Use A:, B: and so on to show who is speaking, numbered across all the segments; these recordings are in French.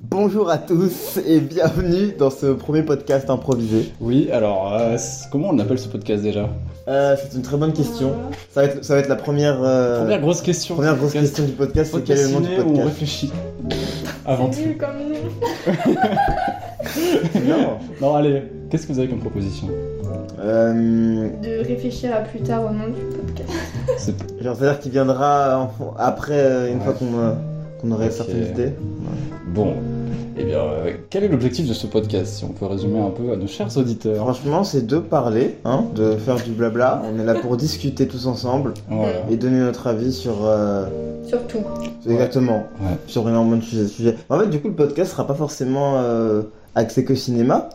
A: Bonjour à tous et bienvenue dans ce premier podcast improvisé.
B: Oui, alors, euh, c- comment on appelle ce podcast déjà
A: Euh, c'est une très bonne question.
C: Euh,
A: Ça va être, ça va être la première, euh,
B: Première grosse question.
A: première grosse
B: Podcast-
A: question du podcast, c'est quel est
B: podcast
A: le nom du
B: ciné ou on
A: podcast
B: réfléchit Avant tout.
C: Nul comme nous.
A: Non.
B: Non, allez, qu'est-ce que vous avez comme proposition
A: Euh,
C: De réfléchir à plus tard au nom du podcast.
B: C'est-
A: genre, c'est-à-dire qu'il viendra en- après, euh, une
B: Ouais.
A: fois qu'on euh, qu'on aurait
B: Ok.
A: certaines idées.
B: Bon, eh bien, euh, quel est l'objectif de ce podcast Si on peut résumer un peu à nos chers auditeurs.
A: Franchement, c'est de parler, hein, de faire du blabla. On est là pour discuter tous ensemble
B: Voilà.
A: et donner notre avis sur. euh,
C: Surtout.
A: C'est Exactement.
B: Ouais.
A: Sur énormément de sujets. sujets. En fait, du coup, le podcast sera pas forcément euh, axé que cinéma.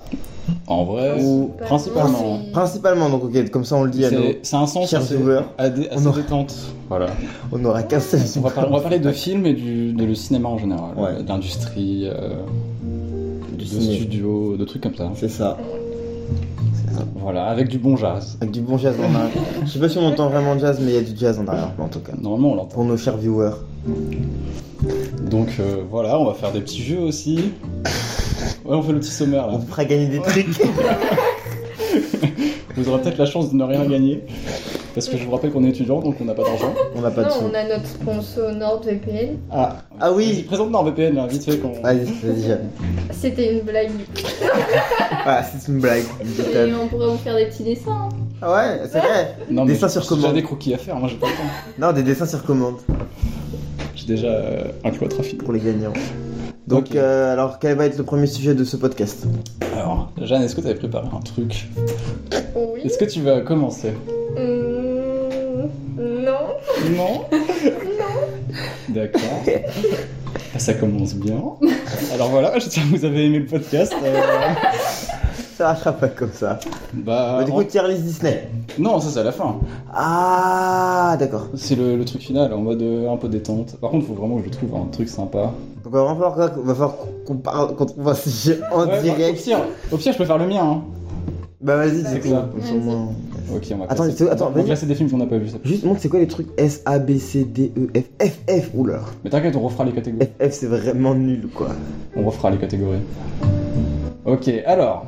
B: En vrai,
A: Ou
B: Euh, principalement. hein.
C: Oui.
A: principalement, donc, ok, comme ça on le dit à nos
B: c'est c'est un sens
A: chers
B: assez,
A: viewers.
B: adé- assez
A: On aura-
B: détente. Voilà.
A: On n'aura qu'un seul.
B: On va, par- on va parler de films et du, de le cinéma en général.
A: Ouais.
B: de D'industrie, euh, de
A: Du ciné.
B: studio, de trucs comme ça.
A: C'est ça.
B: Voilà, avec du bon jazz.
A: Avec du bon jazz en arrière. Je sais pas si on entend vraiment jazz, mais il y a du jazz en arrière, en tout cas.
B: Normalement, on l'entend.
A: Pour nos chers viewers.
B: Donc euh, voilà, on va faire des petits jeux aussi. Ouais, on fait le petit sommaire
A: On
B: là.
A: vous fera gagner des trucs.
B: Vous aurez peut-être la chance de ne rien gagner. Parce que je vous rappelle qu'on est étudiant, donc on n'a pas d'argent.
A: on n'a pas de
C: non,
A: sous.
C: on a notre sponsor NordVPN.
A: Ah, ah
B: Vas-y,
A: oui
B: présente-nous un VPN là, vite fait. qu'on-
A: Allez, vas-y. Jeanne.
C: C'était une blague.
A: Ah, c'est une blague. Une
C: Et
A: totale.
C: on pourrait vous faire des petits dessins. hein.
A: Ah ouais, c'est vrai.
B: Non,
A: Dessin sur
B: j'ai
A: commande.
B: déjà des croquis à faire, moi j'ai pas le temps.
A: Non, des dessins sur commande
B: J'ai déjà euh, un cloître à finir.
A: pour les gagnants. Donc,
B: Ok.
A: euh, alors, quel va être le premier sujet de ce podcast
B: Alors, Jeanne, est-ce que tu avais préparé un truc
C: Oui.
B: Est-ce que tu vas commencer
C: Mmh, non.
B: Non D'accord. Ah, Ça commence bien. Alors voilà, j'espère que vous avez aimé le podcast. euh,
A: Ça marchera pas comme ça.
B: Bah,
A: Bah, du coup,
B: en-
A: tier list Disney.
B: Non, ça c'est à la fin.
A: Ah, d'accord.
B: C'est le, le truc final en mode euh, un peu détente. Par contre, faut vraiment que je trouve un truc sympa.
A: Donc, on va vraiment falloir qu'on- va falloir qu'on parle, qu'on trouve un sujet en
B: Ouais, bah, Au
A: direct.
B: pire, au pire, je peux faire le mien. hein.
A: Bah, vas-y,
C: Bah,
A: c'est cool.
B: oui.
A: Comme ça, au
C: Vas-y.
A: moins, on-
B: Ok, on va
A: Attends,
B: classer-
A: c'est- attends,
B: on va
A: vas-y.
B: classer des films qu'on n'a pas vu.
A: Juste montre c'est quoi les trucs S, A, B, C, D, E, F, F, F, oula.
B: Mais t'inquiète, on refera les catégories.
A: F, F c'est vraiment nul quoi.
B: On refera les catégories. Ok, alors.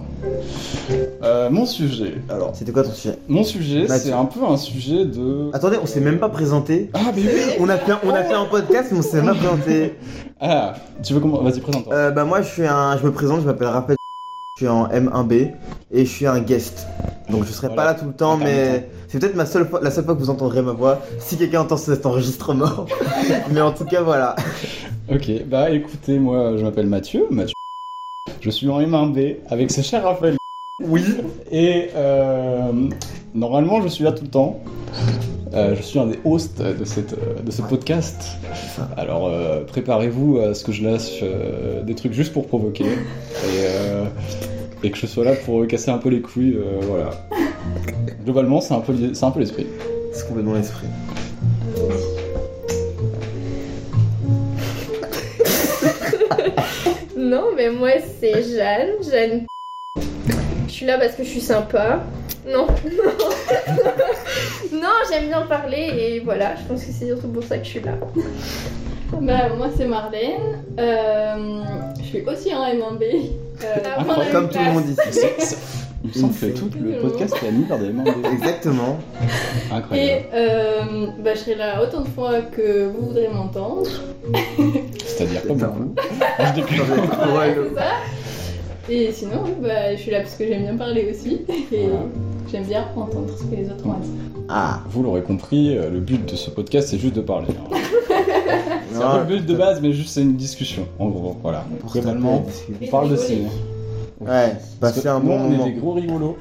B: Euh, mon sujet. Alors,
A: C'était quoi ton sujet
B: mon sujet,
A: Mathieu.
B: c'est un peu un sujet de.
A: Bah, Attendez, on s'est même pas présenté.
B: Ah, mais oui
A: On a fait, on a fait un podcast mais on s'est même pas présenté.
B: Ah, tu veux comment Vas-y, présente-toi.
A: Euh, bah moi je suis un, je me présente, je m'appelle Raphaël. Je suis en M1B et je suis un guest. Donc je serai
B: Voilà.
A: pas là tout le temps, mais c'est peut-être ma seule fois, la seule fois que vous entendrez ma voix, si quelqu'un entend cet enregistrement. mais en tout cas voilà.
B: Ok, bah écoutez, moi je m'appelle Mathieu. Mathieu. Je suis en M1B avec ce cher Raphaël.
A: Oui.
B: Et euh, normalement, je suis là tout le temps. Euh, je suis un des hosts de, cette, euh, de ce podcast. Alors euh, préparez-vous à ce que je lâche euh, des trucs juste pour provoquer. Et, euh, et que je sois là pour casser un peu les couilles. euh, voilà. Globalement, c'est un peu, l'idée- c'est un peu l'esprit.
A: C'est complètement l'esprit.
C: Non, mais moi c'est Jeanne. Jeanne. Je suis là parce que je suis sympa. Non, non. non, j'aime bien parler et voilà, je pense que c'est surtout pour ça que je suis là.
D: Bah, moi c'est Marlène, Euh, je suis aussi en M1B. Euh,
C: Ah,
D: on a eu
A: Comme tout le
D: classe.
A: monde ici.
B: C'est- c'est- Il me semble que tout le podcast est animé par des membres.
A: Exactement.
D: Et
B: Incroyable.
D: euh, bah, je serai là autant de fois que vous voudrez m'entendre.
B: C'est-à-dire comme
A: Putain.
B: vous. Je déconne.
D: Voilà,
A: Ouais,
D: c'est ça. Et sinon, bah, je suis là parce que j'aime bien parler aussi. Et
B: Voilà.
D: j'aime bien entendre ce que les autres ont à dire.
A: Ah.
B: Vous l'aurez compris, euh, le but de ce podcast c'est juste de parler. hein. C'est un peu le but de base, mais juste c'est une discussion. En gros, voilà. Globalement, on parle de ciné.
A: Ouais,
B: Parce
A: passer
B: que
A: Bah, un
B: nous,
A: bon
B: on est
A: moment.
B: des gros rigolos.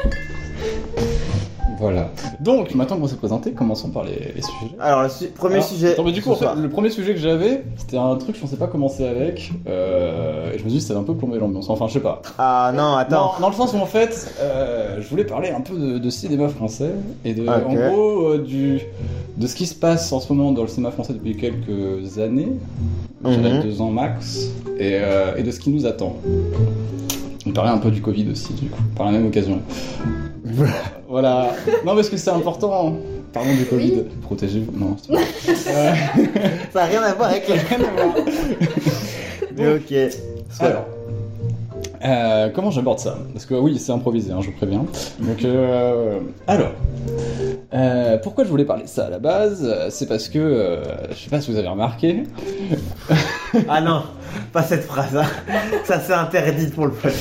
B: voilà. Donc, maintenant qu'on s'est présenté, commençons par les, les sujets.
A: Alors, le su- premier
B: Alors,
A: sujet.
B: attends, mais du
A: ce
B: coup, en fait,
A: soir.
B: le premier sujet que j'avais, c'était un truc, je pensais pas commencer avec. euh, et je me suis dit, ça va un peu plomber l'ambiance. Enfin, je sais pas.
A: Ah non, attends.
B: Non, dans le sens où en fait, euh, je voulais parler un peu de, de cinéma français et de,
A: Ah, Ok.
B: en gros euh, du, de ce qui se passe en ce moment dans le cinéma français depuis quelques années, je dirais
A: Mhm.
B: deux ans max, et, euh, et de ce qui nous attend. On parlait un peu du Covid aussi, du coup, par la même occasion. voilà. Non, parce que c'est important. hein. Parlons du Covid. Protégez-vous. Non, c'est pas vrai. Euh,
A: Ça a rien à voir avec. les-
B: rien à voir. Donc,
A: Ok. Soit-
B: alors, euh, comment j'aborde ça Parce que oui, c'est improvisé, hein, je vous préviens. Donc, euh, alors, euh, pourquoi je voulais parler de ça à la base Euh, C'est parce que, euh, je sais pas si vous avez remarqué,
A: Ah non, pas cette phrase. hein. Ça, c'est interdit pour le peuple.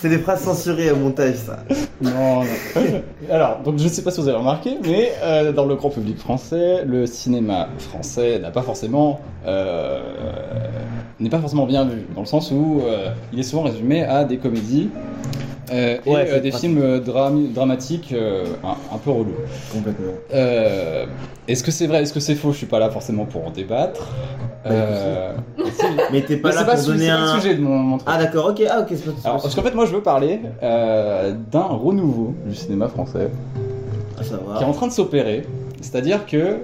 A: C'est des phrases censurées au montage, ça.
B: Non, non. Alors, donc je sais pas si vous avez remarqué, mais euh, dans le grand public français, le cinéma français n'a pas forcément euh, n'est pas forcément bien vu, dans le sens où euh, il est souvent résumé à des comédies euh, et
A: Ouais,
B: euh,
A: c'est
B: des
A: pratique.
B: films euh, drami- dramatiques euh, un, un peu relous.
A: Complètement.
B: Euh, est-ce que c'est vrai, est-ce que c'est faux Je suis pas là forcément pour en débattre.
A: Bah,
B: si.
A: Mais t'es
B: Mais
A: pas
B: c'est
A: là
B: pas,
A: pour
B: su-
A: donner
B: c'est pas le
A: un.
B: sujet de mon, mon truc.
A: Ah d'accord, ok, ah ok, c'est pas- c'est
B: Alors,
A: pas
B: parce qu'en fait, moi, je veux parler euh, d'un renouveau du cinéma français
A: Ah, ça va.
B: qui est en train de s'opérer. C'est-à-dire que.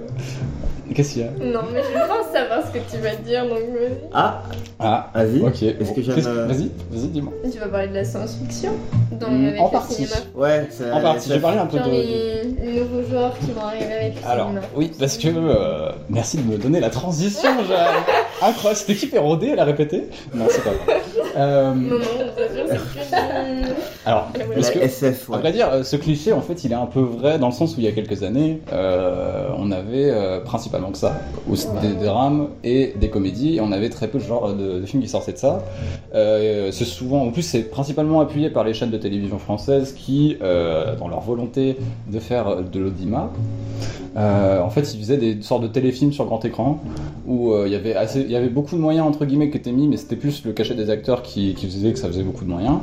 B: Qu'est-ce qu'il y a
C: Non, mais je pense savoir ce que tu vas dire, donc euh, vas-y.
A: Ah,
B: Ah,
A: vas-y.
B: ok.
A: Est-ce que j'aime,
B: Qu'est-ce-
A: euh,
B: Vas-y, vas-y, dis-moi.
C: Tu vas parler de la science-fiction dans
B: Hmm,
C: avec
B: en
C: le
B: partie.
C: cinéma.
A: Ouais, euh, c'est.
B: En partie,
A: ça-
B: j'ai parlé un peu
C: Genre
B: de.
C: les nouveaux joueurs qui vont arriver avec le
B: Alors,
C: cinéma.
B: oui, parce que. euh, merci de me donner la transition, Jeanne Incroyable, cette équipe est rodée, elle a répété Non, c'est pas vrai.
C: Non,
B: Euh,
C: non, on te jure, c'est que du-
B: alors,
C: La
B: parce
A: La
B: que.
A: SF,
B: À
A: ouais.
B: vrai dire, euh, ce cliché, en fait, il est un peu vrai dans le sens où il y a quelques années, euh, on avait euh, principalement que ça, Ou c- des, des drames et des comédies, et on avait très peu de, genre, de, de films qui sortaient de ça. Euh, c'est souvent, en plus, c'est principalement appuyé par les chaînes de télévision françaises qui, euh, dans leur volonté de faire de l'audimat, euh, en fait, ils faisaient des sortes de téléfilms sur grand écran où euh, il y avait assez- il y avait beaucoup de moyens entre guillemets qui étaient mis, mais c'était plus le cachet des acteurs qui, qui faisait que ça faisait beaucoup de moyens.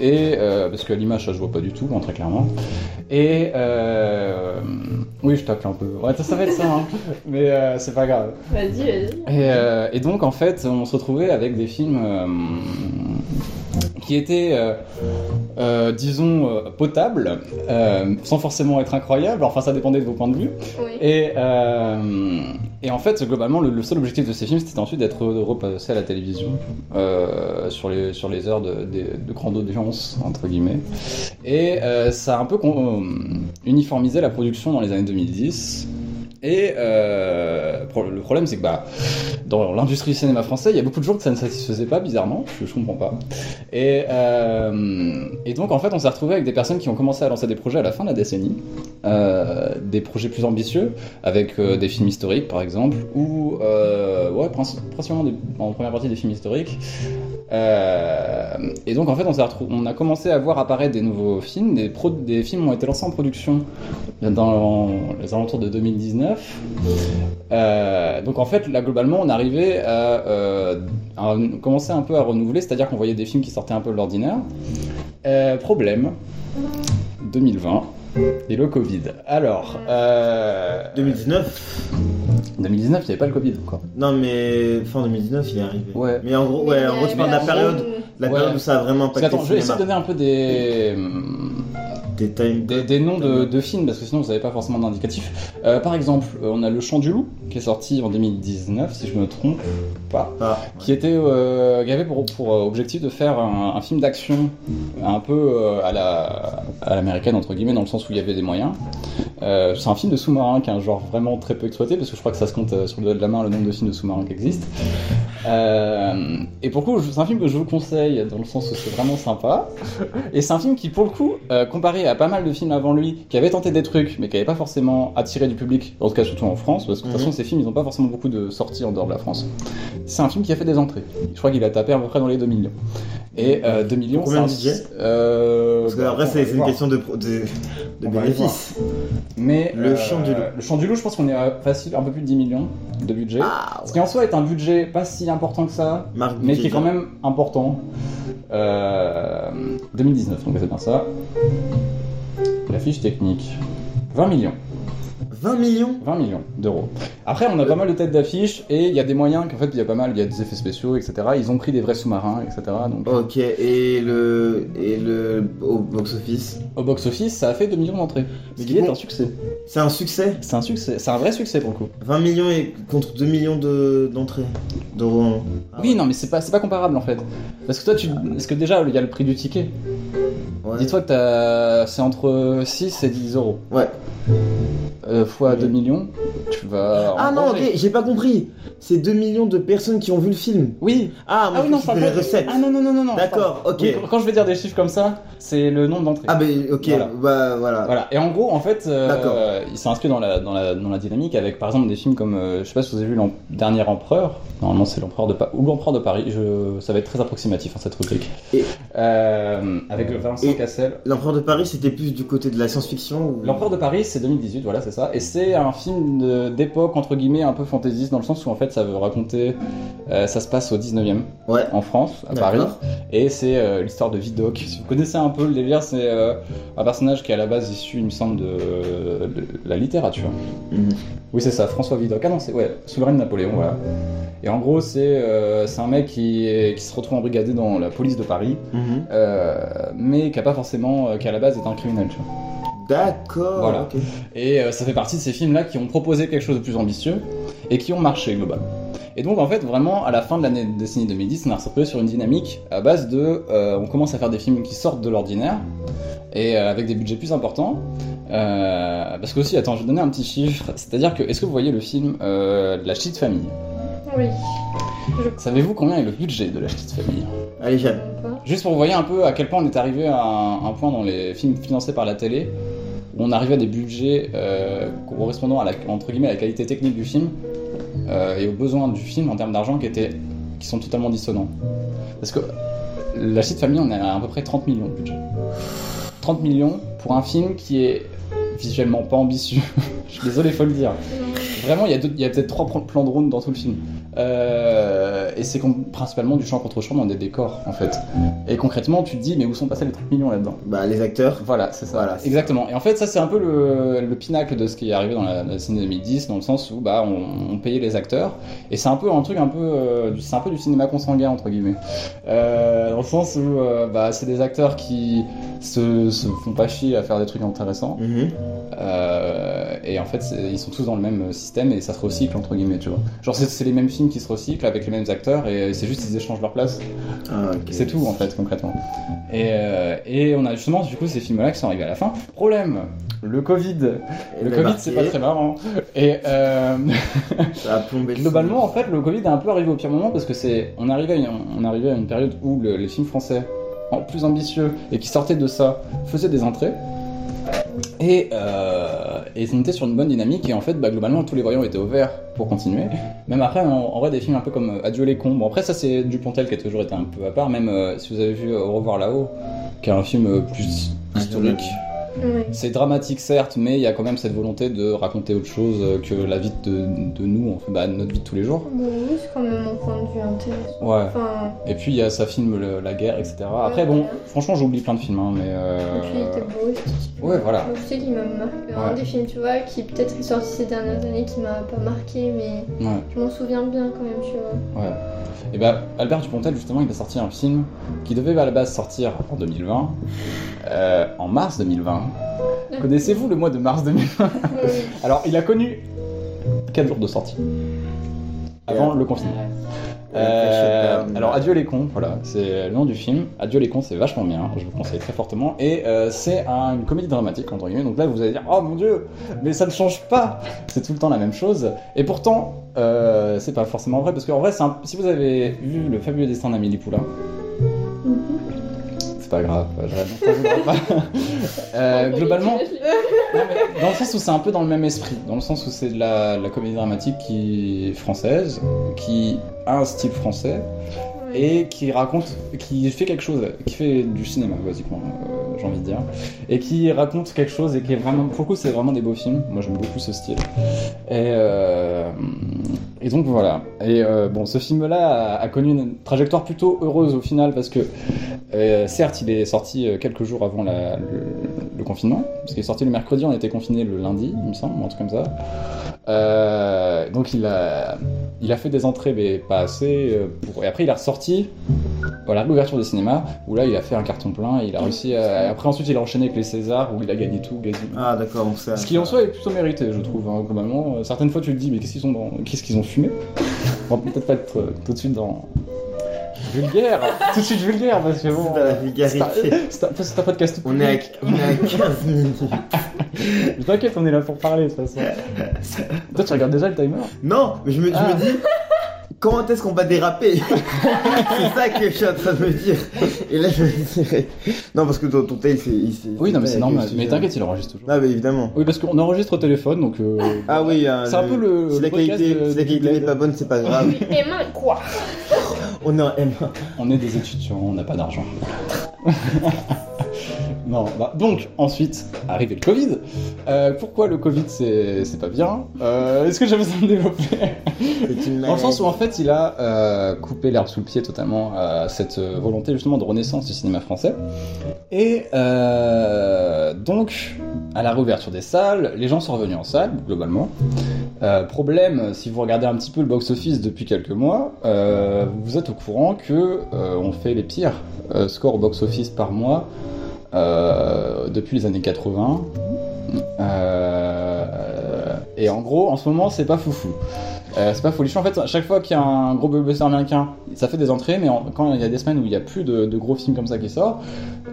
B: Et euh, parce que l'image, ça je vois pas du tout, hein, très clairement. Et euh, oui, je tape un peu. Ouais, ça, ça va être ça, hein. mais euh, c'est pas grave.
D: Vas-y, vas-y.
B: Et, euh, et donc, en fait, on se retrouvait avec des films euh, qui étaient, euh, euh, disons, euh, potables, euh, sans forcément être incroyables. Enfin, ça dépendait de vos points de vue.
C: Oui.
B: Et, euh, et en fait, globalement, le, le seul objectif de ces films, c'était ensuite d'être repassé à la télévision euh, sur, les, sur les heures de, de, de grande audience, entre guillemets. Et euh, ça a un peu con- euh, uniformisé la production dans les années 2010. Et euh, pro- le problème, c'est que bah, dans l'industrie du cinéma français, il y a beaucoup de gens que ça ne satisfaisait pas, bizarrement, je, je comprends pas. Et, euh, et donc, en fait, on s'est retrouvé avec des personnes qui ont commencé à lancer des projets à la fin de la décennie, euh, des projets plus ambitieux, avec euh, des films historiques, par exemple, ou, euh, ouais, princi- principalement des- en première partie des films historiques. Euh, et donc, en fait, on, s'est retrou- on a commencé à voir apparaître des nouveaux films, des, pro- des films ont été lancés en production dans les alentours de 2019. Euh, donc en fait, là globalement, on arrivait à, euh, à commencer un peu à renouveler, c'est-à-dire qu'on voyait des films qui sortaient un peu de l'ordinaire. Euh, problème, 2020 et le Covid. Alors, euh,
A: 2019
B: 2019, il n'y avait pas le Covid encore.
A: Non, mais fin 2019, il est arrivé.
B: Ouais.
A: Mais en gros, ouais, en gros, tu
C: Mais
A: parles de la
C: en
A: période,
C: gros,
A: la
B: Ouais.
A: période où ça a vraiment
B: Parce que,
A: impacté
B: attends,
A: le
B: je vais essayer
A: cinéma.
B: de donner un peu des,
A: Des time
B: des, des noms de, de films, parce que sinon vous n'avez pas forcément d'indicatif. Euh, par exemple, euh, on a Le Chant du Loup, qui est sorti en 2019, si je me trompe pas.
A: Ah,
B: qui était euh, qui avait pour, pour, euh, objectif de faire un, un film d'action un peu euh, à la à l'américaine entre guillemets dans le sens où il y avait des moyens. Euh, c'est un film de sous-marin qui est un genre vraiment très peu exploité parce que je crois que ça se compte euh, sur le doigt de la main le nombre de films de sous-marins qui existent. Euh, et pour le coup, je- c'est un film que je vous conseille dans le sens où c'est vraiment sympa. Et c'est un film qui, pour le coup, euh, comparé à pas mal de films avant lui, qui avaient tenté des trucs mais qui n'avaient pas forcément attiré du public, en tout cas surtout en France, parce que de toute
A: Mhm.
B: façon ces films ils n'ont pas forcément beaucoup de sorties en dehors de la France. C'est un film qui a fait des entrées. Je crois qu'il a tapé à peu près dans les 2 millions. Et euh, 2 millions,
A: Combien
B: c'est
A: de
B: un-
A: budget
B: euh,
A: Parce que
B: bah,
A: après,
B: attends, on
A: c'est
B: va
A: c'est une
B: voir.
A: question de, pro- de, de
B: On va aller
A: bénéfice.
B: Mais euh,
A: Le Chant du Loup.
B: Le Chant du Loup, je pense qu'on est à facile un peu plus de 10 millions de budget.
A: Ah,
B: Ce qui en soi est un budget pas si important que ça,
A: Marc
B: mais qui est
A: Budget.
B: quand même important. Euh, 2019, donc c'est bien ça. La fiche technique. 20 millions.
A: 20 millions
B: 20 millions d'euros. Après, on a pas mal de têtes d'affiche et il y a des moyens qu'en fait, il y a pas mal, il y a des effets spéciaux, etc. Ils ont pris des vrais sous-marins, etc. Donc,
A: Ok, et le. Et le. Au box-office
B: au box-office, ça a fait 2 millions d'entrées. Ce
A: Mais
B: qui
A: du
B: est
A: coup-
B: un succès.
A: C'est un succès
B: C'est un succès, c'est un vrai succès pour le coup.
A: 20 millions et contre 2 millions de- d'entrées d'euros. Ah
B: Oui,
A: ouais.
B: non, mais c'est pas, c'est pas comparable en fait. Parce que toi, tu, parce que déjà, il y a le prix du ticket.
A: Ouais.
B: Dis-toi que t'as- c'est entre 6 et 10 euros.
A: Ouais.
B: Euh, fois
A: Oui.
B: 2 millions, tu vas. en
A: Ah non, ok,
B: manger.
A: j'ai pas compris. C'est 2 millions de personnes qui ont vu le film.
B: Oui
A: Ah, moi,
B: Ah oui, non,
A: je
B: je parle
A: les
B: pas-
A: recettes.
B: Ah non, non, non, non, non. je parle-
A: D'accord, ok.
B: Oui, quand- quand je vais dire des chiffres comme ça, c'est le nombre d'entrées.
A: Ah, ben, ok,
B: Voilà.
A: bah voilà.
B: Voilà. Et en gros, en fait, euh,
A: D'accord.
B: il s'est inscrit dans la, dans, la, dans la dynamique avec, par exemple, des films comme, euh, je sais pas si vous avez vu, L'Em- Dernier Empereur. Normalement, c'est l'Empereur de Paris. Ou l'Empereur de Paris. Je... Ça va être très approximatif, hein, cette rubrique.
A: Et-
B: Euh, avec Vincent
A: Et-
B: Cassel.
A: L'Empereur de Paris, c'était plus du côté de la science-fiction ou...
B: L'Empereur de Paris, c'est 2018, voilà, c'est ça. Et c'est un film de- d'époque, entre guillemets, un peu fantaisiste, dans le sens où, en fait, ça veut raconter. euh, ça se passe au 19 e
A: Ouais.
B: en France, à Paris.
A: D'accord.
B: Et c'est euh, l'histoire de Vidocq. Si vous connaissez un peu le délire, c'est euh, un personnage qui est à la base issu, il me semble, de, de la littérature.
A: Mhm.
B: Oui, c'est ça, François Vidocq. Ah non, c'est ouais, souverain de Napoléon, voilà. Et en gros, c'est euh, c'est un mec qui, est- qui se retrouve embrigadé dans la police de Paris,
A: Mhm.
B: euh, mais qui a pas forcément, euh, qui à la base est un criminel, tu vois.
A: D'accord,
B: Voilà.
A: ok.
B: Et euh, ça fait partie de ces films-là qui ont proposé quelque chose de plus ambitieux et qui ont marché globalement. Et donc en fait vraiment à la fin de l'année décennie 2010, on a retrouvé sur une dynamique à base de euh, on commence à faire des films qui sortent de l'ordinaire et euh, avec des budgets plus importants. Euh, parce que aussi attends je vais donner un petit chiffre, c'est-à-dire que est-ce que vous voyez le film euh, de La Petite Famille
C: Oui.
B: Savez-vous combien est le budget de La Petite Famille
A: Allez, Jeanne.
B: Juste pour vous voyez un peu à quel point on est arrivé à un, un point dans les films financés par la télé où on arrivait à des budgets euh, correspondant à la, entre guillemets, à la qualité technique du film euh, et aux besoins du film en termes d'argent qui, étaient, qui sont totalement dissonants. Parce que la Chute Famille, on est à à peu près 30 millions de budget. 30 millions pour un film qui est visuellement pas ambitieux. Je suis désolé, faut le dire. Vraiment, il y a, deux- il y a peut-être trois pr- plans drones dans tout le film. Euh, et c'est com- principalement du champ contre champ dans des décors, en fait. Et concrètement, tu te dis, mais où sont passés les 30 millions là-dedans
A: Bah, les acteurs.
B: Voilà, c'est ça.
A: Voilà, c'est
B: Exactement. Et en fait, ça, c'est un peu le, le pinacle de ce qui est arrivé dans la, la ciné 2010, dans le sens où bah, on, on payait les acteurs. Et c'est un peu un truc un peu. euh, du- c'est un peu du cinéma consanguin, entre guillemets. Euh, dans le sens où euh, bah, c'est des acteurs qui se, se font pas chier à faire des trucs intéressants.
A: Mhm.
B: Euh, et en fait, c'est- ils sont tous dans le même système et ça se recycle entre guillemets, tu vois. Genre, c'est- c'est les mêmes films qui se recyclent avec les mêmes acteurs et c'est juste ils échangent leur place.
A: Ah, ok.
B: C'est tout en fait, concrètement. Et, euh, et on a justement du coup ces films-là qui sont arrivés à la fin. Problème le Covid.
A: Et
B: Le
A: bah,
B: Covid, c'est pas
A: et
B: très marrant. Et euh,
A: Ça a plombé le
B: globalement, en fait, le Covid est un peu arrivé au pire moment parce que c'est. On arrivait à une, on arrivait à une période où le- les films français, en plus ambitieux et qui sortaient de ça, faisaient des entrées. Et, euh, et on était sur une bonne dynamique et en fait bah, globalement tous les voyants étaient ouverts pour continuer. Même après en, en vrai des films un peu comme euh, Adieu les cons. Bon après ça c'est Dupontel qui a toujours été un peu à part. Même euh, si vous avez vu euh, Au revoir là-haut, qui est un film euh, plus historique.
C: Oui.
B: C'est dramatique certes, mais il y a quand même cette volonté de raconter autre chose euh, que la vie de, de nous, en fait, bah, notre vie de tous les jours.
C: Bon, oui, c'est quand même un point de vue intéressant.
B: Ouais.
C: Enfin,
B: Et puis il y a ça filme le- la guerre, etc. Après
C: Ouais,
B: bon,
C: voilà.
B: franchement j'oublie plein de films, hein, mais
C: le film
B: euh...
C: était beau aussi.
B: ouais voilà.
C: Moi, C'est qui m'a marqué. Un
B: Ouais.
C: des films, tu vois, qui peut-être est sorti ces dernières années, qui m'a pas marqué, mais
B: Ouais.
C: je m'en souviens bien quand même, tu vois.
B: Ouais. Et bah, Albert Dupontel, justement, il a sorti un film qui devait à la base sortir en 2020, euh, en mars 2020. Connaissez-vous le mois de mars 2020 Alors, il a connu 4 jours de sortie avant le confinement. Euh, alors Adieu les cons, voilà, c'est le nom du film. Adieu les cons, c'est vachement bien, je vous le conseille très fortement. Et euh, c'est un- une comédie dramatique, entre guillemets, donc là vous allez dire, oh mon dieu, mais ça ne change pas, c'est tout le temps la même chose. Et pourtant, euh, c'est pas forcément vrai, parce qu'en vrai, c'est un- si vous avez vu le fabuleux destin d'Amélie Poulain, c'est pas grave, je raconterai pas. Euh, globalement, non, mais dans le sens où c'est un peu dans le même esprit, dans le sens où c'est de la, de la comédie dramatique qui française, qui a un style français et qui raconte, qui fait quelque chose, qui fait du cinéma basiquement, euh, j'ai envie de dire, et qui raconte quelque chose et qui est vraiment, pour le coup, c'est vraiment des beaux films. Moi, j'aime beaucoup ce style. Et, euh, et donc voilà. Et euh, bon, ce film-là a, a connu une trajectoire plutôt heureuse au final parce que euh, certes, il est sorti euh, quelques jours avant la- le, le confinement, parce qu'il est sorti le mercredi, on était confiné le lundi, il me semble, ou un truc comme ça. Euh, donc il a, il a fait des entrées, mais pas assez. euh, Pour... Et après, il est ressorti. Voilà, l'ouverture des cinémas, où là il a fait un carton plein, et il a réussi à... Après ensuite il a enchaîné avec les Césars, où il a gagné tout, gagné-
A: Ah, d'accord, donc ça.
B: ce qui en soi est plutôt mérité, je trouve, hein, globalement. Euh, Certaines fois, tu te dis, mais qu'est-ce qu'ils ont, dans... qu'est-ce qu'ils ont fumé On va peut-être pas être euh, tout de suite dans, Vulgaire Tout de suite vulgaire, parce que
A: C'est
B: bon.
A: dans la
B: C'est un-
A: vulgarité.
B: c'est un- c'est un podcast tout
A: On est, à,
B: public.
A: on est à 15 minutes.
B: Mais T'inquiète, on est là pour parler de toute façon. Toi, tu regardes déjà le timer
A: Non, mais je me, je
B: Ah.
A: me dis, quand est-ce qu'on va déraper C'est ça que je suis en train de me dire. Et là, je me dirais. Non, parce que ton, ton tail, c'est. il s'est-
B: Oui, non,
A: avec
B: mais c'est
A: le
B: normal.
A: sujet.
B: Mais t'inquiète, il enregistre toujours.
A: Ah, mais évidemment.
B: Oui, parce qu'on enregistre au téléphone, donc. euh,
A: Ah oui, euh,
B: C'est un peu le-
A: Si la
B: le podcast
A: qualité,
B: de-
A: si la
B: de
A: qualité n'est
B: Blade.
A: pas bonne, c'est pas grave.
C: Et main, quoi
A: On est en M1.
B: On est des étudiants, on n'a pas d'argent. non, bah, donc ensuite arrivé le Covid. Euh, pourquoi le Covid c'est c'est pas bien Euh, Est-ce que j'avais besoin de développer
A: C'est une
B: Dans le sens où
A: maladie.
B: en fait il a euh, coupé l'herbe sous le pied totalement à cette euh, volonté justement de renaissance du cinéma français. Et euh, donc à la réouverture des salles, les gens sont revenus en salle globalement. Euh, problème, si vous regardez un petit peu le box-office depuis quelques mois, euh, vous êtes au courant que euh, on fait les pires euh, scores au box-office par mois euh, depuis les années 80. Euh, et en gros, en ce moment, c'est pas foufou. Euh, c'est pas folichon. En fait, à chaque fois qu'il y a un gros blockbuster américain, ça fait des entrées, mais en- quand il y a des semaines où il n'y a plus de, de gros films comme ça qui sortent,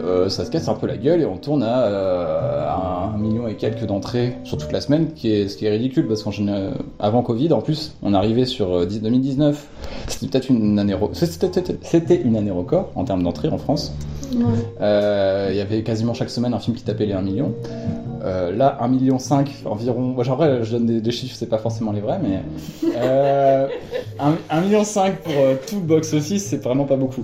B: euh, ça se casse un peu la gueule et on tourne à, euh, à un million et quelques d'entrées sur toute la semaine, qui est, ce qui est ridicule parce qu'en général, avant Covid, en plus, on arrivait sur euh, 10 2019. C'était peut-être une année, re- c'était- c'était c'était une année record en termes d'entrées en France. Euh, Il y avait quasiment chaque semaine un film qui tapait les 1 million. Euh, là, 1,5 million environ. Moi, genre, je donne des, des chiffres, c'est pas forcément les vrais, mais. Euh, 1, 1,5 million pour euh, tout box office, c'est vraiment pas beaucoup.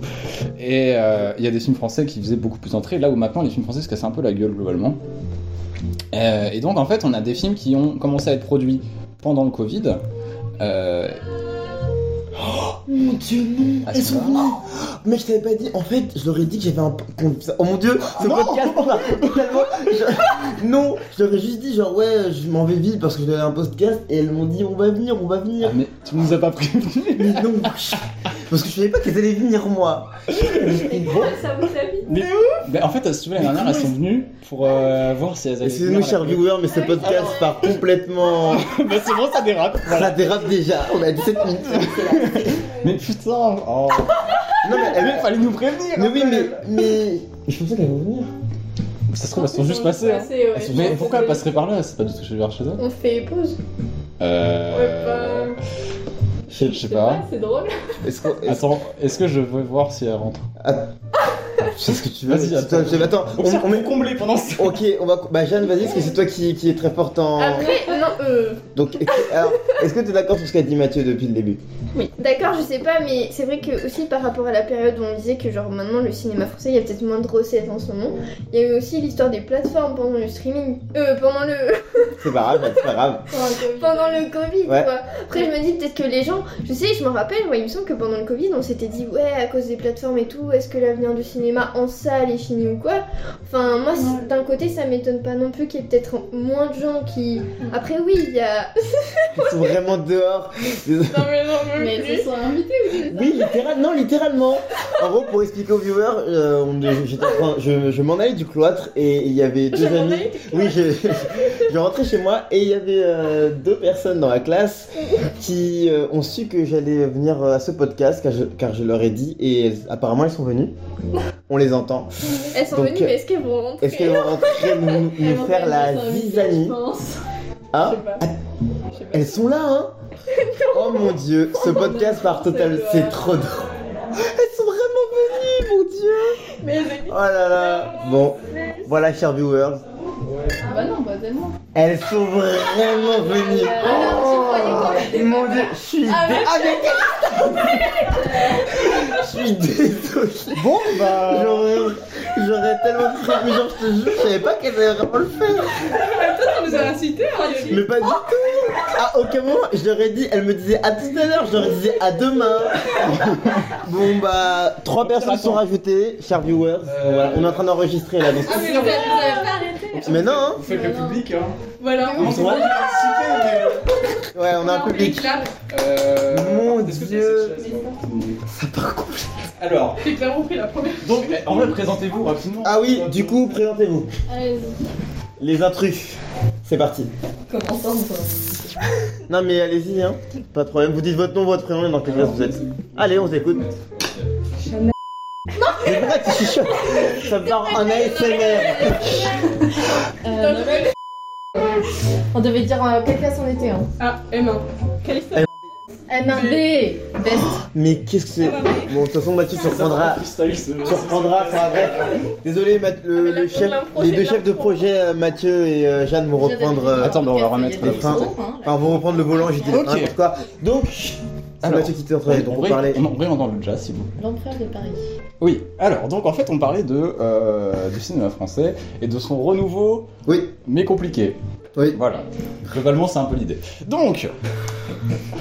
B: Et euh, il y a des films français qui faisaient beaucoup plus d'entrées, là où maintenant les films français se cassent un peu la gueule globalement. Euh, et donc, en fait, on a des films qui ont commencé à être produits pendant le Covid. Euh,
A: Mon dieu, non
B: Ah,
A: Ils
B: c'est
A: sont
B: pas-
A: venus Mais je t'avais pas dit, en fait, je leur ai dit que j'avais un. qu'on- ça- Oh mon dieu, ce
B: Non
A: podcast on a totalement. je- Non, je leur ai juste dit, genre, ouais, je m'en vais vite parce que j'avais un podcast et elles m'ont dit, on va venir, on va venir.
B: ah, mais tu nous as pas prévenu
A: Mais non Parce que je savais pas qu'elles allaient venir, moi
D: Et
A: Bon.
D: pourquoi ça vous a mis
B: Mais Mais Ben, en fait, à se souvenir, la dernière, elles sont venues pour euh, voir si elles allaient.
A: Excusez-nous,
B: venir à
A: chers
B: la-
A: viewers, mais ce podcast part complètement.
B: Bah, c'est bon, ça dérape.
A: Ça dérape déjà, on est à 17 minutes.
B: Mais putain, oh.
A: Non, mais
B: Mais
A: elle.
B: fallait nous prévenir.
A: Mais
B: un
A: oui,
B: peu.
A: mais. Mais. Je pensais qu'elles vont venir.
B: Ça se trouve, elles sont juste passées. hein.
D: ouais.
B: Mais pourquoi elles passeraient par là C'est pas du tout que je vais voir chez elles.
C: On fait pause.
B: Euh.
D: Ouais, bah,
B: Je
D: Je
B: sais
D: sais pas,
B: pas.
D: c'est drôle.
A: Est-ce que. est-ce-
B: Attends, est-ce que je veux voir si elles rentrent
A: Je sais ce que tu veux.
B: Vas-y,
A: mais
B: attends.
A: c'est toi- Attends, on, on met.
B: comblé pendant ce
A: Ok, on va. Bah, Jeanne, vas-y, parce que c'est toi qui, qui est très forte en.
C: Après, non, euh,
A: Donc, alors, est-ce que t'es d'accord sur ce qu'a dit Mathieu depuis le début
C: D'accord, je sais pas, mais c'est vrai que aussi par rapport à la période où on disait que genre maintenant le cinéma français il y a peut-être moins de recettes en ce moment, il y a eu aussi l'histoire des plateformes pendant le streaming, euh pendant le
A: C'est pas grave, c'est pas grave.
C: pendant le Covid
A: Ouais.
C: quoi. Après je me dis peut-être que les gens, je sais, je me rappelle, ouais, il me semble que pendant le Covid on s'était dit ouais à cause des plateformes et tout, est-ce que l'avenir du cinéma en salle est fini ou quoi Enfin moi c'est-
D: Ouais.
C: d'un côté ça m'étonne pas non plus qu'il y ait peut-être moins de gens qui. Après oui il y a.
A: Ils sont vraiment dehors. Désolé.
C: Non mais non
D: Mais elles se sont invitées ou des
A: Oui, littéral- non, littéralement. En gros, pour expliquer aux viewers, euh, on- j'étais en train- je, je m'en allais du cloître et il y avait deux amis. Oui, je, je rentrais chez moi et il y avait euh, deux personnes dans la classe qui euh, ont su que j'allais venir euh, à ce podcast car je, car je leur ai dit et elles- apparemment elles sont venues. On les entend.
C: Elles sont
A: Donc,
C: venues mais est-ce qu'elles vont rentrer
A: Est-ce qu'elles vont rentrer nous, nous
D: Elles vont
A: faire la
D: elles sont invitées,
A: zizanie
D: Je pense. Je
A: hein
D: sais pas. Je sais pas.
A: Elles sont là, hein Oh mon dieu, ce podcast part total, c'est trop drôle. Elles sont vraiment venues, mon dieu
D: Mais elles étaient-
A: Oh là là Bon, voilà, chers viewers,
D: Ah bah non, bah tellement.
A: Elles sont vraiment venues. Oh,
D: Ah, alors, tu croyais qu'on était
A: mon
D: pas
A: dieu,
D: là
A: je suis dé-
D: Ah, mais-
A: Ah, mais- Je suis désolée.
B: Bon, bah.
A: J'aurais, j'aurais tellement cru, mais genre je te jure, je savais pas qu'elle allait vraiment le faire.
D: On nous a insultés, hein, Yoli.
A: Mais pas du tout. À aucun moment, je leur ai dit, elle me disait à tout à l'heure, je leur disais à demain. Bon bah, trois personnes sont rajoutées, chers viewers.
B: Euh,
A: Voilà, on est en train d'enregistrer là. donc-
D: Ah, mais vous avez vous avez pas arrêté.
A: Mais non, hein.
B: Vous faites le public, hein.
D: Voilà.
A: On sont là.
B: participer,
A: ouais, on a un
D: Non,
A: public.
D: les claps.
B: Euh.
A: Mon
B: est-ce que
A: Dieu.
B: c'est- c'est-
A: Ça part complètement.
B: Alors,
D: J'ai clairement pris la première.
B: donc, en vrai, présentez-vous rapidement.
A: Ah oui, du coup, présentez-vous.
D: Allez-y.
A: Les intrus. C'est parti.
D: Comment ça,
A: Non mais allez-y hein, pas de problème. Vous dites votre nom, votre prénom et dans quelle classe vous êtes. Allez, on s'écoute.
B: Ok.
A: C'est pour ça que tu chuchotes. Ça part en ASMR.
E: Euh, Noël, on devait dire euh, quelle classe on était. Hein.
D: Ah, M1. Californie.
E: M1B. Best.
A: Mais qu'est-ce que c'est Bon, de toute façon, Mathieu, tu reprendras. Tu reprendras, ça avec. Désolé, Math- le-
C: Mais là,
A: le
C: pour
A: chef-
C: l'impro,
A: les
C: c'est
A: deux
C: de
A: chefs de
C: l'impro.
A: projet, euh, Mathieu et euh, Jeanne, vont
E: J'avais
A: reprendre. euh,
E: dit-
B: Attends, mais on va
E: Quatre,
B: remettre
E: il y a
A: les
E: des
A: freins.
E: sauts, hein, là.
A: Enfin, vont reprendre le volant, j'ai dit
B: Ok.
A: n'importe quoi. Donc, c'est
B: Alors,
A: Mathieu qui t'est en train de
B: On
A: vous parler.
B: ré- on ré- on entend le jazz, s'il vous plaît.
E: L'empereur de Paris.
B: Oui, alors, donc en fait, on parlait de, euh, du cinéma français et de son renouveau,
A: Oui,
B: mais compliqué.
A: oui.
B: Voilà. Globalement, c'est un peu l'idée. Donc.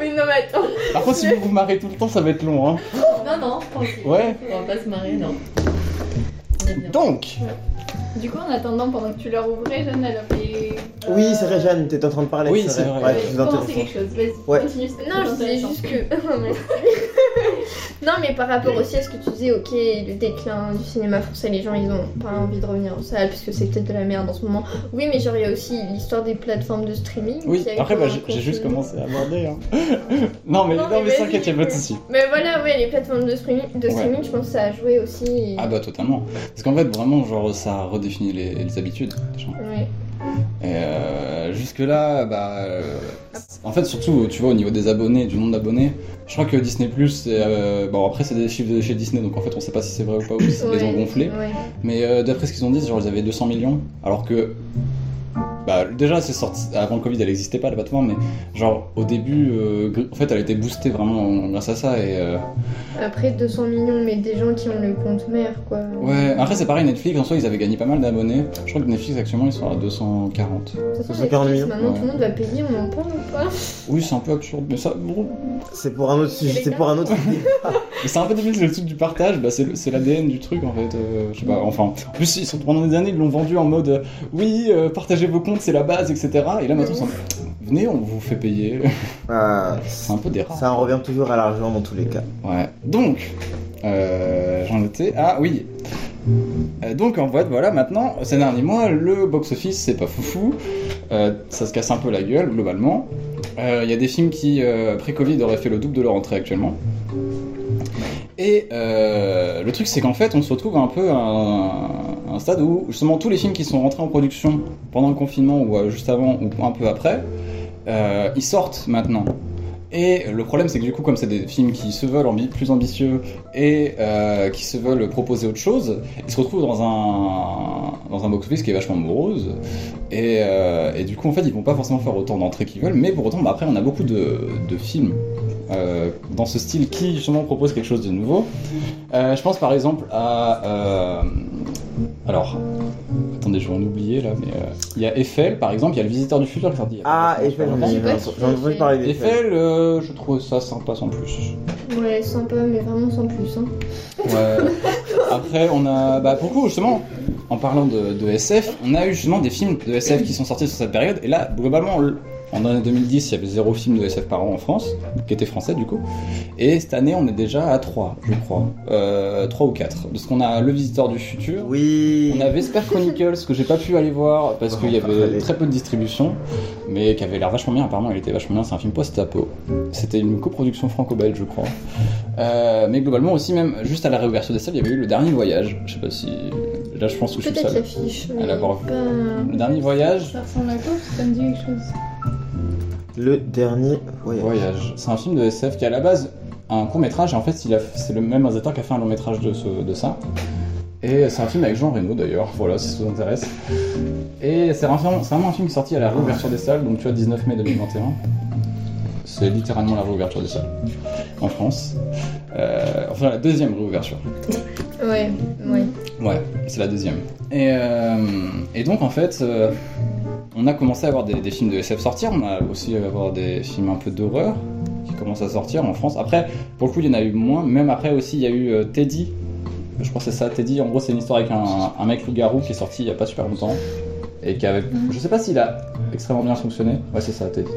C: mais non, mais attends.
B: Par contre, si vous vous marrez tout le temps, ça va être long, hein.
E: Non, non, tranquille.
B: Ouais.
E: On va pas se marier, non. On est bien.
B: Donc,
D: Du coup, en attendant, pendant que tu leur ouvrais, Jeanne, elle avait.
A: Oui, c'est vrai, Jeanne, t'es en train de parler.
B: Oui, c'est vrai.
A: Ouais,
D: Ouais,
A: c'est
D: commencer
A: intéressant.
D: quelque chose, vas-y.
A: Ouais.
D: Continue, c'est
C: Non, je disais
D: intéressant.
C: juste que. non, mais par rapport aussi à ce que tu disais, ok, le déclin du cinéma français, les gens ils ont pas envie de revenir en salle parce que c'est peut-être de la merde en ce moment. Oui, mais genre il y a aussi l'histoire des plateformes de streaming.
B: oui,
C: qui a eu
B: après,
C: un
B: bah, j'ai j'ai juste
C: contenu.
B: commencé à aborder, hein. non, mais,
C: Non,
B: non, mais
C: mais vas-y,
B: t'inquiète, y'a pas de
C: vas-y.
B: soucis.
C: Mais voilà, ouais, les plateformes de streaming, de
B: Ouais.
C: streaming je pense que ça a joué aussi.
B: Ah bah totalement. Parce qu'en fait, vraiment, genre, ça redéfinit les, les habitudes des gens.
C: Ouais.
B: Et euh, jusque-là, bah... euh, en fait, surtout, tu vois, au niveau des abonnés, du nombre d'abonnés, je crois que Disney+, c'est... euh, bon, après, c'est des chiffres de chez Disney, donc en fait, on sait pas si c'est vrai ou pas, ou si ils les ont
C: Ouais,
B: gonflés.
C: ouais.
B: Mais euh, d'après ce qu'ils ont dit, genre, ils avaient 200 millions, alors que... Bah, déjà, c'est sorti... Avant le Covid, elle n'existait pas, la plateforme, mais genre, au début, euh, gr- en fait, elle a été boostée vraiment grâce à ça, et... euh,
C: Après 200 millions, mais des gens qui ont le compte mère quoi.
B: Ouais, après c'est pareil, Netflix en soi ils avaient gagné pas mal d'abonnés. Je crois que Netflix actuellement ils sont à 240.
C: De toute façon,
A: 240 millions.
C: Maintenant
B: ah,
C: tout le
B: Ouais.
C: monde va payer, on en parle ou pas
B: Oui, c'est un peu absurde, mais ça. bon.
A: C'est pour un autre sujet, c'est pour un autre.
B: Mais c'est un peu difficile le truc du partage, bah, c'est le- c'est l'ADN du truc en fait. euh, je sais pas, enfin. En plus, ils sont, pendant des années ils l'ont vendu en mode euh, oui, euh, partagez vos comptes, c'est la base, etc. Et là maintenant ils sont. Venez, on vous fait payer.
A: Ah,
B: c'est un peu des rats.
A: ça en revient toujours à l'argent dans tous les cas.
B: Ouais. Donc, euh, j'en étais. Ah oui. Euh, donc en fait, voilà, maintenant, ces derniers mois, le box-office, c'est pas foufou. Euh, ça se casse un peu la gueule, globalement. Euh, Il y a des films qui, euh, pré-Covid, auraient fait le double de leur entrée actuellement. Et euh, le truc, c'est qu'en fait, on se retrouve un peu à un, un stade où, justement, tous les films qui sont rentrés en production pendant le confinement, ou euh, juste avant, ou un peu après, euh, ils sortent maintenant. Et le problème, c'est que du coup, comme c'est des films qui se veulent ambi- plus ambitieux et euh, qui se veulent proposer autre chose, ils se retrouvent dans un, dans un box-office qui est vachement morose. Et, euh, et du coup, en fait, ils vont pas forcément faire autant d'entrées qu'ils veulent, mais pour autant, bah, après, on a beaucoup de, de films euh, dans ce style qui justement proposent quelque chose de nouveau. Euh, je pense par exemple à. euh, alors. Attendez, je vais en oublier là, mais euh, il y a Eiffel par exemple, il y a le Visiteur du Futur qui est sorti. il y a pas
A: Ah,
B: forcément
A: Eiffel, j'en ai-
B: longtemps.
A: j'en ai entendu parler d'Eiffel.
B: Eiffel, euh, je trouve ça sympa sans plus.
C: Ouais, sympa, mais vraiment sans plus. Hein.
B: Ouais. Après, on a. Bah, pour le coup, justement, en parlant de, de SF, on a eu justement des films de SF qui sont sortis sur cette période. Et là, globalement, on l- en année 2010, il y avait zéro film de SF par an en France, qui était français du coup. Et cette année, on est déjà à 3, je crois. Euh, 3 ou 4. Parce qu'on a Le Visiteur du Futur.
A: Oui.
B: On a Vesper Chronicles que j'ai pas pu aller voir parce
A: Ouais,
B: qu'il y
A: on peut
B: avait
A: aller.
B: très peu de distribution, mais qui avait l'air vachement bien. Apparemment, il était vachement bien. C'est un film post-apo. C'était une coproduction franco-belge, je crois. Euh, mais globalement aussi, même juste à la réouverture des salles, il y avait eu le dernier voyage. Je sais pas si là, je pense que je suis le
C: Peut-être
B: seul.
C: l'affiche. mais
B: À l'avoir vu.
C: pas-
B: Le dernier voyage.
D: Ça ressemble à quoi Parce que Ça me dit quelque chose.
A: Le dernier voyage.
B: Voyage. C'est un film de SF qui à la base un court métrage et en fait il a- c'est le même réalisateur qui a fait un long métrage de, ce- de ça. Et c'est un film avec Jean Reno d'ailleurs, voilà si ça vous intéresse. Et c'est un film- c'est vraiment un film qui est sorti à la réouverture des salles, donc tu vois 19 mai 2021. C'est littéralement la réouverture des salles en France. Euh, enfin la deuxième réouverture.
C: Ouais, ouais.
B: Ouais, c'est la deuxième. Et, euh, et donc en fait, euh, on a commencé à avoir des, des films de SF sortir, on a aussi à avoir des films un peu d'horreur qui commencent à sortir en France. Après, pour le coup, il y en a eu moins. Même après aussi, il y a eu euh, Teddy. Je crois que c'est ça, Teddy. En gros, c'est une histoire avec un, un mec loup-garou qui est sorti il y a pas super longtemps. Et qui avait. Je sais pas s'il a extrêmement bien fonctionné. Ouais, c'est ça, Teddy.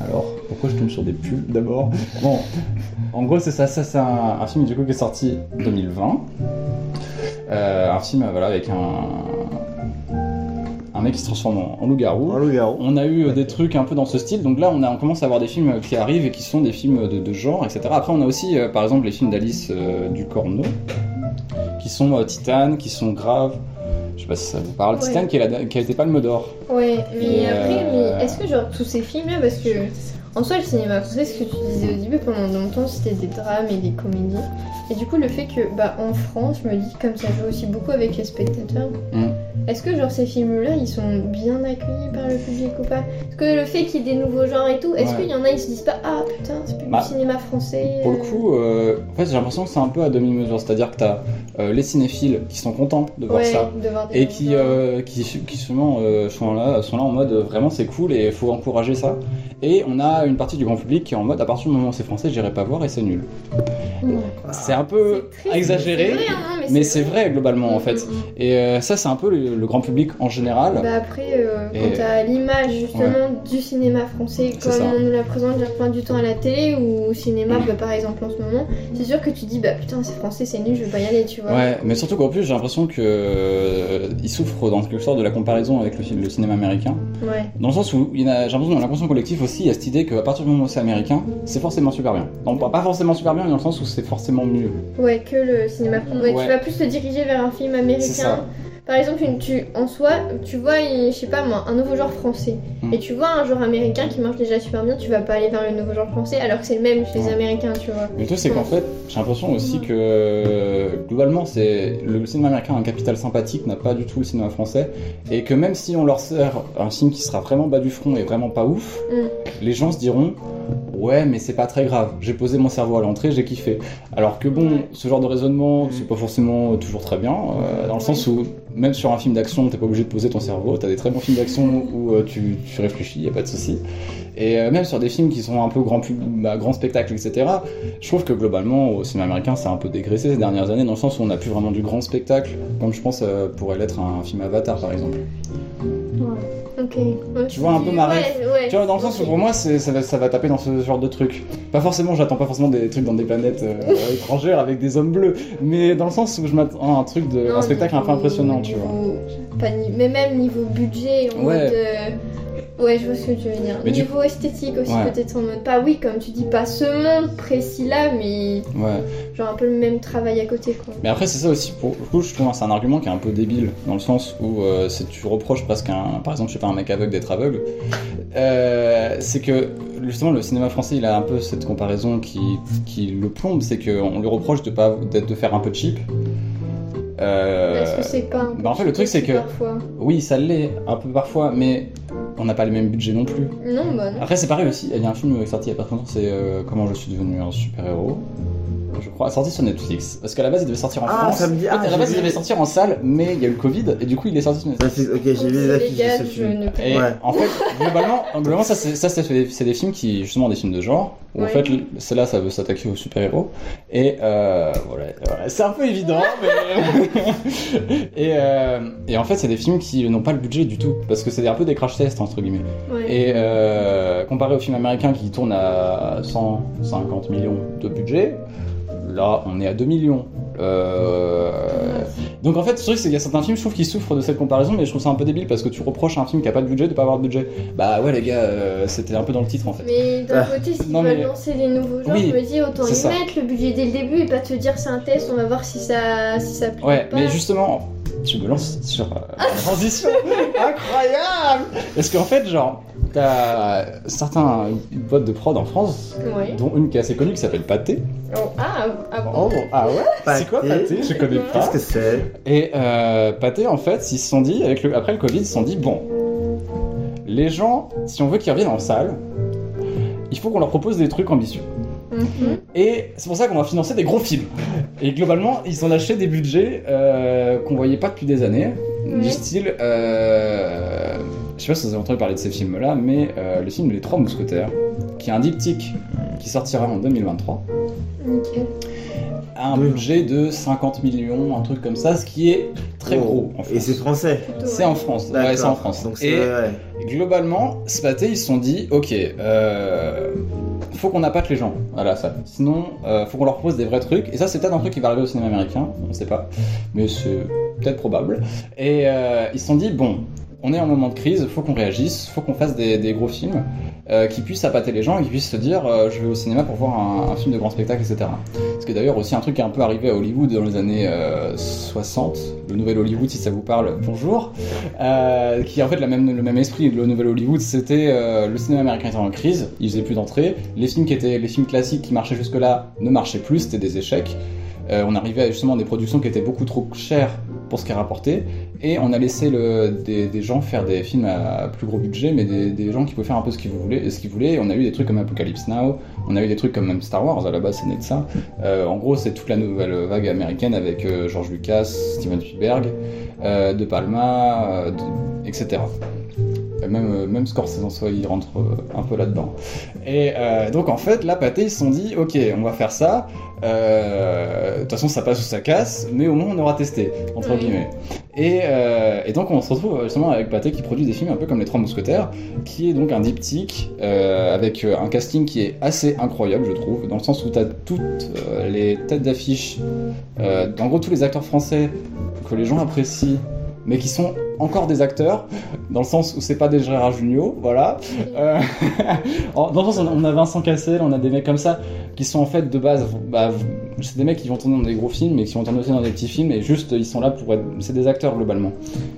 B: Alors, pourquoi je tombe sur des pubs d'abord Bon, en gros, c'est ça. Ça, c'est un, un film du coup qui est sorti 2020. Euh, un film euh, voilà, avec un, un un mec qui se transforme en, en loup-garou.
A: Un loup-garou.
B: On a eu euh, des
A: Ok.
B: trucs un peu dans ce style, donc là on, a, on commence à avoir des films euh, qui arrivent et qui sont des films euh, de, de genre, etc. Après on a aussi euh, par exemple les films d'Alice euh, Ducorneau, qui sont euh, Titane, qui sont graves. Je sais pas si ça vous parle.
C: Ouais.
B: Titane qui, est la- qui a été palme d'or.
C: Ouais, mais
B: Et,
C: après,
B: euh,
C: mais est-ce que genre tous ces films-là, parce que en soi le cinéma français, ce que tu disais au début, pendant longtemps c'était des drames et des comédies. Et du coup le fait que bah en France, je me dis comme ça joue aussi beaucoup avec les spectateurs,
B: Mm.
C: est-ce que genre ces films-là ils sont bien accueillis par le public ou pas Parce que le fait qu'il y ait des nouveaux genres et tout, est-ce
B: Ouais.
C: qu'il y en a ils se disent pas ah putain c'est plus
B: Bah,
C: du cinéma français
B: Pour le
C: euh,
B: coup, euh, en fait, j'ai l'impression que c'est un peu à demi-mesure. C'est-à-dire que t'as euh, les cinéphiles qui sont contents de voir
C: euh, ouais,
B: ça.
C: de voir des
B: Et
C: nouveaux
B: qui,
C: genres.
B: euh, qui, qui souvent euh, sont, là, sont là en mode euh, vraiment c'est cool et il faut encourager ça. Et on a une partie du grand public qui est en mode à partir du moment où c'est français, j'irai pas voir et c'est nul.
A: Ah.
B: C'est un peu
C: C'est triste,
B: exagéré,
C: c'est vrai, hein,
B: mais c'est vrai globalement en fait.
D: Mm, mm, mm.
B: Et euh, ça, c'est un peu le, le grand public en général.
C: Bah après, euh,
B: Et-
C: quand t'as l'image justement du cinéma français,
B: C'est
C: comme
B: ça.
C: on nous la présente genre, plein du temps à la télé ou au cinéma, bah, par exemple en ce moment, c'est sûr que tu dis bah putain c'est français, c'est nul, je veux pas y aller, tu vois.
B: Ouais, mais surtout qu'en plus, j'ai l'impression que euh, il souffre dans quelque sorte de la comparaison avec le, le cinéma américain.
C: Ouais.
B: Dans le sens où il y en a- j'ai l'impression dans l'inconscient collectif aussi, il y a cette idée qu'à partir du moment où c'est américain, c'est forcément super bien. Non, pas pas forcément super bien, mais dans le sens où c'est forcément mieux.
C: Ouais, que le cinéma français.
B: Ouais.
C: Tu vas plus te diriger vers un film
B: C'est ça.
C: américain. Par exemple, une, tu, en soi, tu vois, il- je sais pas moi, un nouveau genre français.
B: Mm.
C: Et tu vois un genre américain qui marche déjà super bien, tu vas pas aller vers le nouveau genre français alors que c'est le même chez les
B: Ouais.
C: américains, tu vois.
B: Mais le truc, c'est qu'en fait, j'ai l'impression aussi que euh, globalement, c'est le cinéma américain a un capital sympathique, n'a pas du tout le cinéma français, et que même si on leur sert un film qui sera vraiment bas du front et vraiment pas ouf,
C: Mm.
B: les gens se diront ouais, mais c'est pas très grave. J'ai posé mon cerveau à l'entrée, j'ai kiffé. Alors que bon, ce genre de raisonnement, c'est pas forcément toujours très bien, euh, dans le sens où même sur un film d'action, t'es pas obligé de poser ton cerveau. T'as des très bons films d'action où euh, tu, tu réfléchis, y a pas de souci. Et euh, même sur des films qui sont un peu grand, pub- bah, grand spectacle, etc., je trouve que globalement, au cinéma américain, ça a un peu dégraissé ces dernières années, dans le sens où on n'a plus vraiment du grand spectacle, comme je pense euh, pourrait l'être un film Avatar, par exemple.
C: Ok.
B: Tu vois un peu ma ref.
C: Ouais, ouais.
B: Tu vois, dans le sens où
C: Ok.
B: pour moi, c'est- ça va, ça va taper dans ce genre de truc. Pas forcément, j'attends pas forcément des trucs dans des planètes euh, étrangères avec des hommes bleus, mais dans le sens où je m'attends à un truc de.
C: Non, euh,
B: un spectacle un peu
C: niveau-
B: impressionnant, tu vois.
C: niveau- pas ni- mais même niveau budget, en
B: Ouais.
C: mode. euh, ouais, je vois ce que tu veux dire.
B: Mais du-
C: niveau esthétique aussi,
B: Ouais.
C: peut-être en mode. Pas oui, comme tu dis, pas ce monde précis-là, mais
B: Ouais.
C: genre un peu le même travail à côté, quoi.
B: Mais après, c'est ça aussi, pour le coup, je trouve que c'est un argument qui est un peu débile, dans le sens où euh, c'est- tu reproches presque, un, par exemple, je sais pas, un mec aveugle d'être aveugle. Euh, c'est que, justement, le cinéma français, il a un peu cette comparaison qui, qui le plombe, c'est qu'on lui reproche de, pas, d'être- de faire un peu cheap. Euh,
C: Parce que c'est pas. un
B: bah, en fait, le truc, c'est que-
C: Parfois.
B: Oui, ça l'est, un peu parfois, mais on n'a pas les mêmes budgets non plus.
C: Non, bah non.
B: Après, c'est pareil aussi, il y a un film qui est sorti il y a pas très longtemps, c'est euh, Comment je suis devenu un super-héros. Je crois, sorti sur Netflix. Parce qu'à la base, il devait sortir en
A: Ah,
B: France.
A: ça me dit-
B: En fait,
A: ah,
B: à la
A: j'ai
B: base, il
A: vu.
B: devait sortir en salle, mais il y a eu le Covid, et du coup, il est sorti sur Netflix.
A: Ah, c'est- ok, j'ai vu les affiches
C: gars,
A: de ce
C: je
A: film.
C: ne
B: Et
A: Ouais.
B: en fait, globalement, globalement ça, c'est, ça, c'est des- c'est des films qui, justement, des films de genre, où en
C: Ouais.
B: fait, celle-là, ça veut s'attaquer aux super-héros. Et euh, voilà, voilà. c'est un peu évident, mais. et, euh, et en fait, c'est des films qui n'ont pas le budget du tout, parce que c'est un peu des crash tests, entre guillemets.
C: Ouais.
B: Et euh, comparé au film américain qui tourne à 150 millions de budget, là on est à 2 millions. Euh, Donc en fait, le truc c'est qu'il y a certains films, je trouve, qui souffrent de cette comparaison, mais je trouve ça un peu débile parce que tu reproches à un film qui a pas de budget de pas avoir de budget. Bah ouais, les gars, euh, c'était un peu dans le titre en fait.
C: Mais d'un
A: Ah.
C: côté, s'ils
B: non,
C: veulent
B: mais-
C: lancer des nouveaux genres,
B: Oui,
C: je me dis autant
B: c'est
C: y
B: ça.
C: mettre le budget dès le début et pas te dire c'est un test, on va voir si ça, si ça plaît.
B: Ouais,
C: ou
B: mais
C: pas.
B: justement, tu me lances sur euh, la transition. Incroyable Parce qu'en fait, genre, t'as certains boîtes de prod en France,
C: Ouais.
B: dont une qui est assez connue qui s'appelle Pathé.
C: Oh, ah, ah bon.
B: ah ouais C'est quoi
A: Oh, Pâté
B: Pâté Je connais
A: Qu'est-ce
B: pas.
A: que c'est
B: Et euh, Pâté, en fait, ils se sont dit, avec le- après le Covid, ils se sont dit, bon, les gens, si on veut qu'ils reviennent en salle, il faut qu'on leur propose des trucs ambitieux.
C: Mhm.
B: Et c'est pour ça qu'on va financer des gros films. Et globalement, ils ont lâché des budgets euh, qu'on voyait pas depuis des années, du
C: Ouais.
B: style... euh, je sais pas si vous avez entendu parler de ces films-là, mais euh, le film Les Trois Mousquetaires, qui est un diptyque qui sortira en 2023
C: Ok.
B: à un
A: Deux.
B: budget de 50 millions, un truc comme ça, ce qui est très
A: Oh.
B: gros en
A: Et
B: France.
A: c'est français.
B: C'est en France,
A: D'accord.
B: ouais, c'est en France.
A: Donc c'est euh,
B: et
A: ouais.
B: globalement, Spaté, ils se sont dit, ok, euh, faut qu'on appâte les gens, voilà ça. Sinon, euh, faut qu'on leur propose des vrais trucs. Et ça, c'est peut-être un truc qui va arriver au cinéma américain, on ne sait pas, mais c'est peut-être probable. Et euh, ils se sont dit, bon, on est en moment de crise, faut qu'on réagisse, faut qu'on fasse des, des gros films euh, qui puissent appâter les gens et qui puissent se dire euh, je vais au cinéma pour voir un, un film de grand spectacle, etc. Ce qui est d'ailleurs aussi un truc qui est un peu arrivé à Hollywood dans les années euh, 60, le nouvel Hollywood si ça vous parle, bonjour, euh, qui est en fait la même, le même esprit. Le nouvel Hollywood c'était euh, le cinéma américain était en crise, il faisait plus d'entrées, les films qui étaient les films classiques qui marchaient jusque-là ne marchaient plus, c'était des échecs. Euh, on arrivait à justement des productions qui étaient beaucoup trop chères pour ce qu'elles rapportaient, et on a laissé le- des, des gens faire des films à plus gros budget, mais des, des gens qui pouvaient faire un peu ce qu'ils voulaient. Ce qu'ils voulaient. Et on a eu des trucs comme Apocalypse Now, on a eu des trucs comme même Star Wars, à la base c'est né de ça. Euh, en gros, c'est toute la nouvelle vague américaine avec euh, George Lucas, Steven Spielberg, euh, De Palma, euh, de- etc. Et Même, euh, même Scorsese en soi, il rentre euh, un peu là-dedans. Et euh, donc en fait, là, Pathé, ils se sont dit, ok, on va faire ça, euh, de toute façon, ça passe ou ça casse, mais au moins on aura testé, entre
E: Oui.
B: guillemets. Et, euh, et donc, on se retrouve justement avec Pathé qui produit des films un peu comme Les Trois Mousquetaires, qui est donc un diptyque euh, avec euh, un casting qui est assez incroyable, je trouve, dans le sens où tu as toutes euh, les têtes d'affiche, euh, en gros, tous les acteurs français que les gens apprécient, mais qui sont encore des acteurs, dans le sens où c'est pas des Gérard Junior, voilà. Euh, en- dans le sens, on a Vincent Cassel, on a des mecs comme ça qui sont en fait de base, bah, c'est des mecs qui vont tourner dans des gros films, mais qui vont tourner aussi dans des petits films, et juste ils sont là pour être, c'est des acteurs globalement.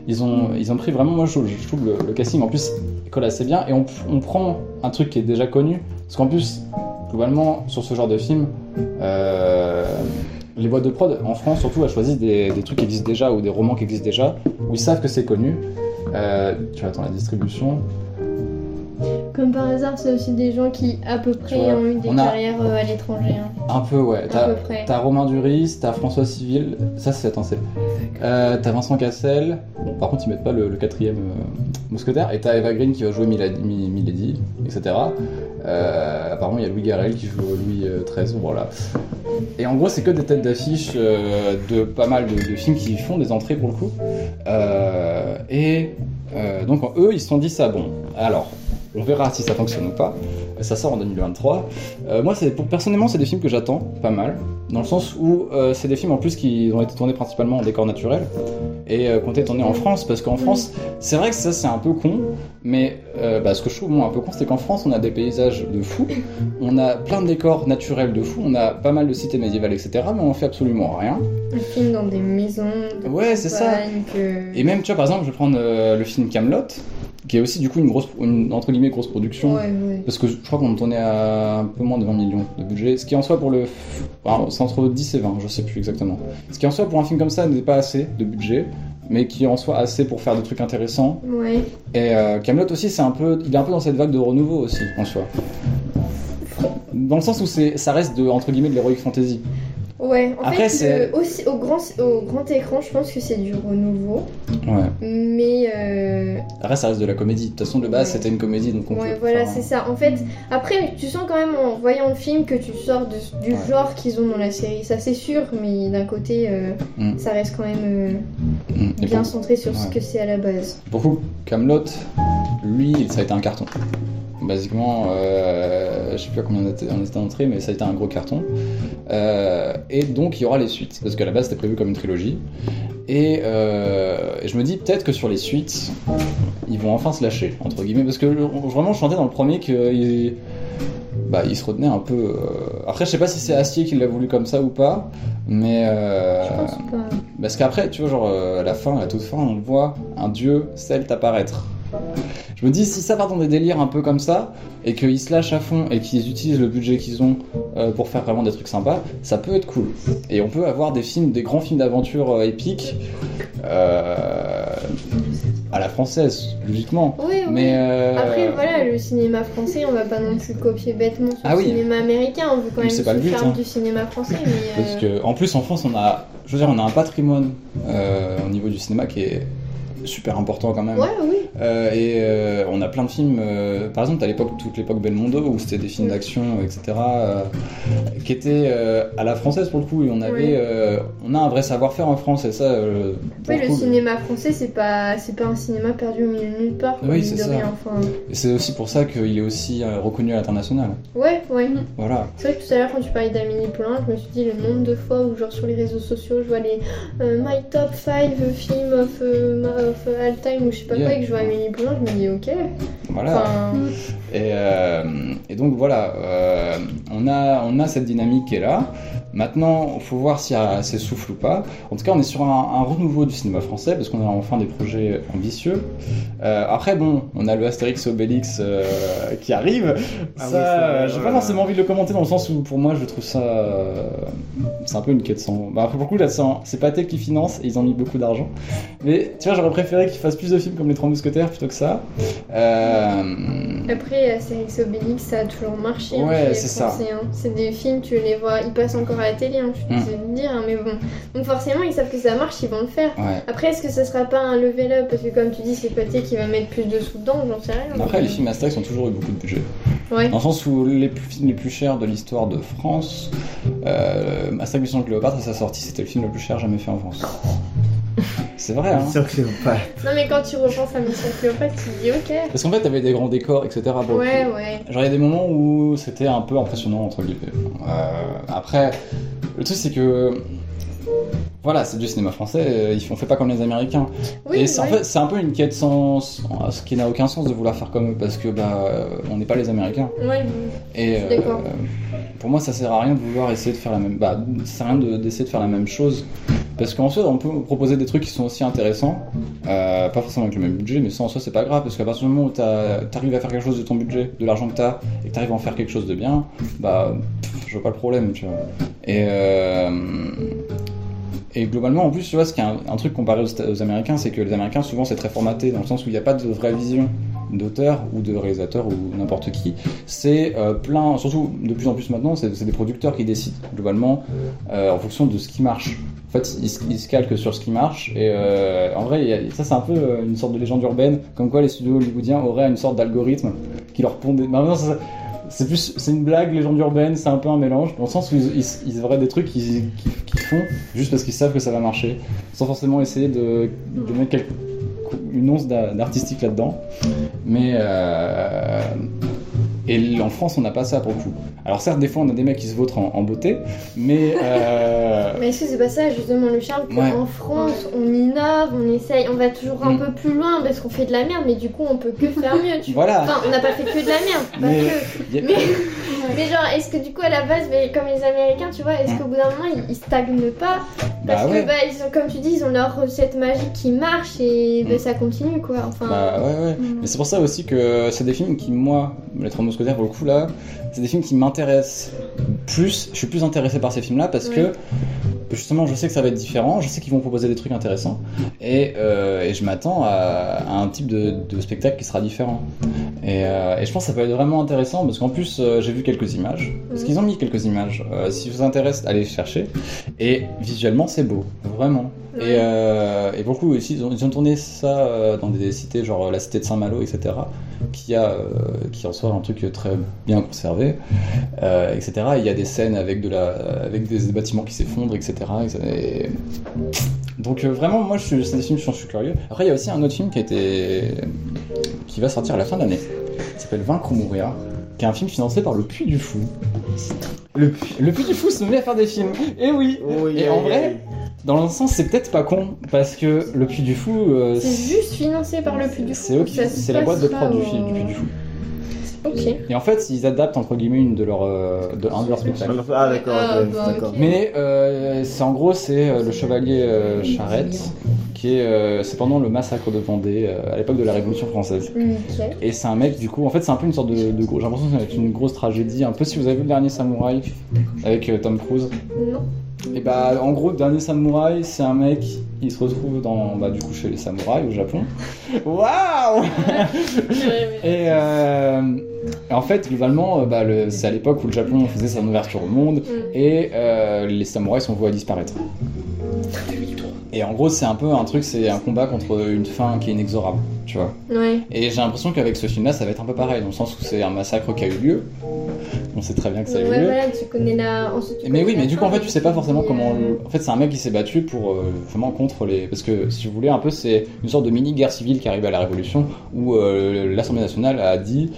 B: Ils ont, ils ont pris vraiment, moi je, je trouve le, le casting en plus colle assez bien, et on, on prend un truc qui est déjà connu, parce qu'en plus globalement sur ce genre de film, euh, les boîtes de prod en France surtout elles choisissent des, des trucs qui existent déjà ou des romans qui existent déjà, où ils savent que c'est connu. Euh, tu attends la distribution.
C: Comme par hasard, c'est aussi des gens qui, à peu près,
B: Tu vois,
C: ont eu des
B: on a-
C: carrières euh, à l'étranger. hein.
B: Un peu ouais.
C: À
B: T'as-
C: peu près.
B: T'as Romain Duris, t'as François Civil, ça c'est attends c'est. Euh, t'as Vincent Cassel, bon par contre ils mettent pas le, le quatrième euh, mousquetaire, et t'as Eva Green qui va jouer Milady, Mi- Milady, etc. Euh, apparemment il y a Louis Garrel qui joue Louis euh, XIII, voilà. Et en gros c'est que des têtes d'affiche euh, de pas mal de, de films qui font des entrées pour le coup. Euh, et euh, donc eux ils se sont dit ça bon, alors on verra si ça fonctionne ou pas. Euh, Ça sort en 2023. Euh, moi c'est pour personnellement c'est des films que j'attends pas mal dans le sens où euh, c'est des films en plus qui ont été tournés principalement en décor naturel et euh, qui ont été tournés en France parce qu'en France c'est vrai que ça c'est un peu con mais euh, bah, ce que je trouve moi un peu con c'est qu'en France on a des paysages de fou on a plein de décors naturels de fou on a pas mal de cités médiévales etc mais on fait absolument rien
C: Ils filment dans des maisons. de
B: Ouais, c'est ça.
C: campagne, que-
B: et même tu vois par exemple je vais prendre euh, le film Camelot qui est aussi du coup une grosse une, entre guillemets grosse production
C: Ouais, ouais.
B: Parce que je crois qu'on tournait à un peu moins de 20 millions de budget, ce qui en soi pour le. enfin, c'est entre 10 et 20, je sais plus exactement. Ce qui en soi pour un film comme ça n'est pas assez de budget, mais qui en soi assez pour faire des trucs intéressants.
C: Ouais.
B: Et euh, Camelot aussi, c'est un peu, il est un peu dans cette vague de renouveau aussi en soi. Dans le sens où c'est, ça reste de entre guillemets de l'heroic fantasy.
C: Ouais, en
B: Après,
C: fait,
B: c'est-
C: le- aussi, au, grand, au grand écran, je pense que c'est du renouveau.
B: Ouais.
C: Mais euh,
B: Après, ça reste de la comédie. De toute façon, de base,
C: Ouais.
B: c'était une comédie, donc on
C: ouais,
B: peut
C: voilà,
B: faire
C: c'est ça. En fait, après, tu sens quand même en voyant le film que tu sors de- du
B: Ouais.
C: genre qu'ils ont dans la série. Ça, c'est sûr, mais d'un côté, euh,
B: Mm.
C: ça reste quand même
B: un- Mm.
C: euh,
B: Et
C: bien
B: pour-
C: centré sur ce
B: ouais.
C: que c'est à la base.
B: Pour le coup, Camelot, lui, ça a été un carton. Basiquement, euh, je sais plus à combien on était on était entré, mais ça a été un gros carton. Euh, et donc, il y aura les suites, parce qu'à la base, c'était prévu comme une trilogie. Et, euh, et je me dis peut-être que sur les suites, ils vont enfin se lâcher, entre guillemets, parce que le- vraiment, je sentais dans le premier qu'ils bah, ils se retenaient un peu. euh, Après, je sais pas si c'est Astier qui l'a voulu comme ça ou pas, mais. euh,
C: Je pense pas.
B: parce qu'après, tu vois, genre, euh, à la fin, à la toute fin, on voit un dieu celte apparaître. Je me dis, si ça part dans des délires un peu comme ça, et qu'ils se lâchent à fond, et qu'ils utilisent le budget qu'ils ont euh, pour faire vraiment des trucs sympas, ça peut être cool. Et on peut avoir des films, des grands films d'aventure euh, épiques, euh, à la française, logiquement.
C: Oui, oui.
B: Mais... euh,
C: Après, voilà, le cinéma français, on va pas non plus copier bêtement sur
B: Ah
C: le
B: oui.
C: cinéma américain. On veut
B: Mais
C: quand même
B: c'est
C: se
B: pas le but,
C: faire
B: hein.
C: du cinéma français, mais.
B: Parce
C: euh,
B: que, en plus, en France, on a, je veux dire, on a un patrimoine euh, au niveau du cinéma qui est super important quand même.
C: Ouais, oui.
B: Euh, et euh, on a plein de films, euh, par exemple, à l'époque, toute l'époque Belmondo, où c'était des films
C: Mm.
B: d'action, euh, etc., euh, qui étaient euh, à la française pour le coup, et on avait,
C: Oui.
B: euh, on a un vrai savoir-faire en France, et ça, euh, pour
C: Oui,
B: le
C: le
B: coup,
C: cinéma français, c'est pas, c'est pas un cinéma perdu au milieu de nulle part.
B: Oui,
C: mine
B: c'est
C: de
B: ça.
C: rien, enfin.
B: c'est aussi pour ça qu'il est aussi euh, reconnu à l'international.
C: Ouais, ouais.
B: Voilà.
C: C'est vrai que tout à l'heure, quand tu parlais d'Amélie Poulain, je me suis dit le nombre de fois où, genre, sur les réseaux sociaux, je vois les euh, My Top 5 Films of euh, ma- euh, of Altheim ou je sais pas
B: Yeah.
C: quoi et que je vois Amélie Poulain, je me dis ok.
B: Voilà.
C: Enfin,
B: Et, euh, et donc voilà, euh, on, a, on a cette dynamique qui est là. Maintenant, il faut voir si elle s'essouffle ou pas. En tout cas, on est sur un, un renouveau du cinéma français parce qu'on a enfin des projets ambitieux. Euh, après, bon, on a le Astérix et Obélix euh, qui arrive.
A: Ah oui,
B: ça,
A: c'est vrai,
B: euh, j'ai
A: ouais,
B: pas
A: ouais.
B: forcément envie de le commenter dans le sens où pour moi, je trouve ça. euh, c'est un peu une quête sans. Bah, après, pour le coup, là, c'est un- c'est Pathé qui finance et ils ont mis beaucoup d'argent. Mais tu vois, j'aurais préféré qu'ils fassent plus de films comme Les Trois Mousquetaires plutôt que ça. Euh,
C: après, Astérix et Obélix, ça a toujours marché. hein,
B: Ouais,
C: chez les
B: c'est ça.
C: Français, hein. C'est des films, tu les vois, ils passent encore à la télé, hein, je suis
B: Mm.
C: désolée de dire, hein, mais bon. Donc forcément, ils savent que ça marche, ils vont le faire.
B: Ouais.
C: Après, est-ce que ça sera pas un level up Parce que comme tu dis, c'est Pathé qui va mettre plus de sous dedans, j'en sais rien.
B: Après, les films Astérix ont toujours eu beaucoup de budget.
C: Ouais.
B: Dans le sens où les plus- films les plus chers de l'histoire de France, euh, Astérix Mission Cléopâtre, à sa sortie, c'était le film le plus cher jamais fait en France. C'est vrai, hein
A: Sûr que c'est pas.
C: Non, mais quand tu repenses à Mission Cléopâtre, tu te dis ok.
B: Parce qu'en fait, t'avais des grands décors, etc. pour le
C: Ouais,
B: coup.
C: ouais.
B: Genre, il y a des moments où c'était un peu impressionnant, entre guillemets. Euh, après, le truc, c'est que. Voilà, c'est du cinéma français, euh, ils- on fait pas comme les Américains.
C: Oui,
B: et c'est en
C: ouais.
B: fait, c'est un peu une quête sans. sans- Ce qui n'a aucun sens de vouloir faire comme eux, parce que, bah, euh, on n'est pas les Américains.
C: Ouais.
B: Et
C: Je suis d'accord.
B: euh, pour moi, ça sert à rien de vouloir essayer de faire la même. Bah, ça sert à rien de- d'essayer de faire la même chose. Parce qu'en soi, on peut proposer des trucs qui sont aussi intéressants. Euh, pas forcément avec le même budget, mais ça en soi, c'est pas grave. Parce qu'à partir du moment où t'as- t'arrives à faire quelque chose de ton budget, de l'argent que t'as, et que t'arrives à en faire quelque chose de bien, bah, pff, je vois pas le problème, tu vois. Et. euh, et globalement, en plus, tu vois, ce qui est un, un truc comparé aux, aux Américains, c'est que les Américains, souvent, c'est très formaté, dans le sens où il n'y a pas de vraie vision d'auteur ou de réalisateur ou n'importe qui. C'est euh, plein, surtout de plus en plus maintenant, c'est c'est des producteurs qui décident, globalement, euh, en fonction de ce qui marche. En fait, ils, se- ils se calquent sur ce qui marche, et euh, en vrai, il y a- ça, c'est un peu euh, une sorte de légende urbaine, comme quoi les studios hollywoodiens auraient une sorte d'algorithme qui leur pond des. Bah, maintenant, ça- c'est plus, c'est une blague, légende urbaine, c'est un peu un mélange, dans le sens où ils, ils, ils auraient des trucs qu'ils qu'ils- qu'ils font juste parce qu'ils savent que ça va marcher, sans forcément essayer de, de mettre quelque- une once d'a- d'artistique là-dedans. Mais euh, et l- en France, on n'a pas ça pour le coup. Alors certes, des fois, on a des mecs qui se vautrent en, en beauté, mais euh,
C: Mais est-ce que c'est pas ça justement le charme
B: Ouais.
C: qu'en France on innove, on essaye, on va toujours un
B: Mm.
C: peu plus loin parce qu'on fait de la merde mais du coup on peut que faire mieux tu vois.
B: voilà.
C: Enfin on n'a pas fait que de la merde, pas
B: Mais-
C: que.
B: Y a-
C: Mais genre est-ce que du coup à la base mais comme les américains tu vois, est-ce
B: Mm.
C: qu'au bout d'un moment ils, ils stagnent pas Parce
B: Bah
C: que
B: ouais.
C: bah ils ont, comme tu dis ils ont leur recette magique qui marche et bah,
B: Mm.
C: ça continue quoi. Enfin
B: Bah ouais, ouais.
C: Mm.
B: Mais c'est pour ça aussi que c'est des films qui, moi, Les Trois Mousquetaires, pour le coup, là, c'est des films qui m'intéressent plus. Je suis plus intéressé par ces films-là parce
C: Ouais.
B: que, justement, je sais que ça va être différent, je sais qu'ils vont proposer des trucs intéressants et, euh, et je m'attends à, à un type de, de spectacle qui sera différent. Et, euh, et je pense que ça peut être vraiment intéressant parce qu'en plus, euh, j'ai vu quelques images. Parce
C: Mhm.
B: qu'ils ont mis quelques images. Euh, si vous intéresse, allez chercher. Et visuellement, c'est beau, vraiment.
C: Ouais.
B: Et, euh, et pour le coup, aussi, ils ont, ils ont tourné ça euh, dans des cités, genre euh, la cité de Saint-Malo, etc., qui, a, euh, qui en sort un truc très bien conservé, euh, etc. Il y a des scènes avec, de la, euh, avec des, des bâtiments qui s'effondrent, etc. Et- donc euh, vraiment, moi, je suis, c'est des films dont je suis curieux. Après, il y a aussi un autre film qui, a été... qui va sortir à la fin de l'année, qui s'appelle Vaincre ou Mourir, qui est un film financé par Le Puy du Fou.
A: Le puits.
B: Le Puy du Fou se met à faire des films. Et oui Et en vrai, dans le sens, c'est peut-être pas con, parce que Le Puy du Fou... euh,
C: c'est juste financé par le plus du
B: c'est eux qui- c'est la boîte de prod du, film- du Puy du Fou.
C: Ok.
B: Et en fait, ils adaptent entre guillemets une de leurs, euh, de, un de leurs
A: Ah
B: spectacles.
A: d'accord,
D: Ah,
A: ok,
D: bah,
A: d'accord.
D: ok.
B: Mais euh, c'est en gros, c'est euh, le chevalier euh, Charette, qui est euh, c'est pendant le massacre de Vendée euh, à l'époque de la Révolution française.
C: Nickel.
B: Et c'est un mec, du coup, en fait, c'est un peu une sorte de, de gros. J'ai l'impression que c'est une grosse tragédie, un peu si vous avez vu le dernier Samouraï avec euh, Tom Cruise.
C: Non.
B: Et bah, en gros, le dernier Samouraï, c'est un mec, il se retrouve dans, bah, du coup, chez les samouraïs au Japon. Waouh Et, euh, et en fait, globalement, euh, bah, le- c'est à l'époque où le Japon faisait son ouverture au monde
C: Mm.
B: et euh, les samouraïs sont voués à disparaître. Et en gros, c'est un peu un truc, c'est un combat contre une fin qui est inexorable, tu vois.
C: Ouais.
B: Et j'ai l'impression qu'avec ce film-là, ça va être un peu pareil, dans le sens où c'est un massacre qui a eu lieu. On sait très bien que ça a eu
C: Ouais,
B: lieu.
C: voilà, tu connais la. ensuite, tu
B: Mais
C: connais
B: oui,
C: la
B: mais du coup, en
C: fin,
B: fait, tu sais pas forcément
C: puis,
B: comment.
C: euh,
B: En fait, c'est un mec qui s'est battu pour euh, vraiment contre les. Parce que si vous voulez, un peu, c'est une sorte de mini guerre civile qui arrive à la Révolution où euh, l'Assemblée nationale a dit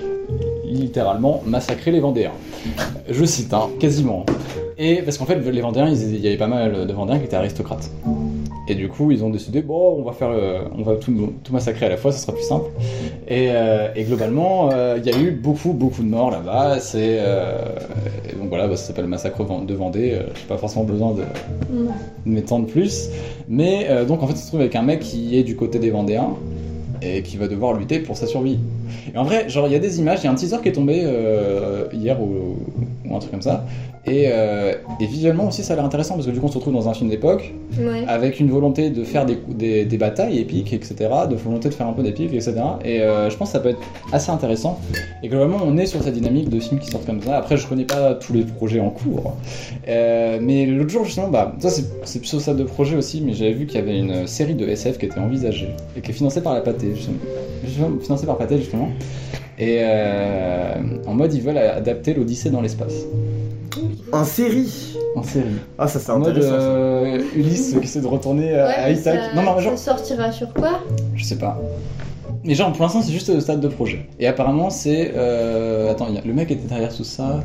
B: littéralement massacrer les Vendéens. Je cite, hein, quasiment. Et parce qu'en fait, les Vendéens, ils- il y avait pas mal de Vendéens qui étaient aristocrates. Et du coup, ils ont décidé, bon, on va faire, euh, on va tout, tout massacrer à la fois, ça sera plus simple. Et, euh, et globalement, euh, il y a eu beaucoup, beaucoup de morts là-bas. C'est euh, et donc voilà, bah, ça s'appelle le massacre de Vendée. euh, J'ai pas forcément besoin de,
D: Ouais.
B: de m'étendre plus. Mais euh, donc en fait, on se trouve avec un mec qui est du côté des Vendéens et qui va devoir lutter pour sa survie. Et en vrai, genre, il y a des images, il y a un teaser qui est tombé euh, hier ou, ou un truc comme ça. Et, euh, et visuellement aussi, ça a l'air intéressant parce que du coup, on se retrouve dans un film d'époque
C: euh, Ouais.
B: avec une volonté de faire des, des- des batailles épiques, etc., de volonté de faire un peu d'épique, etc. Et euh, je pense que ça peut être assez intéressant. Et globalement, on est sur cette dynamique de films qui sortent comme ça. Après, je connais pas tous les projets en cours. Euh, mais l'autre jour, justement, bah, ça c'est c'est plutôt ça de projet aussi, mais j'avais vu qu'il y avait une série de SF qui était envisagée et qui est financée par la Pathé, justement. Justement, Financée par Pathé, justement. Et euh, en mode, ils veulent adapter l'Odyssée dans l'espace
A: En série
B: en série.
A: Ah, ça, c'est
B: En mode
A: intéressant. ça.
B: euh, Ulysse qui essaie de retourner à, à Ithaque. Non, non, genre,
C: Ça sortira sur quoi
B: Je sais pas. Mais genre, pour l'instant, c'est juste le stade de projet. Et apparemment, c'est. euh, Attends, il y a- le mec était derrière tout ça.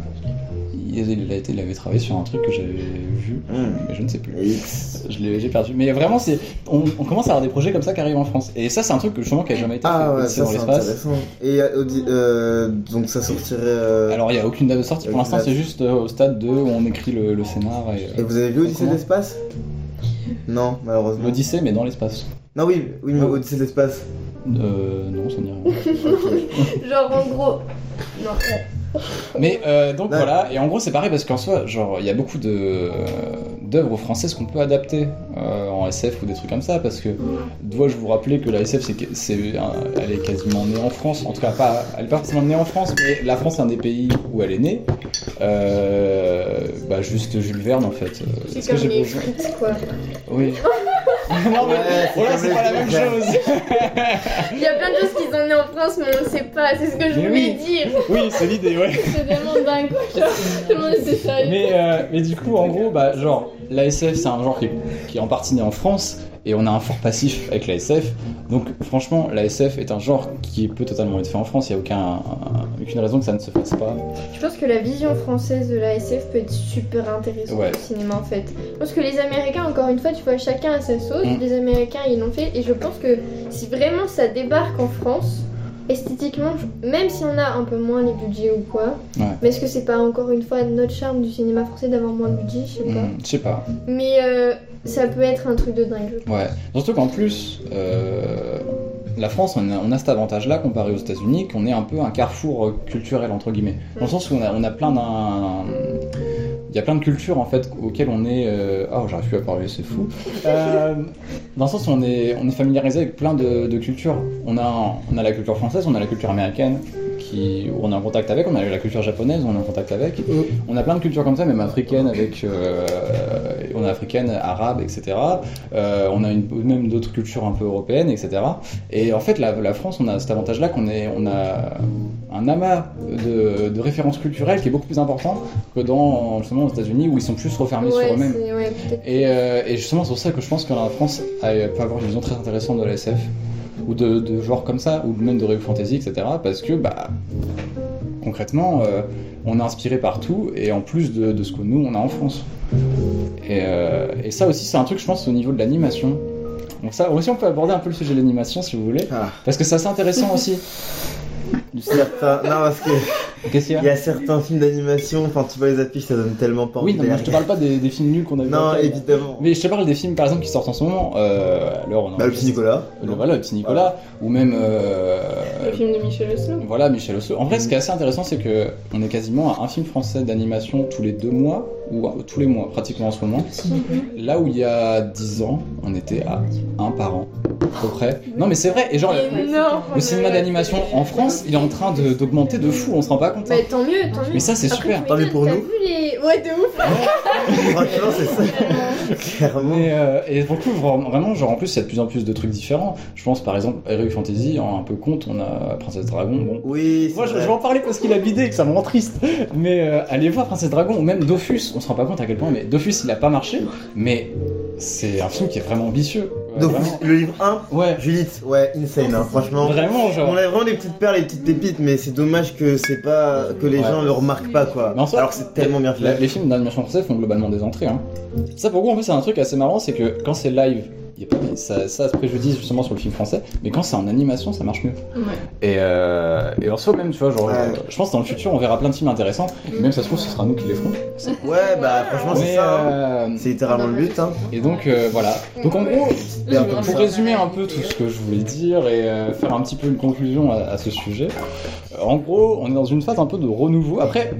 B: Il, il a été- il avait travaillé sur un truc que j'avais vu,
A: Hmm.
B: mais je ne sais plus.
A: Et X.
B: Je l'ai- j'ai perdu. Mais vraiment, c'est. On, on commence à avoir des projets comme ça qui arrivent en France. Et ça, c'est un truc que justement qui a jamais été
A: Ah
B: fait
A: ouais, ça
B: c'est dans
A: c'est
B: l'espace.
A: intéressant. Et euh, Audi- euh, donc ça sortirait. euh,
B: Alors, il n'y a aucune date de sortie. Pour
A: Aucune
B: l'instant,
A: date.
B: c'est juste euh, au stade de où on écrit le, le scénar et.
A: Et
B: euh,
A: vous avez vu Odyssée de
B: Comment
A: l'espace Non, malheureusement.
B: L'Odyssée, mais dans l'espace.
A: Non, oui, oui, mais
B: Ouais.
A: Odyssée de l'espace.
B: Euh, non, ça n'y
C: Genre en gros. Non.
B: Mais euh, donc
A: Ouais.
B: voilà, et en gros c'est pareil parce qu'en soi, genre il y a beaucoup de euh, d'œuvres françaises qu'on peut adapter euh, en SF ou des trucs comme ça parce que dois-je vous rappeler que la SF c'est que- c'est un- elle est quasiment née en France, en tout cas pas elle est pas forcément née en France, mais la France est un des pays où elle est née. Euh, bah juste Jules Verne en fait. Euh,
C: C'est
B: est-ce que
C: comme
B: j'ai
C: les
B: besoin-
C: frites quoi.
B: Oui. non mais
A: Ouais, c'est
B: voilà,
A: comme
B: c'est
A: les
B: pas la même
A: frites,
B: chose.
C: Il y a plein de choses qu'ils ont né en France, mais on ne sait pas. C'est ce que je
B: Mais
C: voulais
B: oui.
C: dire.
B: oui, c'est l'idée, ouais.
D: C'est tellement dingue, genre, tout le monde était sérieux.
B: Mais, euh, mais du coup, en gros, bah, genre, la SF, c'est un genre qui, qui est en partie né en France, et on a un fort passif avec la SF. Donc, franchement, la SF est un genre qui peut totalement être fait en France. Il n'y a aucun, aucune raison que ça ne se fasse pas.
C: Je pense que la vision française de la SF peut être super intéressante
B: Ouais.
C: au cinéma en fait. Je pense que les Américains, encore une fois, tu vois, chacun a sa sauce.
B: Mm.
C: Les Américains, ils l'ont fait. Et je pense que si vraiment ça débarque en France, esthétiquement, je- même si on a un peu moins les budgets ou quoi,
B: Ouais.
C: mais est-ce que c'est pas encore une fois notre charme du cinéma français d'avoir moins de budget Je sais pas.
B: Hmm, Je sais pas.
C: Mais euh, ça peut être un truc de dingue.
B: Ouais. Surtout qu'en plus, euh, la France, on a, on a cet avantage-là comparé aux États-Unis, qu'on est un peu un carrefour euh, culturel, entre guillemets. Dans le sens où on a, on a plein d'un. Il y a plein de cultures en fait auxquelles on est. euh, Oh, j'arrive plus à parler, c'est fou. Euh, dans le sens où on est, on est familiarisé avec plein de, de cultures. On a, on a la culture française, on a la culture américaine, qui, où on est en contact avec, on a la culture japonaise, où on est en contact avec. On a plein de cultures comme ça, même africaines, avec. euh, on a africaine, arabe, etc. Euh, on a une, même d'autres cultures un peu européennes, etc. Et en fait, la, la France, on a cet avantage-là qu'on est, on a un amas de, de références culturelles qui est beaucoup plus important que dans justement aux États-Unis où ils sont plus refermés sur eux-mêmes.
C: c'est- ouais, peut-être.
B: Et, euh, et justement, c'est pour ça que je pense que la France a- peut avoir une vision très intéressante de la SF ou de, de genres comme ça, ou même de Rave Fantasy, etc. Parce que, bah, concrètement, euh, on est inspiré partout, et en plus de, de ce que nous, on a en France. Et, euh, et ça aussi, c'est un truc, je pense, au niveau de l'animation. Donc ça, aussi, on peut aborder un peu le sujet de l'animation, si vous voulez,
A: Ah,
B: parce que c'est assez intéressant aussi.
A: certains. Non, parce que
B: Qu'est-ce qu'il y
A: il y
B: a
A: a certains films d'animation, enfin tu vois les affiches, ça donne tellement pas
B: Oui,
A: envie
B: non, mais
A: d'aller
B: je te parle pas des, des films nuls qu'on a
A: regarder.
B: vus.
A: Non,
B: après.
A: évidemment.
B: Mais je te parle des films, par exemple, qui sortent en ce moment. Euh, alors, on
A: Bah, le petit
B: enregistre-
A: Nicolas.
B: Le, voilà, le petit Nicolas, ou même.
D: Le
B: euh,
D: film de Michel Oslo.
B: voilà, Michel Oslo. En vrai, ce qui est assez intéressant, c'est que on est quasiment à un film français d'animation tous les deux mois, ou euh, tous les mois, pratiquement en ce moment. Là où il y a 10 ans, on était à un par an, à peu près. Non, mais c'est vrai, et genre. le-
C: Non,
B: Le cinéma d'animation en France, il est en train de- d'augmenter de, fou, on se rend pas compte. hein.
C: Mais Bah, tant mieux, tant mieux.
B: Mais ça, c'est
C: Après,
B: super.
C: tu
A: Tant mieux
C: m'étonnes,
A: pour
C: t'as
A: nous.
C: vu les- Ouais, de ouf.
A: Franchement, c'est ça. Clairement.
B: Mais, euh, et pour le coup, vra- vraiment, genre en plus, il y a de plus en plus de trucs différents. Je pense par exemple, Heroic Fantasy, en un peu compte, on a Princesse Dragon, bon,
A: Oui, c'est
B: Moi, je, je
A: vrai.
B: vais en parler parce qu'il a bidé et que ça me rend triste. Mais euh, allez voir Princesse Dragon ou même Dofus. On se rend pas compte à quel point, mais Dofus, il a pas marché. Mais c'est un film qui est vraiment ambitieux. Ouais,
A: Donc,
B: vraiment.
A: le livre 1,
B: Ouais,
A: Judith, ouais, insane, hein, franchement.
B: vraiment, genre.
A: On a vraiment des petites perles, des petites pépites, mais c'est dommage que c'est pas que les
B: Ouais.
A: gens le remarquent pas quoi.
B: Mais en soi,
A: Alors que c'est tellement bien
B: La-
A: fait.
B: les films d'animation français font globalement des entrées. Hein. Ça, pour moi, en fait, c'est un truc assez marrant, c'est que quand c'est live, y a pas de- ça, ça se préjudice justement sur le film français, mais quand c'est en animation, ça marche mieux.
D: Ouais.
B: Et, euh, et en soi, même, tu vois, genre,
A: Ouais.
B: euh, je pense que dans le futur, on verra plein de films intéressants, et même ça se trouve, ce sera nous qui les ferons.
A: Ouais, bah franchement, c'est
B: Mais,
A: ça. hein.
B: euh,
A: C'est littéralement le but. Hein.
B: et donc, euh, voilà. Donc, en gros,
A: Et un peu
B: pour
A: ça.
B: résumer un peu tout ce que je voulais dire et euh, faire un petit peu une conclusion à, à ce sujet, euh, en gros, on est dans une phase un peu de renouveau. Après,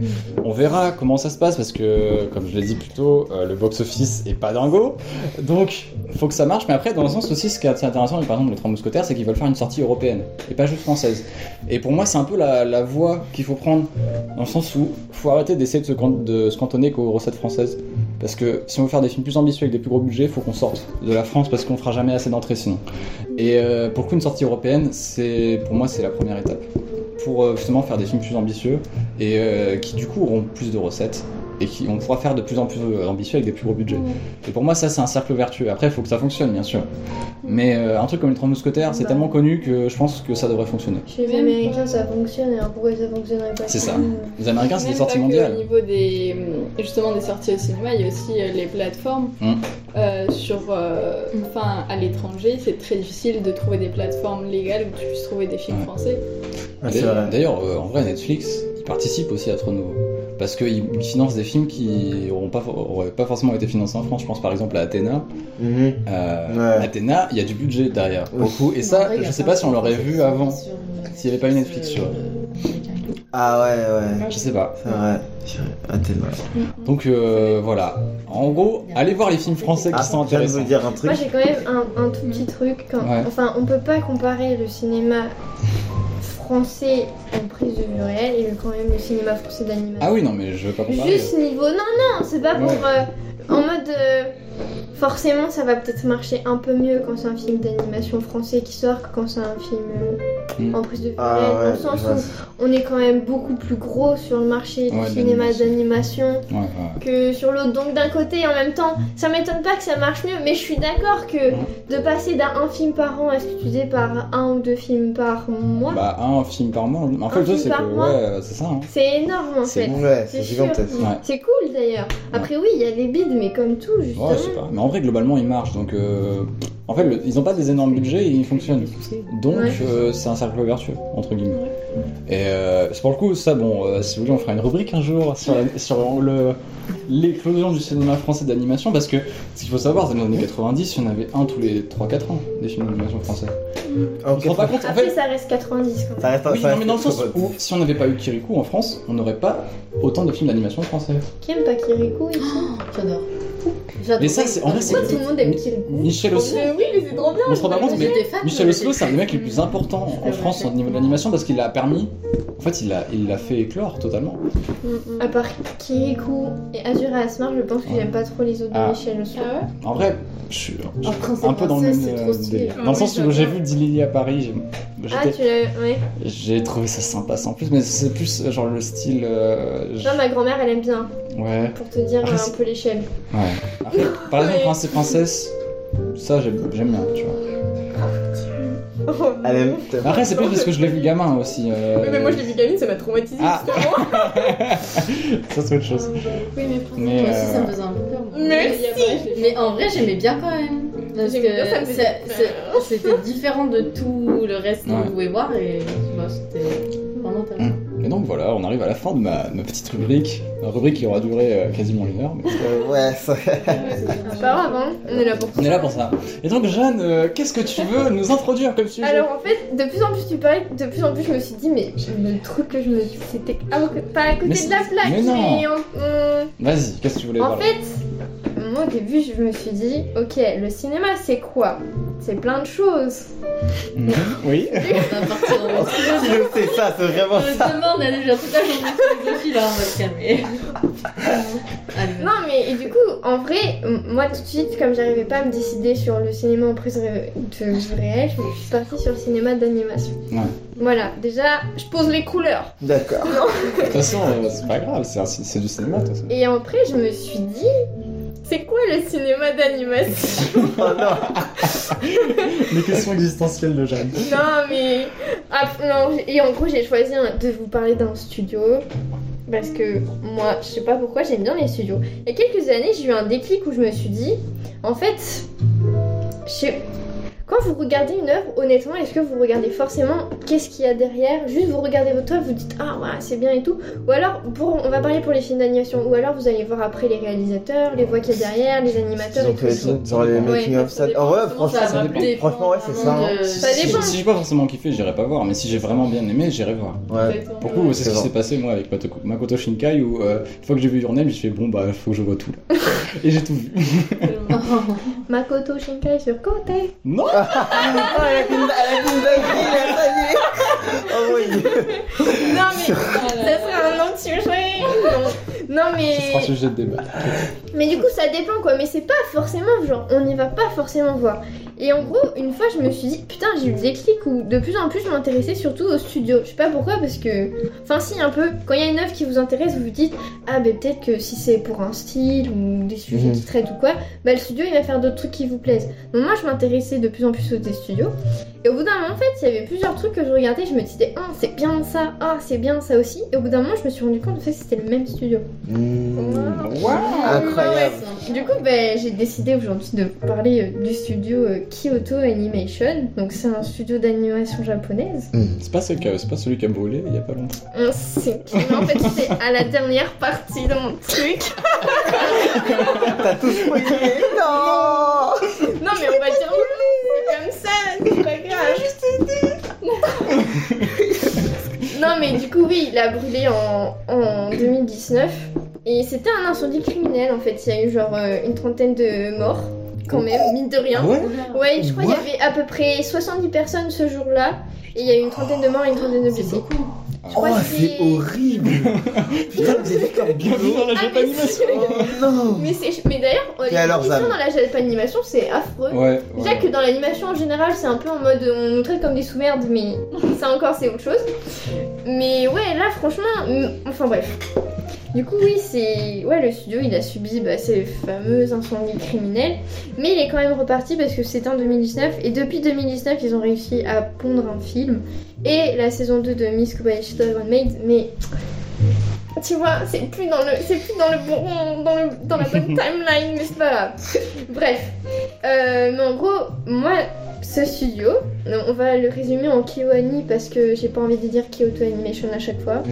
B: on verra comment ça se passe parce que, comme je l'ai dit plus tôt, euh, le box-office est pas dingo. Donc, faut que ça marche. Mais après, dans le sens aussi, ce qui est intéressant avec par exemple les Trois Mousquetaires, c'est qu'ils veulent faire une sortie européenne et pas juste française. Et pour moi, c'est un peu la, la voie qu'il faut prendre dans le sens où faut arrêter d'essayer de se, can- de se cantonner qu'aux recettes françaises. Parce que si on veut faire des films plus ambitieux avec des plus gros budgets, faut qu'on sorte de la France parce qu'on fera jamais assez d'entrées sinon. Et euh, pour le coup, une sortie européenne, c'est pour moi c'est la première étape pour euh, justement faire des films plus ambitieux et euh, qui du coup auront plus de recettes et qui on pourra faire de plus en plus euh, ambitieux avec des plus gros budgets. Et pour moi, ça c'est un cercle vertueux. Après, il faut que ça fonctionne bien sûr. Mais euh, un truc comme les Trois Mousquetaires, c'est
C: Bah.
B: tellement connu que je pense que ça devrait fonctionner.
C: Chez les Américains, ça fonctionne, alors pourquoi ça fonctionnerait pas
B: C'est
C: chez
B: ça.
C: nous
B: Les Américains, c'est des
D: Même
B: sorties
D: pas que Au
B: mondiales.
D: niveau des, euh, justement des sorties au cinéma, il y a aussi euh, les plateformes.
B: Mm.
D: Euh, sur, euh, enfin, à l'étranger, c'est très difficile de trouver des plateformes légales où tu puisses trouver des films
B: Ouais.
D: français.
A: Ah, c'est
B: D'ailleurs,
A: vrai.
B: d'ailleurs, euh, en vrai, Netflix, ils participent aussi à Tronovo. Parce qu'ils financent des films qui n'auraient pas, auraient pas forcément été financés en France. Je pense par exemple à Athéna.
A: Mhm.
B: Euh,
A: Ouais.
B: Athéna, il y a du budget derrière.
A: Oui.
B: Beaucoup. Et ça, je sais pas si on l'aurait vu avant. s'il y avait pas une Netflix sur-
A: Ah ouais, ouais.
B: Je sais pas.
A: C'est vrai. C'est vrai. Ah, t'es mal.
E: Mm.
B: Donc euh, voilà. En gros, allez voir les films français qui
A: Ah,
B: sont
A: je viens de vous
B: intéressants.
A: dire un
C: Moi
A: truc.
C: j'ai quand même un, un tout petit truc. Quand...
B: Ouais.
C: Enfin, on peut pas comparer le cinéma français en prise de vue réelle et le- quand même le cinéma français d'animation.
B: Ah oui, non, mais je veux pas comparer.
C: Juste niveau. Non, non, c'est pas pour.
B: Ouais.
C: euh, en mode. euh, forcément, ça va peut-être marcher un peu mieux quand c'est un film d'animation français qui sort que quand c'est un film euh,
B: Mm.
C: en prise de vue
A: Ah
C: réelle.
A: ouais,
C: dans le sens
A: ouais.
C: où on est quand même beaucoup plus gros sur le marché du
B: Ouais,
C: cinéma
B: d'animation.
C: d'animation
B: Ouais, ouais.
C: que sur l'autre. Donc d'un côté, en même temps,
B: Mm.
C: ça m'étonne pas que ça marche mieux, mais je suis d'accord que de passer d'un un film par an à ce que tu disais par un ou deux films par mois,
B: Bah, un film par mois. En fait,
C: Un
B: le truc,
C: film
B: c'est que,
C: par mois.
B: ouais, c'est ça. hein.
C: c'est énorme en
B: C'est
C: fait.
A: Ouais, c'est
C: C'est
A: gigantesque.
C: sûr. C'est cool d'ailleurs. Après oui, il y a les bides, mais comme tout justement.
B: Ouais, je sais pas. Mais en vrai, globalement, ils marchent. Donc, euh, en fait, le- ils n'ont pas des énormes budgets et ils fonctionnent. Donc,
C: Ouais.
B: euh, c'est un cercle vertueux, entre guillemets. Et euh, c'est pour le coup, ça, bon, euh, si vous voulez, on fera une rubrique un jour sur, la- sur le, l'éclosion du cinéma français d'animation. Parce que, ce qu'il faut savoir, c'est que dans les années 90, il y en avait un tous les 3-4 ans, des films d'animation français.
A: En
B: On se rend pas compte, en
C: Après
B: fait.
C: ça reste 90 quand même.
A: Ça reste
D: Ah,
A: un
B: Oui,
A: ça
B: non,
A: reste
B: mais dans le sens
A: trop
B: où, si on n'avait pas eu Kirikou en France, on n'aurait pas autant de films d'animation français.
C: Qui aime pas Kirikou ici
D: Oh.
E: J'adore. J'adore.
B: Mais ça, c'est- en vrai, c'est-
E: Pourquoi tout le monde aime Kirikou
B: Michel Oslo,
D: oui, mais c'est trop bien.
B: on se rend pas compte, mais
E: J'étais fan de
B: Michel Oslo,
E: Kirikou.
B: c'est un des mecs les plus importants en France au niveau de l'animation parce qu'il a permis. En fait, il a, il l'a fait éclore totalement.
C: À part Kirikou et Azur et Asmar, je pense que
B: Ouais.
C: j'aime pas trop les autres
B: Ah.
C: de Michel Oslo.
D: Ah ouais
B: En vrai, je suis je
E: Un
B: suis
E: prince et
B: un peu dans le même
E: princesse, c'est
B: euh,
E: trop stylé.
B: délire.
E: Ah
B: Dans le
E: oui,
B: sens où
E: j'adore.
B: j'ai vu Dilily à Paris, j'ai-
C: Ah
B: j'étais-
C: tu l'as... Ouais.
B: j'ai trouvé ça sympa sans plus, mais c'est plus euh, genre le style. euh, je-
C: Non, ma grand-mère elle aime bien,
B: Ouais,
C: pour te dire
B: Ah,
C: euh, un
B: c'est-
C: peu l'échelle.
B: ouais. Après, par exemple,
C: Ouais.
B: prince et princesse, ça j'aime j'aime bien, tu vois.
A: Elle aime. t'aimes.
B: Après, c'est plus parce que je l'ai vu gamin aussi. euh,
F: Oui, mais moi je l'ai vu gamine, ça m'a traumatisé.
B: Ah Ça, c'est autre chose.
D: Oui, mais prince.
B: Mais.
E: Moi aussi, ça
B: euh,
E: me faisait un peu peur. moi.
F: Mais
D: Il y a pas, je l'ai-
E: Mais en vrai, j'aimais bien quand même. Parce que
F: J'aimais bien, ça me faisait
E: c'est- c'est- c'était différent de tout le reste qu'on
B: Ouais.
E: pouvait voir et bah, c'était vraiment tellement.
B: Et donc voilà, on arrive à la fin de ma, ma petite rubrique. Une rubrique qui aura duré euh, quasiment une heure. mais-
A: Euh, Ouais, ça.
B: Bah,
C: C'est pas grave, hein, on est là pour
B: On est là pour ça. Et donc Jeanne, euh, qu'est-ce que tu veux nous introduire comme sujet
C: Alors en fait, de plus en plus tu parles, de plus en plus je me suis dit, mais le truc que je me dis, c'était à côté- pas à côté
B: Mais
C: de la
B: c'est-
C: plaque.
B: mais non. Euh,
C: mais on-
B: Vas-y, qu'est-ce que tu voulais
C: on- En
B: parler
C: fait, moi au début je me suis dit, ok, le cinéma c'est quoi C'est plein de choses.
B: Mhm. Oui.
E: On va partir en
A: Je sais, ça, c'est vraiment
E: Je me
A: ça.
E: demande, on a déjà toute la journée de philosophie là, on va se calmer. Allez,
C: Non mais et du coup, en vrai, m- moi tout de suite, comme j'arrivais pas à me décider sur le cinéma en prise ré- de vue réelle, je suis partie sur le cinéma d'animation.
B: Ouais.
C: Voilà, déjà, je pose les couleurs.
A: D'accord.
B: De toute façon, euh, c'est pas grave, c'est, un- c'est du cinéma de toute façon.
C: Et après, je me suis dit, c'est quoi le cinéma d'animation
A: Oh non.
B: Les questions existentielles de Jeanne.
C: Non, mais. Ah, non, et en gros, j'ai choisi un- de vous parler d'un studio. Parce que moi, je sais pas pourquoi, j'aime bien les studios. Il y a quelques années, j'ai eu un déclic où je me suis dit, en fait, je sais- Quand vous regardez une œuvre, honnêtement, est-ce que vous regardez forcément qu'est-ce qu'il y a derrière Juste vous regardez votre œuvre, vous dites ah ouais c'est bien et tout. Ou alors, pour, on va parler pour les films d'animation. Ou alors vous allez voir après les réalisateurs, les voix qu'il y a derrière, les animateurs et
A: Donc,
C: tout.
A: euh,
B: ça.
A: dans les
E: Ouais,
A: making of
E: ça
A: ça.
E: dépend,
A: Oh ouais,
E: justement, ça
A: franchement,
E: va
B: dépend.
E: dépendre
A: franchement, ouais, c'est ça,
E: vraiment
A: hein.
C: Euh,
E: de-
C: Ça
B: si,
C: dépend.
B: si j'ai pas forcément kiffé, j'irai pas voir, mais si j'ai vraiment bien aimé, j'irai voir.
A: ouais.
E: Exactement.
B: Pour le coup, c'est ce qui
A: C'est
B: s'est passé moi avec Mato- Makoto Shinkai où euh, une fois que j'ai vu Your Name, je me suis fait bon bah faut que je vois tout là. Et j'ai tout vu.
C: Makoto Shinkai sur Kote.
B: Non
A: Ah, elle a qu'une elle a qu'une dinguerie, elle a taillé. Oh oui.
C: Non mais ça serait un autre sujet. Non, non mais.
B: Ce sera sujet de débat.
C: Mais du coup, ça dépend quoi. Mais c'est pas forcément genre, on n'y va pas forcément voir. Et en gros, une fois, je me suis dit, putain, j'ai eu des clics où de plus en plus je m'intéressais surtout au studio. Je sais pas pourquoi, parce que. Enfin, si, un peu. Quand il y a une œuvre qui vous intéresse, vous vous dites, ah, ben peut-être que si c'est pour un style ou des sujets
A: Mhm.
C: qui traitent ou quoi, bah le studio il va faire d'autres trucs qui vous plaisent. Donc moi, je m'intéressais de plus en plus aux des studios. Et au bout d'un moment, en fait, il y avait plusieurs trucs que je regardais, je me disais, ah, c'est bien ça, ah, c'est bien ça aussi. Et au bout d'un moment, je me suis rendu compte en fait, que c'était le même studio.
A: Mmh.
C: Ouais,
A: Incroyable.
C: ouais. Du coup, ben, j'ai décidé aujourd'hui de vous parler euh, du studio euh, Kyoto Animation. Donc, c'est un studio d'animation japonaise.
B: C'est pas, ce que- c'est pas celui qui a brûlé il y a pas longtemps.
C: On sait. Mais en fait, c'est à la dernière partie de mon truc.
A: T'as tout spoilé. Non.
C: Non, mais on va dire c'est comme ça, c'est pas grave. non, mais du coup, oui, il a brûlé en, en 2019. Et c'était un incendie criminel en fait. Il y a eu genre euh, une trentaine de morts, quand même, mine de
A: Ah
C: rien.
B: ouais
C: Ouais, je crois qu'il y avait à peu près 70 personnes ce jour-là. Et il y a eu une trentaine de morts et une trentaine de blessés. Je crois
A: Oh,
C: que
A: c'est horrible. Putain, vous avez fait un
B: Bienvenue dans
A: boulot.
B: la
C: Ah, mais
B: japanimation
A: Oh non.
C: Mais, c'est... mais d'ailleurs, les
A: alors,
C: conditions
A: Zam
C: dans la Japan animation, c'est affreux.
B: Ouais,
C: Déjà que dans l'animation en général, c'est un peu en mode on nous traite comme des sous-merdes, mais ça encore, c'est autre chose. Mais ouais, là, franchement, mm, enfin bref. Du coup, oui, c'est. Ouais, le studio, il a subi bah, ces fameux incendies criminels, mais il est quand même reparti parce que c'était en 2019, et depuis 2019, ils ont réussi à pondre un film et la saison 2 de Miss Kobayashi Dragon Maid, mais. Tu vois, c'est plus dans le, c'est plus dans le bon, dans le, dans la bonne timeline, mais c'est pas grave. Bref, euh, mais en gros, moi, ce studio, on va le résumer en KyoAni parce que j'ai pas envie de dire Kyoto Animation à chaque fois.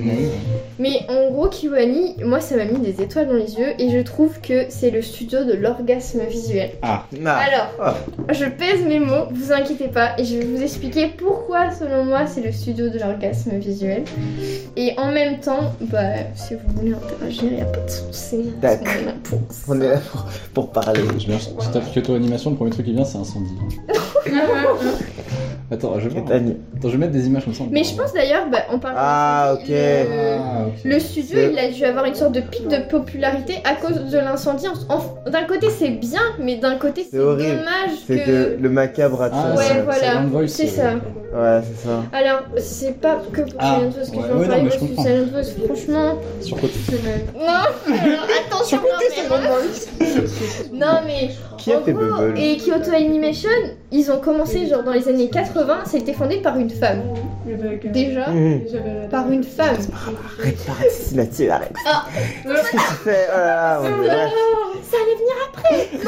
C: Mais en gros, KyoAni, moi, ça m'a mis des étoiles dans les yeux et je trouve que c'est le studio de l'orgasme visuel.
A: Ah.
C: Alors, je pèse mes mots, vous inquiétez pas, et je vais vous expliquer pourquoi, selon moi, c'est le studio de l'orgasme visuel. Et en même temps, bah, si vous voulez interagir, y a pas de soucis.
A: D'accord.
C: on est là pour ça.
A: On est là pour, pour parler.
B: Je viens, je tape Kyoto Animation, le premier truc qui vient c'est incendie.
A: hein.
B: Attends, je vais,
A: C'est Annie.
B: Attends, je vais mettre des images comme ça. on
C: Mais
B: peut
C: je
B: voir.
C: pense d'ailleurs, bah, on parle.
A: Ah, ok.
C: le-
B: Ah, ok.
C: Le studio,
A: C'est-
C: il a dû avoir une sorte de pic de popularité à cause de l'incendie. En- D'un côté, c'est bien, mais d'un côté, c'est
A: horrible.
C: dommage
A: C'est que...
C: que.
A: le macabre a
B: Ah,
C: Ouais,
B: c'est- c'est
C: voilà,
B: Silent Voice,
C: c'est
B: euh,
C: ça.
A: Ouais, c'est ça.
C: Alors, c'est pas que pour
B: Ah,
C: Silent Voice que
B: ouais,
C: je vais
B: ouais,
C: en
B: non,
C: parler,
B: mais je
C: parce que
B: comprends.
C: Silent Voice, franchement.
B: Sur côté.
C: Non, alors, attention quand même. Non, mais.
A: Qui a
C: en
A: fait
C: gros,
A: Bubble
C: Et Kyoto Animation, ils ont commencé genre dans les années 80, ça a été fondé par une femme. Déjà,
A: Mmh.
C: par une femme.
A: Arrête, arrête, c'est là-dessus, arrête.
C: Ah,
A: Qu'est-ce que tu fais Oh là là, on est là.
C: Ça allait venir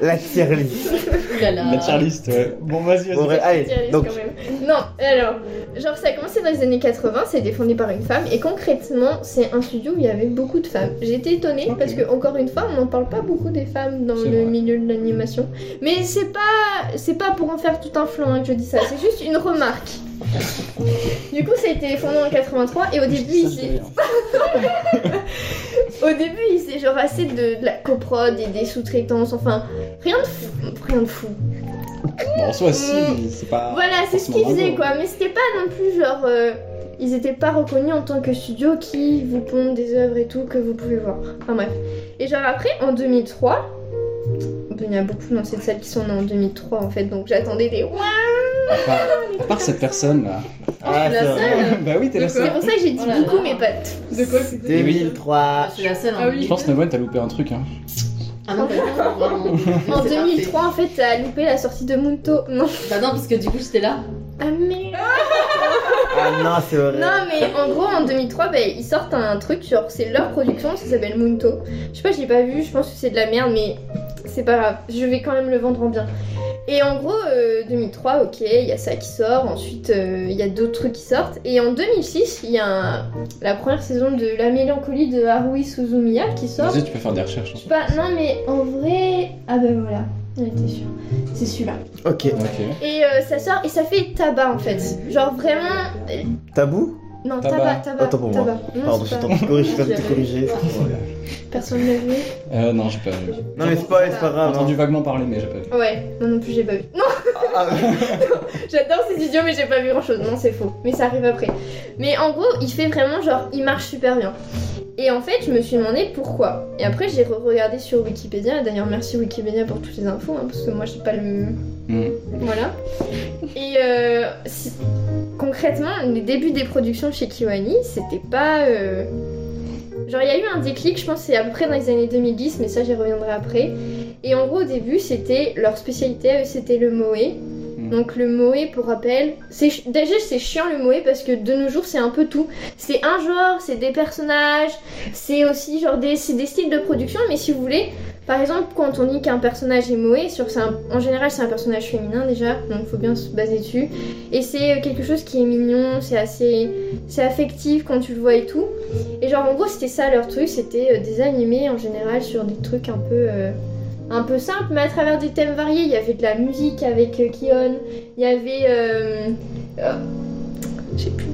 A: La tier list.
B: La tier list, ouais. Bon,
A: Bon,
B: vas-y, vas-y.
A: bref, allez,
C: Tier
A: donc.
C: list, quand même. Non, alors, genre ça a commencé dans les années 80, c'est défendu par une femme, et concrètement, c'est un studio où il y avait beaucoup de femmes. J'étais étonnée
B: Ok.
C: parce que, encore une fois, on n'en parle pas beaucoup des femmes dans
B: C'est
C: le
B: vrai.
C: milieu de l'animation. Mais c'est pas, c'est pas pour en faire tout un flanc hein, que je dis ça, c'est juste une remarque. Du coup, ça a été fondé en 83 et au début,
B: Ça, je
C: ils-
B: vais, hein.
C: au début, il s'est genre assez de, de la coprod et des sous-traitances, enfin, rien de fou, rien de fou.
B: Bon, en soi, si, c'est pas.
C: Mm. Voilà, c'est ce qu'ils
B: forcément
C: faisaient
B: bravo.
C: quoi, mais c'était pas non plus genre. euh, ils étaient pas reconnus en tant que studio qui vous pondent des œuvres et tout que vous pouvez voir. Enfin bref. Et genre après, en 2003, ben, il y a beaucoup dans cette salle qui sont nés en 2003 en fait, donc j'attendais des. Ouah
B: À part, à part cette personne là.
A: Ah, c'est vrai.
B: bah oui, t'es la
C: C'est
B: seule.
C: pour ça que j'ai dit
E: Oh là
C: beaucoup,
E: là.
C: mais pas tout.
F: De quoi c'est
A: 2003.
E: C'est la seule.
F: Ah oui.
B: Je pense, Navoine, t'as loupé un truc. Hein.
E: Ah non, t'as raison, vraiment. C'est
C: En
E: parfait.
C: 2003, en fait, t'as loupé la sortie de Munto. Non.
E: Bah non, parce que du coup, j'étais là.
C: Ah merde.
A: Ah non, c'est horrible.
C: Non mais en gros en 2003 bah, ils sortent un truc genre c'est leur production ça s'appelle Munto. Je sais pas j'ai pas vu je pense que c'est de la merde mais c'est pas grave, je vais quand même le vendre en bien. Et en gros, euh, 2003, ok, il y a ça qui sort, ensuite euh, il y a d'autres trucs qui sortent. Et en 2006, il y a un- la première saison de La Mélancolie de Harui Suzumiya qui sort.
B: Vas-y, tu peux faire des recherches. hein.
C: Je sais pas, non mais en vrai. Ah bah voilà, on était sûr. C'est celui-là.
A: Ok.
B: Ok.
C: Et euh, ça sort et ça fait tabac en fait. Genre vraiment. euh,
A: Tabou
C: Non,
B: Tabac.
C: tabac, Ah, tabac.
A: Autant pour moi.
C: tabac. Non,
A: Pardon, je
C: c'est
A: suis
C: pas-
A: en train de corriger, je suis en train de te
C: J'avais-
A: corriger.
C: Personne ne l'a vu.
B: Euh, non, j'ai pas vu.
A: Non, mais c'est pas, c'est pas
B: J'ai
C: Ah,
A: grave.
B: entendu
A: hein.
B: vaguement parler, mais j'ai pas vu.
C: Ouais, non non plus j'ai pas vu. Non,
A: Ah,
C: j'adore ces idiots mais j'ai pas vu grand chose. Non, c'est faux. Mais ça arrive après. Mais en gros, il fait vraiment genre, il marche super bien. Et en fait, je me suis demandé pourquoi. Et après, j'ai regardé sur Wikipédia. D'ailleurs, merci Wikipédia pour toutes les infos, hein, parce que moi, j'ai pas le
B: Hmm.
C: Voilà. Et euh, si- concrètement, les débuts des productions chez Kiwani, c'était pas. euh, Genre, il y a eu un déclic, je pense, c'est à peu près dans les années 2010, mais ça, j'y reviendrai après. Et en gros, au début, c'était leur spécialité, à eux, c'était le Moé.
B: Mm.
C: Donc, le Moé, pour rappel, c'est chi- déjà c'est chiant le Moé parce que de nos jours, c'est un peu tout. C'est un genre, c'est des personnages, c'est aussi genre des, c'est des styles de production, mais si vous voulez, par exemple, quand on dit qu'un personnage est moé, sur c'est un- en général c'est un personnage féminin déjà, donc il faut bien se baser dessus. Et c'est euh, quelque chose qui est mignon, c'est assez, c'est affectif quand tu le vois et tout. Et genre en gros c'était ça leur truc, c'était euh, des animés en général sur des trucs un peu, euh, un peu simples, mais à travers des thèmes variés. Il y avait de la musique avec euh, Kion, il y avait, euh, euh, j'ai plus. de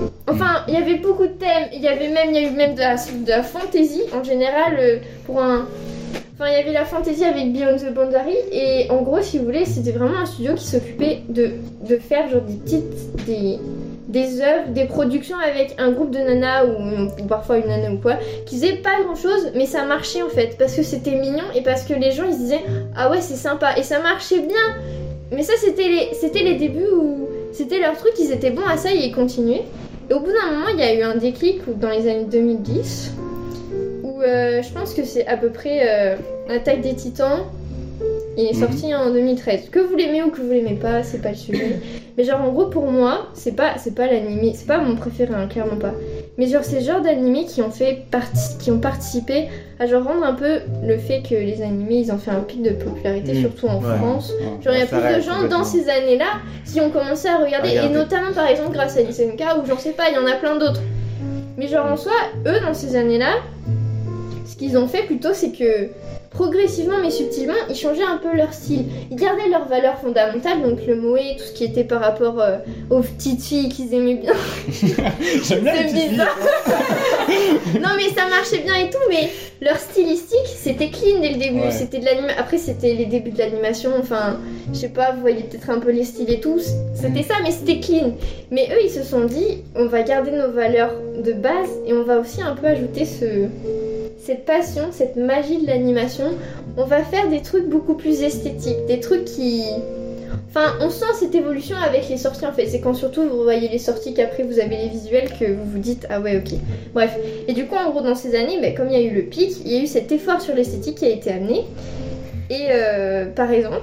C: notes. Enfin, il y avait beaucoup de thèmes. Il y avait même, il y a eu même de la, de la fantaisie en général euh, pour un Enfin, il y avait la fantasy avec Beyond the Boundary, et en gros, si vous voulez, c'était vraiment un studio qui s'occupait de, de faire genre des titres, des, des œuvres, des productions avec un groupe de nanas ou, ou parfois une nana ou quoi, qui faisaient pas grand chose, mais ça marchait en fait, parce que c'était mignon et parce que les gens ils se disaient Ah ouais, c'est sympa, et ça marchait bien. Mais ça, c'était les, c'était les débuts où c'était leur truc, ils étaient bons à ça et ils continuaient. Et au bout d'un moment, il y a eu un déclic où, dans les années 2010 où euh, je pense que c'est à peu près euh, Attaque des Titans. Il est
B: Mhm.
C: sorti en 2013. Que vous l'aimez ou que vous l'aimez pas, c'est pas le sujet. Mais genre en gros pour moi, c'est pas c'est pas l'animé, c'est pas mon préféré, hein, clairement pas. Mais genre c'est le genre d'animés qui ont fait partie, qui ont participé à genre rendre un peu le fait que les animés ils ont fait un pic de popularité
A: Mhm.
C: surtout en
A: Ouais.
C: France.
B: Ouais.
C: Genre, il y a
A: Ça
C: plus de
A: reste
C: gens
A: complètement.
C: dans ces années-là qui ont commencé à regarder,
A: Regardez.
C: et notamment par exemple grâce à SNK ou j'en sais pas, il y en a plein d'autres. Mais genre en soi, eux dans ces années-là, ce qu'ils ont fait plutôt c'est que progressivement mais subtilement, ils changeaient un peu leur style. Ils gardaient leurs valeurs fondamentales, donc le moé, tout ce qui était par rapport euh, aux petites filles qu'ils aimaient bien.
B: J'aime bien les
C: C'est
B: petites filles.
C: bizarre. non mais ça marchait bien et tout, mais leur stylistique c'était clean dès le début.
B: Ouais.
C: C'était de l'anime. Après c'était les débuts de l'animation. Enfin, je sais pas, vous voyez peut-être un peu les styles et tout. C'était ça, mais c'était clean. Mais eux ils se sont dit, on va garder nos valeurs de base et on va aussi un peu ajouter ce cette passion, cette magie de l'animation. On va faire des trucs beaucoup plus esthétiques, des trucs qui Enfin, on sent cette évolution avec les sorties en fait. C'est quand surtout vous voyez les sorties qu'après vous avez les visuels que vous vous dites ah ouais ok. Bref. Et du coup en gros dans ces années, ben, comme il y a eu le pic, il y a eu cet effort sur l'esthétique qui a été amené. Et euh, par exemple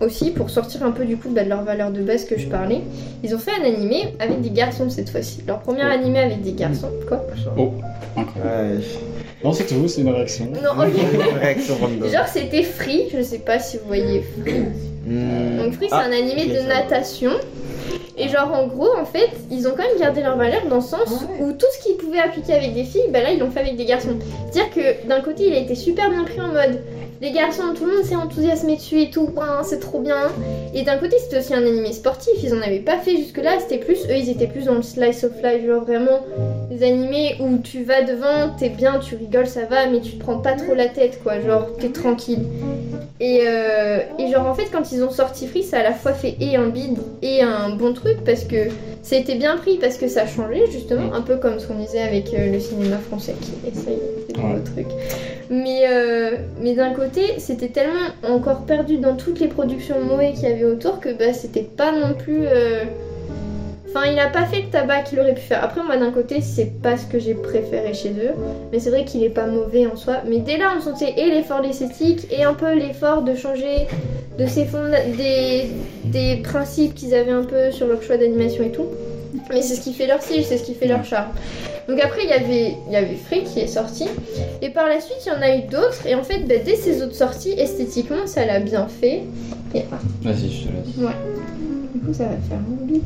C: aussi pour sortir un peu du coup bah, de leur valeur de base que je parlais, ils ont fait un animé avec des garçons cette fois-ci. Leur premier
A: Oh.
C: animé avec des garçons quoi.
B: Incroyable.
A: Ouais.
B: Non, c'est tout, c'est une réaction.
C: Non ok.
A: Réaction random.
C: Genre c'était Free, je sais pas si vous voyez Free.
A: Hmm.
C: Donc Free, c'est
A: Ah,
C: un animé
A: ok,
C: de
A: ça va.
C: natation. Et genre en gros, en fait, ils ont quand même gardé leur valeur dans le sens
E: Ouais.
C: où tout ce qu'ils pouvaient appliquer avec des filles, bah là ils l'ont fait avec des garçons. C'est-à-dire que d'un côté, il a été super bien pris en mode les garçons, tout le monde s'est enthousiasmé dessus et tout, Ouin, c'est trop bien. Et d'un côté, c'était aussi un animé sportif, ils en avaient pas fait jusque-là, c'était plus eux, ils étaient plus dans le slice of life, genre vraiment des animés où tu vas devant, t'es bien, tu rigoles, ça va, mais tu te prends pas trop la tête quoi, genre t'es tranquille. Et, euh, et genre en fait quand ils ont sorti Free ça a à la fois fait et un bid et un bon truc parce que ça a été bien pris parce que ça a changé justement un peu comme ce qu'on disait avec euh, le cinéma français qui essaye des nouveaux
B: Ouais.
C: trucs. Mais, euh, mais d'un côté c'était tellement encore perdu dans toutes les productions Moé qu'il y avait autour que bah c'était pas non plus... euh, Enfin, il a pas fait le tabac qu'il aurait pu faire. Après, moi, d'un côté, c'est pas ce que j'ai préféré chez eux. Mais c'est vrai qu'il est pas mauvais en soi. Mais dès là, on sentait et l'effort d'esthétique et un peu l'effort de changer de ces fonda- des, des principes qu'ils avaient un peu sur leur choix d'animation et tout. Mais c'est ce qui fait leur style, c'est ce qui fait leur charme. Donc après, il y avait, il y avait Free qui est sorti. Et par la suite, il y en a eu d'autres. Et en fait, bah, dès ces autres sorties, esthétiquement, ça l'a bien fait. Et ah,
B: Vas-y, je te laisse.
C: du coup, ça va faire mon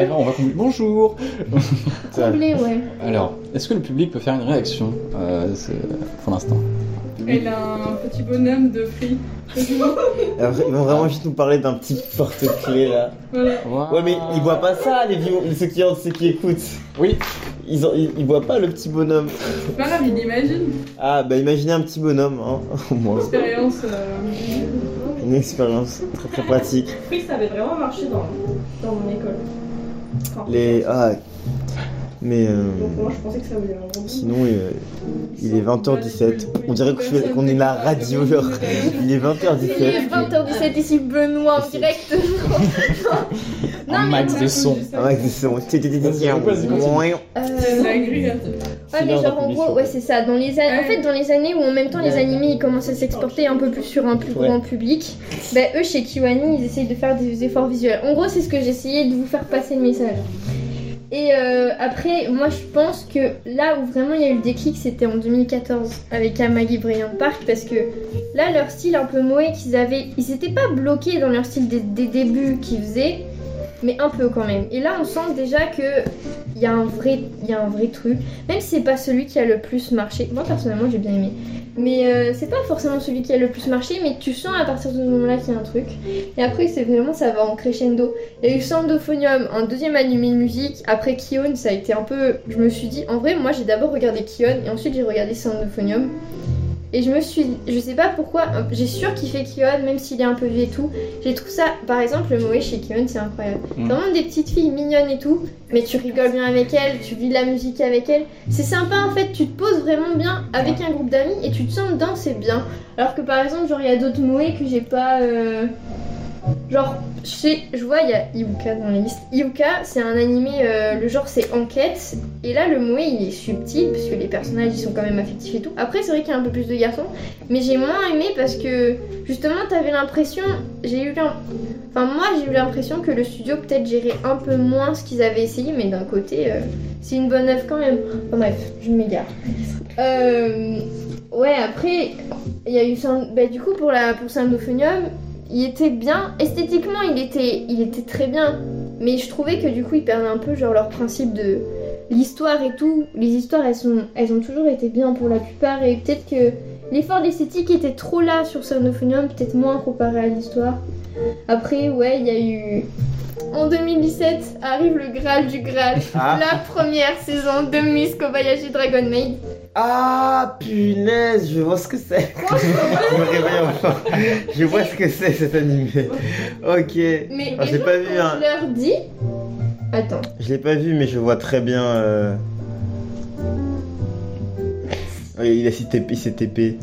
B: Ah non, on va combler. Bonjour
C: Comblé, ouais.
B: Alors, est-ce que le public peut faire une réaction euh, c'est- pour l'instant
D: Elle a un petit bonhomme de prix.
A: Alors, euh, ils vont vraiment juste nous parler d'un petit porte-clés là. Ouais, mais ils voient pas ça, les vieux, ceux qui, ceux qui écoutent.
B: Oui.
A: Ils, ont, ils, ils voient pas le petit bonhomme.
D: C'est pas grave, il imagine.
A: Ah, bah imaginez un petit bonhomme, hein, au moins.
D: Expérience. euh,
A: Une expérience très très pratique.
F: Oui, ça avait vraiment marché dans, dans mon école. Enfin,
A: Les. Ah. Mais. euh,
F: Donc moi, je pensais que ça voulait un gros bout.
A: Sinon, euh, il est 20h17. On dirait que je fais- qu'on est la radio, genre. Il est
C: Il est
A: 20h17.
C: 20h17 ici, Benoît, en direct. Non,
B: Un
C: mais
B: max de son.
A: Ah ouais, c'est bon.
B: Vas-y, vas-y, continue.
C: Euh,
G: hein.
C: Ouais, mais genre en gros, ouais, c'est ça. Dans les an- En fait, dans les années où en même temps les animés ils commencent à s'exporter un peu plus sur un plus
A: Ouais.
C: grand public, bah eux chez Kiwani ils essayent de faire des efforts visuels. En gros, c'est ce que j'essayais de vous faire passer le message. Et euh, après, moi je pense que là où vraiment il y a eu le déclic, c'était en 2014 avec Amagi Bryant Park parce que là leur style un peu moé qu'ils avaient, ils étaient pas bloqués dans leur style des, des débuts qu'ils faisaient, mais un peu quand même. Et là on sent déjà que il y a un vrai, il y a un vrai truc. Même si c'est pas celui qui a le plus marché, moi personnellement j'ai bien aimé. Mais euh, c'est pas forcément celui qui a le plus marché, mais tu sens à partir de ce moment-là qu'il y a un truc. Et après, c'est vraiment ça va en crescendo. Il y a eu Sandophonium, un deuxième animé de musique. Après Kion, ça a été un peu. Je me suis dit, en vrai, moi j'ai d'abord regardé Kion et ensuite j'ai regardé Sandophonium. Et je me suis. Je sais pas pourquoi, euh, j'ai surkiffé Kion, même s'il est un peu vieux et tout. J'ai trouvé ça. Par exemple, le Moe chez Kion, c'est incroyable.
B: Mm.
C: C'est Vraiment des petites filles mignonnes et tout, mais tu rigoles bien avec elles, tu vis la musique avec elles. C'est sympa en fait, tu te poses vraiment bien avec un groupe d'amis et tu te sens dedans, c'est bien. Alors que par exemple, genre il y a d'autres moés que j'ai pas. euh, Genre, je sais, je vois, il y a Iuka dans la liste. Iuka, c'est un animé, euh, le genre c'est enquête. Et là, le moé il est subtil parce que les personnages ils sont quand même affectifs et tout. Après, c'est vrai qu'il y a un peu plus de garçons, mais j'ai moins aimé parce que justement, t'avais l'impression. J'ai eu l'impression. Enfin, moi j'ai eu l'impression que le studio peut-être gérait un peu moins ce qu'ils avaient essayé, mais d'un côté, euh, c'est une bonne œuvre quand même. Enfin, bref, je m'égare. Euh, ouais, après, il y a eu. Sound- Bah, du coup, pour, la... pour Soundophonium, il était bien. Esthétiquement, il était... il était très bien. Mais je trouvais que du coup, ils perdaient un peu genre leur principe de l'histoire et tout. Les histoires, elles, sont... elles ont toujours été bien pour la plupart, et peut-être que. L'effort d'esthétique était trop là sur Soundophonium, peut-être moins comparé à l'histoire. Après, ouais, il y a eu. En 2017 arrive le Graal du Graal,
A: Ah.
C: la première saison de Miss Kobayashi Dragon Maid.
A: Ah punaise, je vois ce que c'est. je me réveille enfin. Je vois ce que c'est cet animé. Ok.
C: Mais
A: Ah,
C: les
A: j'ai
C: gens,
A: pas vu,
C: quand
A: hein.
C: je leur dis. Attends.
A: Je l'ai pas vu, mais je vois très bien. euh, Oui, il a cité, il s'est TP.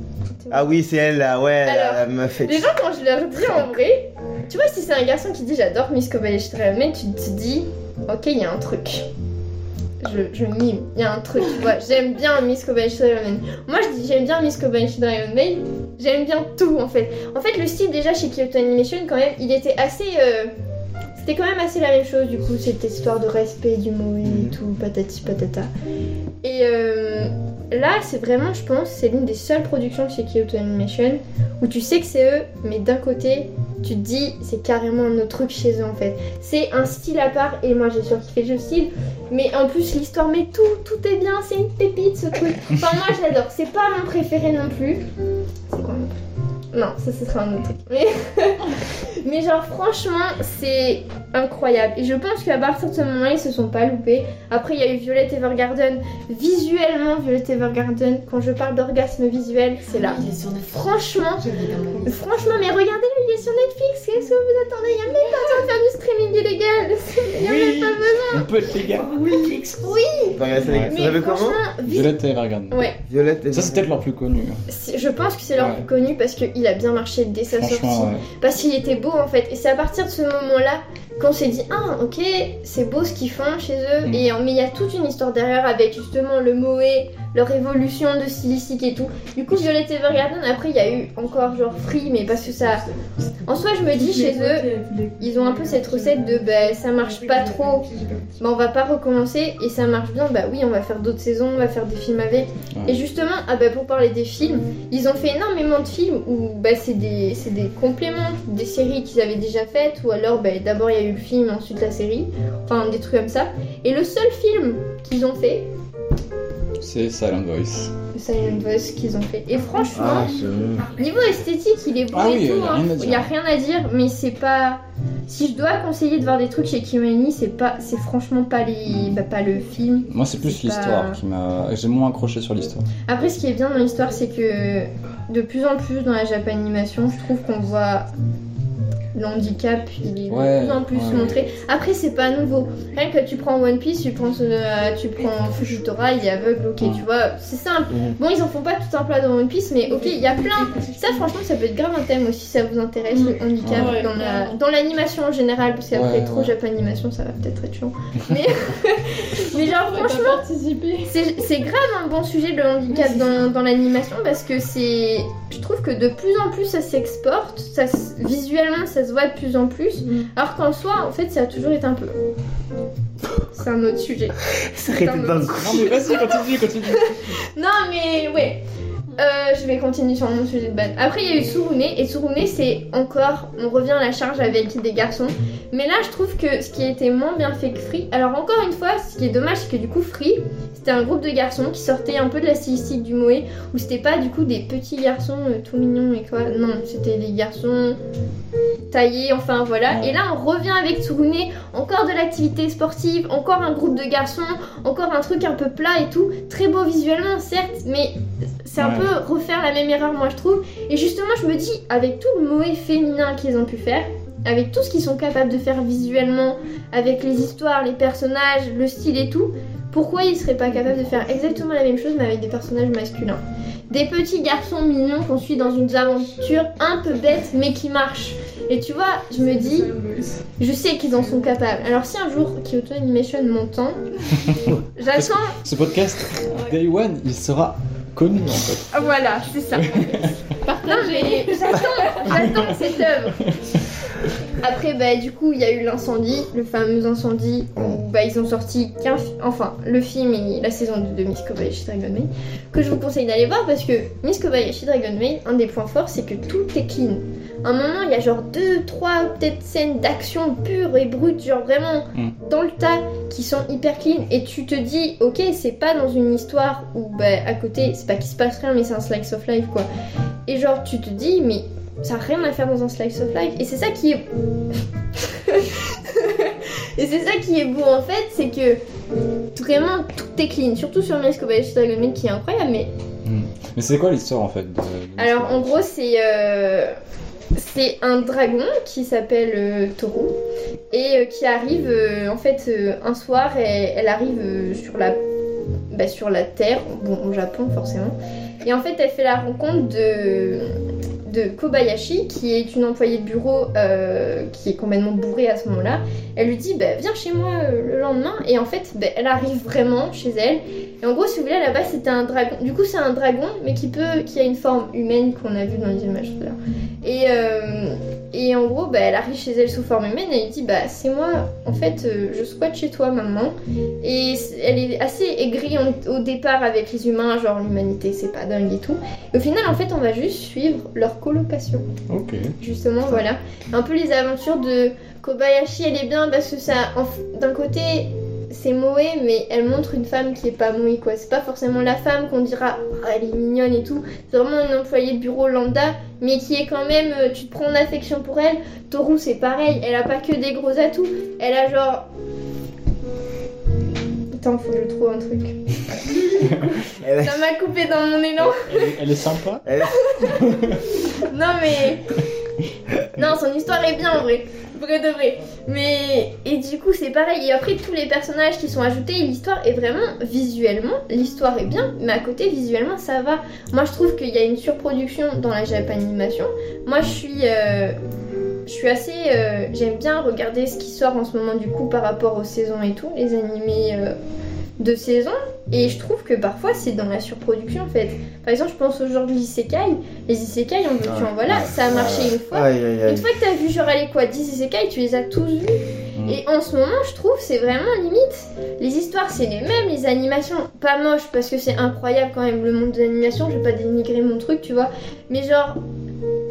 A: Ah oui, c'est elle là, ouais, la- la meuf.
C: Les gens, quand je leur dis en vrai, tu vois, si c'est un garçon qui dit j'adore Miss Kobayashi Dragon Maid, tu te dis ok, il y a un truc. Je, je mime, il y a un truc, tu vois. J'aime bien Miss Kobayashi Dragon Maid. Moi, je dis j'aime bien Miss Kobayashi Dragon Maid, j'aime bien tout en fait. En fait, le style déjà chez Kyoto Animation, quand même, il était assez. euh, C'était quand même assez la même chose, du coup, cette histoire de respect du mot et tout, patati patata. Et euh, là, c'est vraiment, je pense, c'est l'une des seules productions de chez Kyoto Animation où tu sais que c'est eux, mais d'un côté, tu te dis, c'est carrément un autre truc chez eux en fait. C'est un style à part, et moi j'ai surkiffé le style, mais en plus l'histoire, mais tout, tout est bien, c'est une pépite ce truc. Enfin, moi je l'adore, c'est pas mon préféré non plus. C'est quoi mon préféré Non, ça ce sera un autre truc. Mais, mais genre, franchement, c'est incroyable. Et je pense qu'à partir de ce moment-là, ils se sont pas loupés. Après, il y a eu Violet Evergarden. Visuellement, Violet Evergarden, quand je parle d'orgasme visuel, c'est là.
E: Ah, Il est sur Netflix.
C: Franchement,
E: Je l'ai dans ma liste.
C: Franchement, mais regardez-le, il est sur Netflix. Qu'est-ce que vous attendez Il y a même pas besoin de faire du streaming illégal. Il y a même pas besoin.
B: On peut être les gars
A: Bah, regarde, ça, les gars. Ça
C: Mais
A: s'appelle comment
C: franchement, vi-
B: Violette Evergarden.
C: Ouais,
A: Violette. et-
B: Ça, c'est peut-être leur plus connu.
C: c'est- je pense que c'est leur
B: Ouais.
C: plus connu parce qu'il a bien marché dès sa sortie.
B: Franchement, ouais.
C: Parce qu'il était beau en fait. Et c'est à partir de ce moment-là qu'on s'est dit Ah, ok, c'est beau ce qu'ils font chez eux.
B: Mm.
C: Et, euh, mais il y a toute une histoire derrière avec justement le Moé, leur évolution de stylistique et tout. Du coup, Violet Evergarden, après, il y a eu encore genre Free, mais parce que ça. En soi, je me dis chez eux, ils ont un peu cette recette de bah, ça marche pas trop, bah, on va pas recommencer, et ça marche bien, bah oui, on va faire d'autres saisons, on va faire des films avec. Et justement, ah bah, pour parler des films, ils ont fait énormément de films où bah, c'est des, c'est des compléments des séries qu'ils avaient déjà faites, ou alors bah, d'abord il y a eu le film, ensuite la série, enfin des trucs comme ça. Et le seul film qu'ils ont fait,
B: C'est Silent Voice.
C: le Silent Voice qu'ils ont fait, et franchement,
A: Ah, c'est-
C: niveau esthétique, il est beau
B: Ah
C: et
B: oui,
C: tout,
B: il y a
C: hein.
B: rien à dire.
C: il y a rien à dire, mais c'est pas. Si je dois conseiller de voir des trucs chez Kimani, c'est pas, c'est franchement pas les, bah, pas le film.
B: Moi, c'est plus
C: C'est pas-
B: l'histoire qui m'a. J'ai moins accroché sur l'histoire.
C: Après, ce qui est bien dans l'histoire, c'est que de plus en plus dans la Japanimation, je trouve qu'on voit l'handicap, il est
B: Ouais,
C: de plus en plus
B: ouais.
C: montré. Après, c'est pas nouveau. Rien que tu prends One Piece, tu prends, euh, tu prends Fujitora, il est aveugle, ok, tu vois, c'est simple.
A: Mhm.
C: Bon, ils en font pas tout un plat dans One Piece, mais ok, il y a plein. Ça, franchement, ça peut être grave un thème aussi, ça vous intéresse, le handicap
D: Mm. Ouais.
C: dans, la- dans l'animation en général, parce qu'après
B: Ouais,
C: trop
B: ouais.
C: Japanimation, ça va peut-être être chiant. Mais, mais genre,
D: Faudrait pas
C: franchement.
D: participer.
C: C'est c'est grave un bon sujet le handicap dans, dans l'animation parce que c'est. Je trouve que de plus en plus ça s'exporte, ça s- visuellement ça se voit de plus en plus, alors qu'en soi en fait ça a toujours été un peu. C'est un autre sujet.
A: Ça arrêtait d'un coup.
B: Non, mais vas-y, continue, continue.
C: Non mais ouais. Euh, je vais continuer sur mon sujet de base. Après il y a eu Surune et Surune c'est encore on revient à la charge avec des garçons. Mais là je trouve que ce qui était moins bien fait que Free. Alors encore une fois ce qui est dommage c'est que du coup Free c'était un groupe de garçons qui sortait un peu de la stylistique du moé où c'était pas du coup des petits garçons euh, tout mignons et quoi. Non c'était des garçons taillés enfin voilà. Et là on revient avec Surune encore de l'activité sportive encore un groupe de garçons encore un truc un peu plat et tout, très beau visuellement certes, mais c'est un
B: Ouais.
C: peu refaire la même erreur moi je trouve. Et justement je me dis, avec tout le moé féminin qu'ils ont pu faire, avec tout ce qu'ils sont capables de faire visuellement, avec les histoires, les personnages, le style et tout, pourquoi ils seraient pas capables de faire exactement la même chose mais avec des personnages masculins Des petits garçons mignons qu'on suit dans une aventure un peu bête mais qui marche. Et tu vois, je me dis... Je sais qu'ils en sont capables. Alors si un jour Kyoto Animation m'entend, j'attends.
B: Ce podcast, Day One, il sera connu en fait.
C: Ah, Voilà, c'est ça. non mais j'attends, j'attends cette œuvre. Après bah du coup il y a eu l'incendie, le fameux incendie où bah ils ont sorti qu'un fi- enfin le film et la saison 2 de Miss Kobayashi Dragon Maid que je vous conseille d'aller voir parce que Miss Kobayashi Dragon Maid un des points forts c'est que tout est clean. À un moment il y a genre deux, trois peut-être scènes d'action pure et brute genre vraiment
B: Mm.
C: dans le tas qui sont hyper clean et tu te dis ok c'est pas dans une histoire où bah, à côté c'est pas qu'il se passe rien mais c'est un slice of life quoi et genre tu te dis mais ça a rien à faire dans un slice of life et c'est ça qui est et c'est ça qui est beau en fait c'est que vraiment tout est clean surtout sur Miss Kobayashi Dragon Maid qui est incroyable mais
B: Mais c'est quoi l'histoire en fait de- de-
C: alors en gros c'est euh, c'est un dragon qui s'appelle euh, Toru et euh, qui arrive euh, en fait euh, un soir elle, elle arrive euh, sur la bah, sur la terre bon au Japon forcément et en fait elle fait la rencontre de de Kobayashi qui est une employée de bureau euh, qui est complètement bourrée à ce moment-là elle lui dit bah, viens chez moi euh, le lendemain et en fait bah, elle arrive vraiment chez elle et en gros, si vous voulez, là-bas, c'était un dragon. Du coup, c'est un dragon, mais qui peut, qui a une forme humaine qu'on a vu dans les images tout à l'heure. Et, euh, et en gros, bah, elle arrive chez elle sous forme humaine et elle dit Bah, c'est moi, en fait, euh, je squatte chez toi, maman. Et c'est- elle est assez aigrie en- au départ avec les humains, genre l'humanité, c'est pas dingue et tout. Et au final, en fait, on va juste suivre leur colocation
B: Ok.
C: justement voilà un peu les aventures de Kobayashi elle est bien parce que ça en- d'un côté c'est moé mais elle montre une femme qui est pas moé quoi c'est pas forcément la femme qu'on dira Ah, elle est mignonne et tout c'est vraiment une employée de bureau lambda mais qui est quand même euh, tu te prends en affection pour elle Toru c'est pareil elle a pas que des gros atouts elle a genre Attends, faut que je trouve un truc.
A: Elle
C: Ça m'a coupé dans mon élan.
B: Elle, est- elle est sympa
A: elle-
C: Non mais. Non, son histoire est bien en vrai. Vrai de vrai. Mais. Et du coup, c'est pareil. Et après, tous les personnages qui sont ajoutés, l'histoire est vraiment. Visuellement, l'histoire est bien. Mais à côté, visuellement, ça va. Moi, je trouve qu'il y a une surproduction dans la Japanimation. Moi, je suis. euh, Je suis assez. euh, J'aime bien regarder ce qui sort en ce moment, du coup, par rapport aux saisons et tout, les animés. euh, de saison. Et je trouve que parfois c'est dans la surproduction en fait. Par exemple, je pense aujourd'hui Isekai. Les Isekai, on veut tu en voilà, ça a marché une fois.
A: Aïe, aïe,
C: Une
A: aïe.
C: fois que t'as vu, genre, allez quoi, 10 Isekai, tu les as tous vus.
B: Mm.
C: Et en ce moment, je trouve, c'est vraiment limite. Les histoires, c'est les mêmes, les animations, pas moches, parce que c'est incroyable quand même le monde de l'animation, je vais pas dénigrer mon truc, tu vois. Mais genre,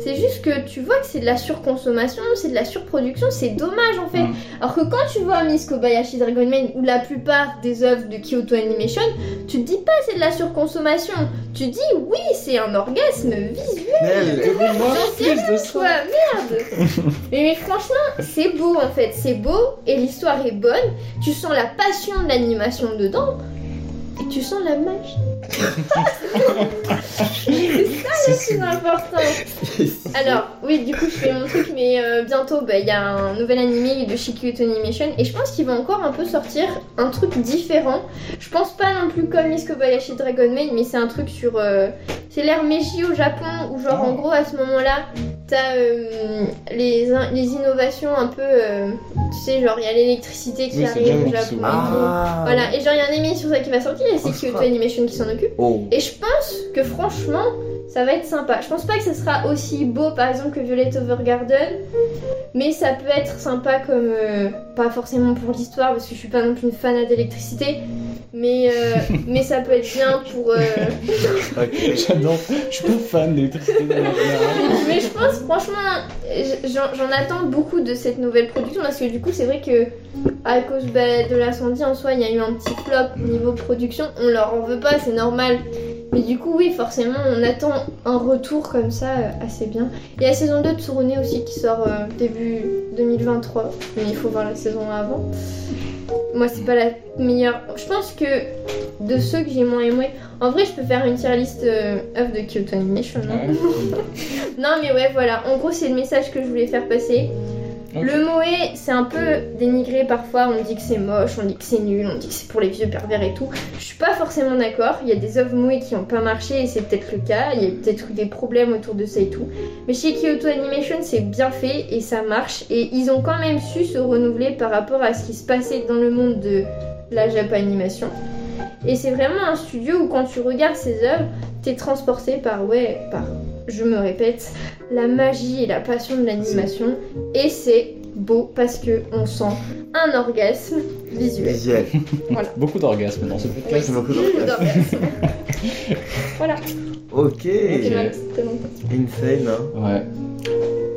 C: c'est juste que tu vois que c'est de la surconsommation, c'est de la surproduction, c'est dommage en fait.
B: Mm.
C: Alors que quand tu vois Miss Kobayashi Dragon Maid ou la plupart des œuvres de Kyoto Animation, tu te dis pas c'est de la surconsommation, tu dis oui, c'est un orgasme visuel.
A: Mais elle-
B: Donne-moi plus de
C: Quoi,
B: ça.
C: merde mais, mais franchement, c'est beau en fait, c'est beau et l'histoire est bonne. Tu sens la passion de l'animation dedans et tu sens la magie.
B: C'est
C: C'est
B: ça.
C: important. Alors, oui, du coup, je fais mon truc, mais euh, bientôt, bah, il y a un nouvel animé de Shikuyuto Animation et je pense qu'il va encore un peu sortir un truc différent. Je pense pas non plus comme Miss Kobayashi Dragon Maid, mais c'est un truc sur. euh, c'est l'ère Meiji au Japon, où genre
B: Ah.
C: en gros à ce moment-là, t'as euh, les, in- les innovations un peu. euh, tu sais, genre il y a l'électricité qui
B: Oui, c'est bien,
C: arrive au
B: donc,
C: Japon.
B: c'est-
C: et tout.
A: Ah.
C: Voilà, et genre il y a un anime sur ça qui va sortir, et c'est
A: Oh,
C: Kyoto
A: fuck.
C: Animation qui s'en occupe.
A: Oh.
C: Et je pense que franchement, ça va être sympa. Je pense pas que ça sera aussi beau par exemple que Violet Overgarden, mais ça peut être sympa comme. euh, pas forcément pour l'histoire, parce que je suis pas non plus une fan d'électricité, mais, euh, mais ça peut être bien pour. euh,
B: J'adore. Je suis pas fan d'électricité. dans la vie.
C: mais je pense, franchement, j- j'en j'en attends beaucoup de cette nouvelle production, parce que du coup, c'est vrai que à cause bah, de l'incendie en soi, il y a eu un petit flop au niveau production. On leur en veut pas, c'est normal. Mais du coup, oui, forcément, on attend un retour comme ça euh, assez bien. Il y a la saison 2 de Tsurune aussi qui sort euh, début 2023, mais il faut voir la saison avant. Moi, c'est pas la meilleure. Je pense que de ceux que j'ai moins aimé, en vrai, je peux faire une tier list euh, œuvre de Kyoto Animation. hein. non
B: Ouais.
C: non mais ouais voilà, en gros c'est le message que je voulais faire passer.
B: Ok.
C: Le moé c'est un peu dénigré parfois, on dit que c'est moche, on dit que c'est nul, on dit que c'est pour les vieux pervers et tout. Je suis pas forcément d'accord, il y a des œuvres moé qui ont pas marché et c'est peut-être le cas, il y a peut-être eu des problèmes autour de ça et tout. Mais chez Kyoto Animation c'est bien fait et ça marche et ils ont quand même su se renouveler par rapport à ce qui se passait dans le monde de la Japanimation. Et c'est vraiment un studio où quand tu regardes ces œuvres, t'es transporté par ouais, par je me répète, la magie et la passion de l'animation. Et c'est beau parce que on sent un orgasme visuel.
A: Visuel.
B: Beaucoup d'orgasmes dans ce
C: Oui,
B: podcast.
A: c'est beaucoup
C: beaucoup
A: d'orgasme.
C: d'orgasme. voilà.
A: Ok.
C: C'est
B: Ok.
C: ma petite parenthèse.
A: Insane, hein.
B: Ouais.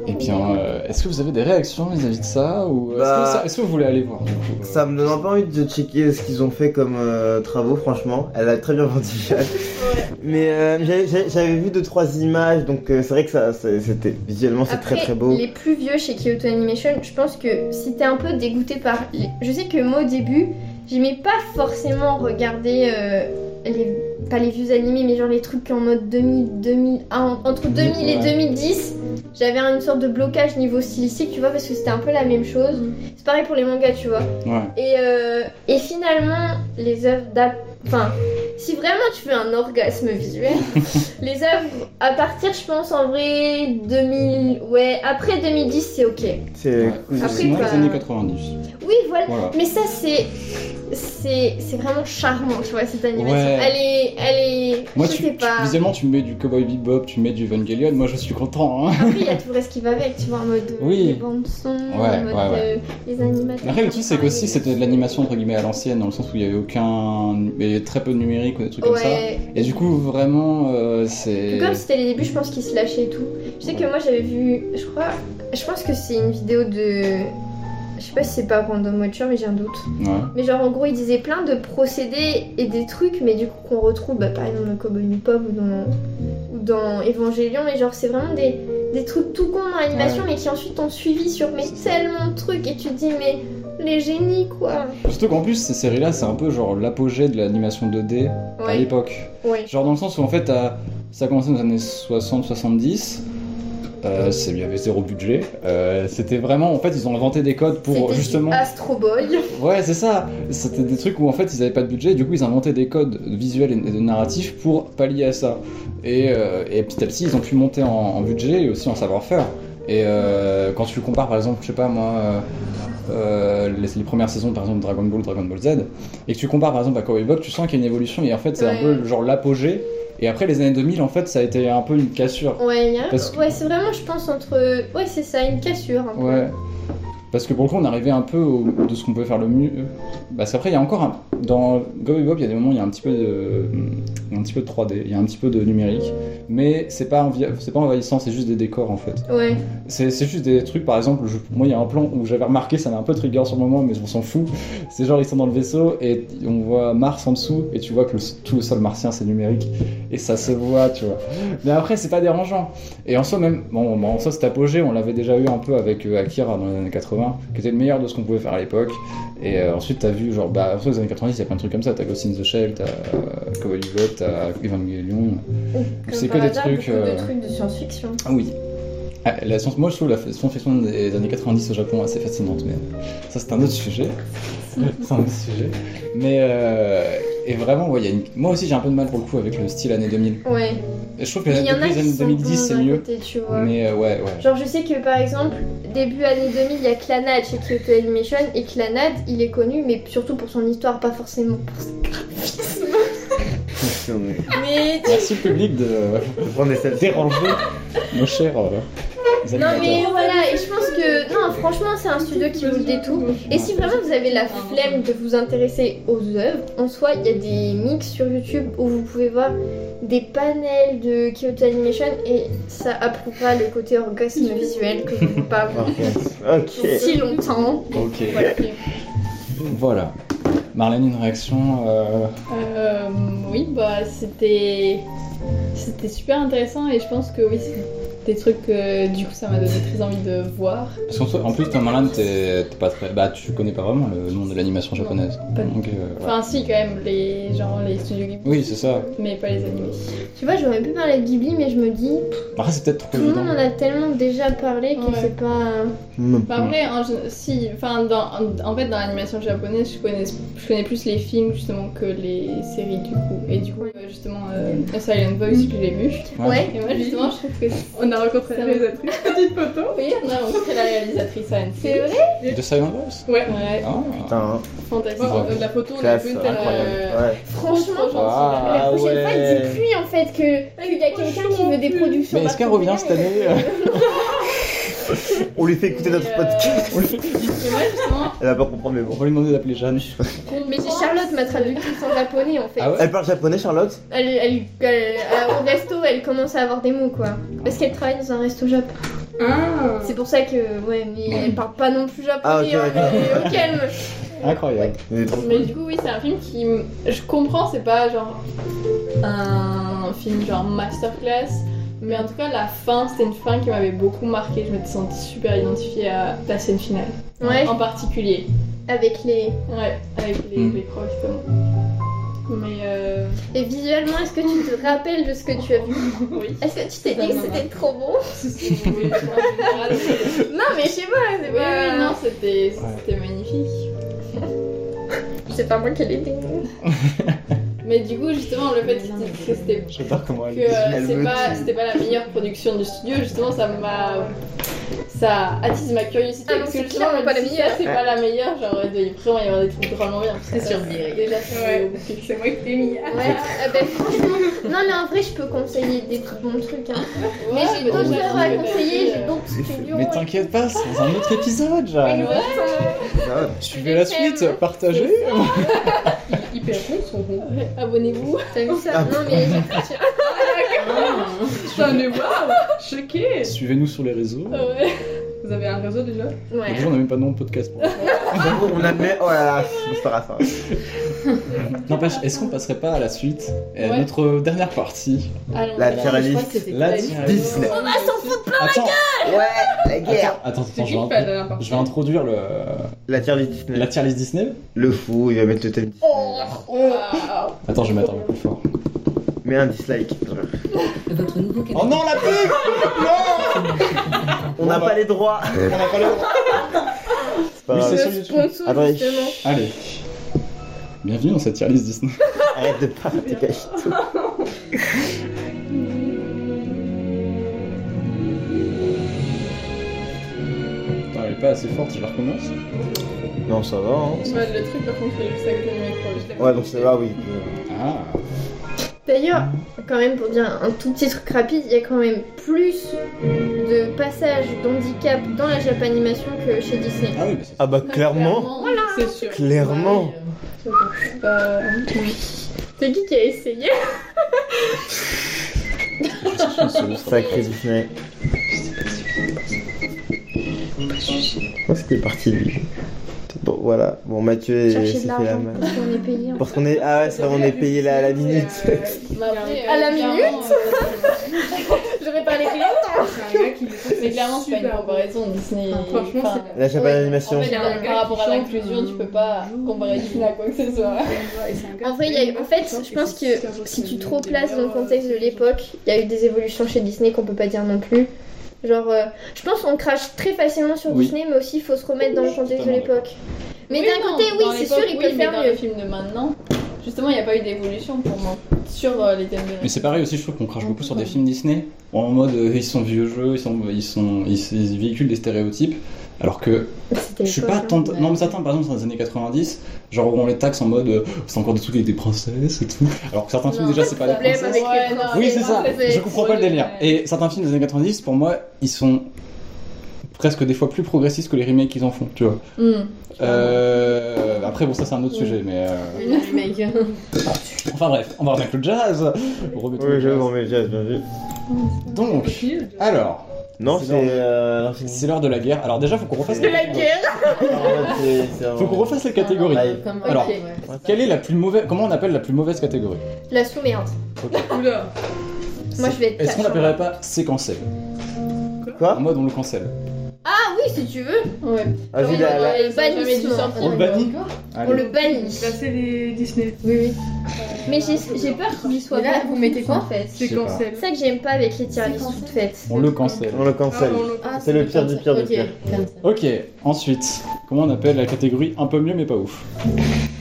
B: Et bien, euh, est-ce que vous avez des réactions vis-à-vis de ça ou est-ce,
A: Bah,
B: que ça- est-ce que vous voulez aller voir du coup, euh,
A: Ça me donne pas envie de checker ce qu'ils ont fait comme euh, travaux, franchement. Elle a très bien vendu. Jeanne. Mais euh, j'avais- j'avais j'avais vu deux trois images, donc euh, c'est vrai que ça, c'est- c'était visuellement c'est
C: Après,
A: très très beau.
C: Les plus vieux chez Kyoto Animation, je pense que si t'es un peu dégoûté par. les- Je sais que moi au début, j'aimais pas forcément regarder euh, les. Pas les vieux animés, mais genre les trucs en mode 2000, 2000, ah, en- entre 2000 et
B: Ouais.
C: 2010. J'avais une sorte de blocage niveau stylistique, tu vois, parce que c'était un peu la même chose. C'est pareil pour les mangas, tu vois.
B: Ouais.
C: Et, euh, et finalement, les œuvres d'ap- Enfin, si vraiment tu veux un orgasme visuel, les œuvres à partir, je pense, en vrai, 2000. Ouais, après 2010, c'est ok.
A: C'est
B: Ouais.
A: cool.
C: Après,
B: Sinon,
C: bah-
B: les années 90.
C: Oui, voilà.
B: Voilà.
C: Mais ça, c'est. C'est c'est vraiment charmant, tu vois, cette animation.
B: Ouais.
C: Elle est. Elle est.
B: Moi,
C: je
B: tu,
C: sais
B: tu-
C: pas.
B: visuellement, tu mets du Cowboy Bebop, tu mets du Evangelion. Moi, je suis content. Hein.
C: Après, il y a tout le reste qui va avec, tu vois, en mode. euh,
B: Oui.
C: Les bandes-sons,
B: Ouais,
C: en
B: ouais,
C: mode.
B: ouais.
C: euh, les animations.
B: Après, le truc, c'est qu'aussi, c'était de l'animation entre guillemets à l'ancienne, dans le sens où il y avait aucun. et très peu de numérique ou des trucs comme ça.
C: Ouais,
B: Et du coup, vraiment, euh,
C: Tout
B: c'est.
C: Comme c'était les débuts, je pense qu'ils se lâchaient et tout. Je sais que moi j'avais vu, je crois, je pense que c'est une vidéo de. Je sais pas si c'est pas Random Watcher, mais j'ai un doute.
B: Ouais.
C: Mais genre en gros, ils disaient plein de procédés et des trucs, mais du coup qu'on retrouve bah, par exemple dans Cowboy Bebop ou dans, ou dans Evangelion. Mais genre, c'est vraiment des, des trucs tout cons dans l'animation, mais qui ensuite ont suivi sur mais tellement de trucs et tu te dis, mais les génies quoi.
B: Surtout qu'en plus, ces séries-là, c'est un peu genre l'apogée de l'animation 2D à
C: Ouais,
B: l'époque.
C: ouais.
B: Genre dans le sens où en fait t'as- ça a commencé dans les années 60-70. Euh, c'est- il y avait zéro budget. Euh, c'était vraiment en fait ils ont inventé des codes pour
C: C'était du
B: justement.
C: Astro Boy.
B: Ouais c'est ça. C'était des trucs où en fait ils avaient pas de budget. Du coup ils inventaient des codes visuels et et narratifs pour pallier à ça. Et, euh, et petit à petit ils ont pu monter en, en budget et aussi en savoir-faire. Et euh, quand tu compares, par exemple, je sais pas moi, euh, euh, les, les premières saisons, par exemple, Dragon Ball, Dragon Ball Z, et que tu compares, par exemple, à Cowboy Bebop, tu sens qu'il y a une évolution. Et en fait, c'est un
C: Ouais.
B: peu genre l'apogée. Et après les années 2000, en fait, ça a été un peu une cassure.
C: Ouais, il y a-
B: Parce que-
C: ouais c'est vraiment, je pense, entre. Ouais, c'est ça, une cassure. un peu.
B: Ouais. Parce que pour le coup, on arrivait un peu au- de ce qu'on pouvait faire le mieux. Parce qu'après, il y a encore un... Dans Go Bob, il y a des moments où il y a un petit peu de, il y a un petit peu de 3D, il y a un petit peu de numérique. Mais c'est pas, envi- c'est pas envahissant, c'est juste des décors en fait.
C: Ouais.
B: C'est c'est juste des trucs, par exemple, je- moi il y a un plan où j'avais remarqué, ça m'a un peu trigger sur le moment, mais on s'en fout. C'est genre, ils sont dans le vaisseau et on voit Mars en dessous et tu vois que le- tout le sol martien c'est numérique et ça se voit, tu vois. Mais après, c'est pas dérangeant. Et en soi, même, bon, bon, en soi, cet apogée, on l'avait déjà eu un peu avec euh, Akira dans les années 80, qui était le meilleur de ce qu'on pouvait faire à l'époque. Et euh, ensuite, t'as vu, genre, bah, en soi, les années 90, il y a plein de trucs comme ça. T'as Ghost in the Shell, t'as euh, Cowboy Bebop, t'as Evangelion. C'est que
C: Comme par
B: des
C: hasard,
B: trucs.
C: beaucoup
B: euh,
C: de trucs de science-fiction.
B: ah oui. Ah, la science, moi je trouve la science-fiction des années 90 au Japon assez fascinante, mais ça c'est un autre sujet. c'est un autre sujet. Mais euh, et vraiment, ouais, il y a une- moi aussi j'ai un peu de mal pour le coup avec le style années 2000.
C: Ouais.
B: Et je trouve que
C: Mais
B: les
C: il y en a
B: années
C: qui sont
B: 2010
C: bons
B: c'est
C: d'un
B: mieux.
C: côté, tu vois.
B: Mais euh, ouais, ouais.
C: Genre, je sais que par exemple, début années 2000, il y a Clanad chez Kyoto Animation, et Clanad, il est connu, mais surtout pour son histoire, pas forcément pour ses graphismes. mais.
B: Merci public de
A: Je prends des selfies.
B: déranger nos chers euh,
C: Non,
B: animateurs.
C: mais voilà, et je pense que. Non, franchement, c'est un studio qui vous le détourne. Et si vraiment vous avez la flemme de vous intéresser aux œuvres, en soi, il y a des mix sur YouTube où vous pouvez voir des panels de Kyoto Animation et ça approuvera le côté orgasme visuel que je vous parle
A: Ok.
C: si longtemps.
B: Ok.
D: Ouais.
B: Voilà. Marlène, une réaction euh,
D: Euh, oui, bah c'était c'était super intéressant et je pense que oui, c'est des trucs que du coup ça m'a donné très envie de voir.
B: Parce qu'en soi- en plus, toi, Marlène, t'es t'es pas très. Bah, tu connais pas vraiment le nom de l'animation japonaise.
D: pas du
B: Donc, euh, ouais.
D: Enfin si quand même les genre les studios Ghibli,
B: Oui, c'est ça.
D: mais pas les animés.
C: Tu vois, j'aurais pu parler de Ghibli, mais je me dis,
B: Après, c'est peut-être trop
C: tout le
B: évident.
C: monde en a tellement déjà parlé que
D: Ouais.
C: c'est pas.
A: Hmm.
D: Enfin, après, en, gé- si, enfin, dans, en fait, dans l'animation japonaise, je connais, je connais plus les films justement que les séries du coup. Et du coup, euh, justement, euh, Silent Voice, je l'ai vu.
C: Ouais.
D: Et moi, justement, je trouve que c'est-
E: On a rencontré
D: la
E: réalisatrice.
D: oui, on a rencontré la réalisatrice Anne.
C: C'est vrai
B: De Silent Voice
D: Ouais,
B: Ah.
A: Putain,
D: fantastique.
B: Bon,
E: la photo, on a
A: classe,
E: vu
D: euh,
A: incroyable. Ouais.
C: Franchement,
B: Ah,
C: la prochaine fois,
A: ouais.
C: il dit plus en fait que qu'il y a quelqu'un qui veut des productions.
B: Mais est-ce qu'elle revient cette année euh
A: On lui fait écouter notre
D: Mais, euh,
A: podcast.
B: on lui fait-
D: Et moi, justement,
A: Elle va pas comprendre, mais
B: On
A: bon.
B: va lui demander d'appeler Jeanne.
C: Mais j'ai Charlotte, ma traductrice en japonais en fait.
B: Ah ouais
A: Elle parle japonais, Charlotte
C: Elle, elle, elle- à- au resto, elle commence à avoir des mots quoi. Parce qu'elle travaille dans un resto japonais.
F: Ah
C: C'est pour ça que, ouais, mais elle parle pas non plus japonais.
A: Ah, ok,
C: hein,
A: d'accord.
C: mais au calme.
B: Incroyable.
A: Elle est trop
D: mais du coup, oui, c'est un film qui. m- Je comprends, c'est pas genre un film genre masterclass. Mais en tout cas, la fin, c'était une fin qui m'avait beaucoup marqué. Je m'étais sentie super identifiée à la scène finale.
C: Ouais,
D: En particulier.
C: avec les.
D: Ouais, avec les,
A: Hmm.
B: Mm.
D: les crocs, justement. Mais euh...
C: Et visuellement, est-ce que tu te rappelles de ce que tu as vu
D: oui.
C: Est-ce que tu t'es dit que c'était trop bon
D: Oui, en général, c'est-
C: Non, mais je sais pas,
D: oui,
C: c'est pas.
D: oui, non, c'était c'était magnifique.
C: C'est pas moi qui l'ai dit.
D: Mais du coup, justement, le fait que que c'était
B: Je sais pas comment
D: que
B: elle.
D: euh,
A: Elle
D: c'est
A: me
D: pas,
A: tue.
D: c'était pas la meilleure production du studio, justement, ça m'a. Ça attise ma curiosité.
C: Ah non,
D: parce
C: c'est
D: que justement,
C: clairement pas la
D: si
C: meilleure.
D: ça, c'est pas la meilleure, genre, il doit y- vraiment y avoir des trucs drôlement bien. parce que
E: C'est
D: ça,
E: sûr,
D: c'est
E: Mireille.
D: Déjà, c'est
F: Ouais.
D: beaucoup plus-
F: C'est moi qui t'ai mis.
C: Ouais, ah ben, franchement. Non, mais en vrai, je peux conseiller des trucs- bons trucs. Hein. mais
D: Ouais,
C: j'ai
D: mais
C: d'autres
D: déjà,
C: œuvres à
D: c'est-
C: conseiller,
D: euh,
C: j'ai d'autres studios. hein.
B: Mais t'inquiète pas, c'est dans un autre épisode, Jeanne.
A: grave.
B: Suivez la suite, partagez.
E: Hyper con, son con.
D: Ouais, Abonnez-vous.
C: T'as vu ça Non, mais j'ai-
E: Ah. Putain, mais waouh Choqué
B: Suivez-nous sur les réseaux.
D: Ah Ouais.
E: Vous avez un réseau déjà
C: Ouais.
B: Déjà, on a même pas de nom de podcast pour
A: J'avoue, on admet. Oh là là, c'est pas grave. ça va.
B: N'empêche, est-ce qu'on passerait pas à la suite et à
D: Ouais.
B: notre dernière partie
D: Allons,
A: La
D: voilà.
A: tyrannie.
B: La tyrannie.
A: Disney.
D: On va s'en foutre
C: Oh
B: Attends,
A: Ouais, la guerre
B: attends, attends, attends,
E: C'est
B: je
E: qui
B: vais,
E: pas la
B: introduire-
E: dernière partie
B: je vais introduire le,
A: La tier list Disney.
B: la tier list Disney.
A: Le fou, il va mettre le thème Disney.
D: Waouh.
B: Attends, je vais mettre un peu plus fort.
A: Mets un dislike.
H: Votre nouveau canal.
B: Oh non, la pub
A: On n'a
B: bah.
A: pas les droits.
B: On a pas le droit.
A: C'est pas
B: Oui,
A: grave.
B: c'est
C: Le
B: sur YouTube.
C: sponsor,
A: Attendez.
C: justement.
B: Allez. Bienvenue dans cette tier list Disney.
A: Arrête de parler, dégage tout.
B: pas assez forte, je la recommence.
A: Non, ça va, hein.
D: Bah, le truc par contre, c'est le sac de micro. je l'avais
A: Ouais, donc c'est
D: oublié.
A: là, oui.
B: Ah,
C: D'ailleurs, quand même pour dire un tout petit truc rapide, il y a quand même plus de passages d'handicap dans la Japanimation que chez Disney.
B: ah oui, bah c'est
A: Ah bah,
D: Ouais,
A: clairement.
D: Voilà. C'est sûr.
A: Clairement.
D: Bah,
C: C'est qui qui a essayé
B: juste une seule, ça.
A: Sacré Disney. Où est-ce qu'il est parti lui Bon voilà, bon Mathieu s'est
C: Chercher
A: fait
C: de
A: la
C: l'argent
A: main.
C: parce qu'on est payé. en
A: Parce qu'on est. Ah ouais, c'est vrai, on est payé là à la minute.
G: Euh,
C: À la minute
D: minute J'aurais parlé rien. Mais clairement, c'est pas une
F: Super.
D: comparaison. Disney.
G: Ah,
F: Franchement,
D: enfin,
F: c'est-
A: Là, j'ai pas
D: Ouais.
A: l'animation.
D: En fait,
F: Il y a un gars
D: par rapport
F: qui
D: à
F: chante,
D: l'inclusion,
F: euh,
D: tu peux pas comparer Disney à quoi que ce soit.
C: En vrai, il y a- en fait, je pense que si tu trop places dans
F: euh,
C: le contexte de l'époque, il y a eu des évolutions chez Disney qu'on peut pas dire non plus. Genre, euh, je pense qu'on crache très facilement sur
B: Oui.
C: Disney, mais aussi il faut se remettre dans le contexte de
B: Totalement
C: l'époque. Mais d'un
D: non,
C: côté, oui,
D: dans
C: c'est
D: l'époque,
C: sûr, il
D: oui,
C: peut
D: mais
C: faire
D: dans
C: mieux.
D: le film de maintenant, justement, il n'y a pas eu d'évolution pour moi sur euh, les thèmes de.
B: Mais c'est pareil aussi, je trouve qu'on crache beaucoup sur des films Disney. En mode, euh, ils sont vieux jeux, ils, sont, ils, sont, ils, ils véhiculent des stéréotypes. Alors que
C: C'était
B: je suis
C: l'époque,
B: pas
C: hein.
B: tant. Non, mais certains, par exemple, dans les années 90, genre où on les taxe en mode, euh, c'est encore des trucs avec des princesses et tout. Alors que certains films,
D: Non,
B: déjà, c'est pas des
C: problème
B: princesses.
C: avec les
D: Ouais, non,
C: princesses.
B: Oui, c'est ça.
D: princesses,
B: Je comprends pas le délire.
D: ouais.
B: Et certains films des années 90, pour moi, ils sont presque des fois plus progressistes que les remakes qu'ils en font, tu vois.
D: Hmm.
B: Euh, Après, bon, ça, c'est un autre sujet, mais. euh, Enfin, bref, on va remettre le jazz. Remettons
A: Oui,
B: le
A: je
B: jazz.
A: vous remets bien vu.
B: Donc, alors,
A: Non,
B: C'est
A: c'est.
B: dans-
A: euh, non, c'est-
B: c'est l'heure de la guerre. Alors, déjà, faut qu'on refasse
A: De
B: les
A: la
C: guerre
A: Ah, c'est- c'est
B: Faut qu'on
A: vraiment-
B: refasse les catégories.
A: Live.
B: Alors,
D: Ok.
B: Quelle est la plus mauvaise Comment on appelle la plus mauvaise catégorie
C: La sous-merde.
F: Oula.
C: Moi, je vais être
B: Est-ce qu'on
C: cash,
B: l'appellerait pas séquencée En
A: Quoi
B: mode on le cancelle.
C: Ah oui, si tu veux,
D: Ouais.
A: Ah, j'ai
D: Oui,
A: la- la-
D: ouais.
C: le
D: ça a jamais dû
C: euh, bannissement.
D: sortir.
B: On le bannit
C: On le bannit.
F: Classer les Disney.
E: Oui, oui.
C: Mais j'ai j'ai peur qu'il y soit
E: Mais là,
C: pas
E: vous mettez quoi
C: en fait
B: Je sais
F: C'est
B: pas.
F: cancel.
C: C'est ça que j'aime pas avec les tiramisu
E: C'est
C: toutes faites.
B: On le cancelle.
A: On le
F: Ah,
A: cancel.
F: on le-
E: Ah,
A: C'est le pire du pire du
E: Ok,
A: pire.
E: comme ça.
B: Ok, ensuite, comment on appelle la catégorie un peu mieux mais pas ouf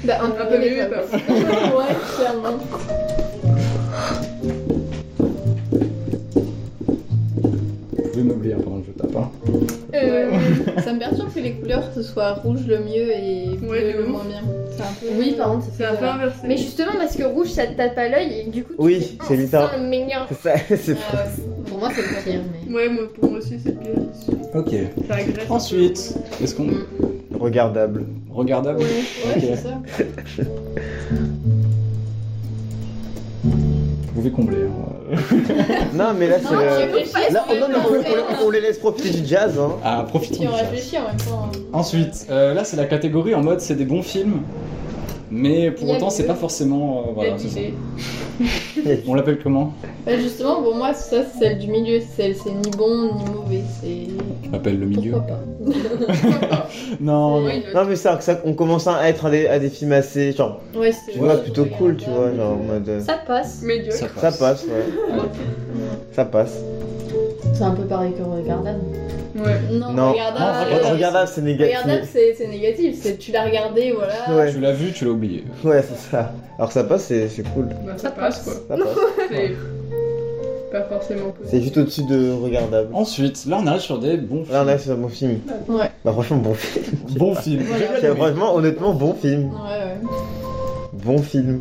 C: Bah,
F: Un peu mieux, mais pas.
D: ouais, clairement.
B: Vous pouvez meubler hein, pendant que je tape. hein.
C: Euh,
D: Euh, Ça me perturbe que les couleurs ce soit rouge le mieux et bleu
F: Ouais, de
D: le
F: ouf.
D: moins bien. C'est un peu.
E: Oui, par contre,
F: C'est un peu inversé.
C: Mais justement, parce que rouge ça te tape à l'œil et du coup, tu
A: Oui,
C: fais,
A: c'est
C: Oh,
A: littéral-
C: le meilleur.
A: C'est ça, c'est
D: Ah ouais.
E: pour moi, c'est le pire. Mais...
F: Ouais, moi, pour moi aussi, c'est le pire.
B: Ok.
F: Ça agresse.
B: Ensuite, est-ce qu'on
A: regardable.
B: regardable
D: Ouais,
B: Ok.
D: ouais, c'est ça.
B: Vous pouvez combler. hein.
A: Non, mais là, c'est.
C: Non,
A: le-
C: tu réfléchis,
A: Là, on,
C: tu
A: non, mais on,
C: réfléchis.
A: on- on les laisse profiter du jazz, hein.
B: Ah, profitons.
D: Si
B: du
D: on
B: jazz.
D: réfléchit en même temps. hein.
B: Ensuite, euh, là c'est la catégorie en mode c'est des bons films, mais pour
D: Il y a
B: autant c'est
D: des-
B: pas forcément. euh, voilà,
D: la
B: c'est ça.
D: durée.
B: On l'appelle comment
D: Bah, justement, pour moi, ça, c'est celle du milieu. C'est celle, c'est ni bon ni mauvais. C'est.
B: On l'appelle le milieu.
D: Pourquoi pas
B: Non, non.
F: Ouais, il
A: Non, mais ça, ça- on commence à être à des, à des films assez. Genre,
D: Ouais, c'est.
A: tu vois, plutôt cool, tu vois, genre en mode. euh,
C: Ça passe.
F: Médiocre.
B: Ça
A: Ça
B: passe.
A: passe, ouais. Ça passe.
E: C'est un peu pareil que regardable.
F: Ouais.
D: Non,
A: Non,
B: Non,
D: regardable.
B: regarde-
D: euh,
A: regardable, c'est
D: Regardable,
A: négatif.
D: c'est c'est négatif. C'est tu l'as regardé, voilà.
A: Ouais,
B: Tu l'as vu, tu l'as oublié.
A: ouais, c'est ça. Alors, ça passe, c'est c'est cool.
F: Bah, ça passe, quoi.
A: Ça passe.
F: C'est pas forcément
A: C'est
F: possible.
A: juste au-dessus de regardable.
B: Ensuite, là on arrive sur des bons films.
A: Là, on a sur mon film.
D: Ouais.
A: Bah, franchement, bon film.
B: Bons films.
D: Voilà.
A: C'est Franchement, honnêtement, bon film.
D: Ouais, ouais.
A: Bon film.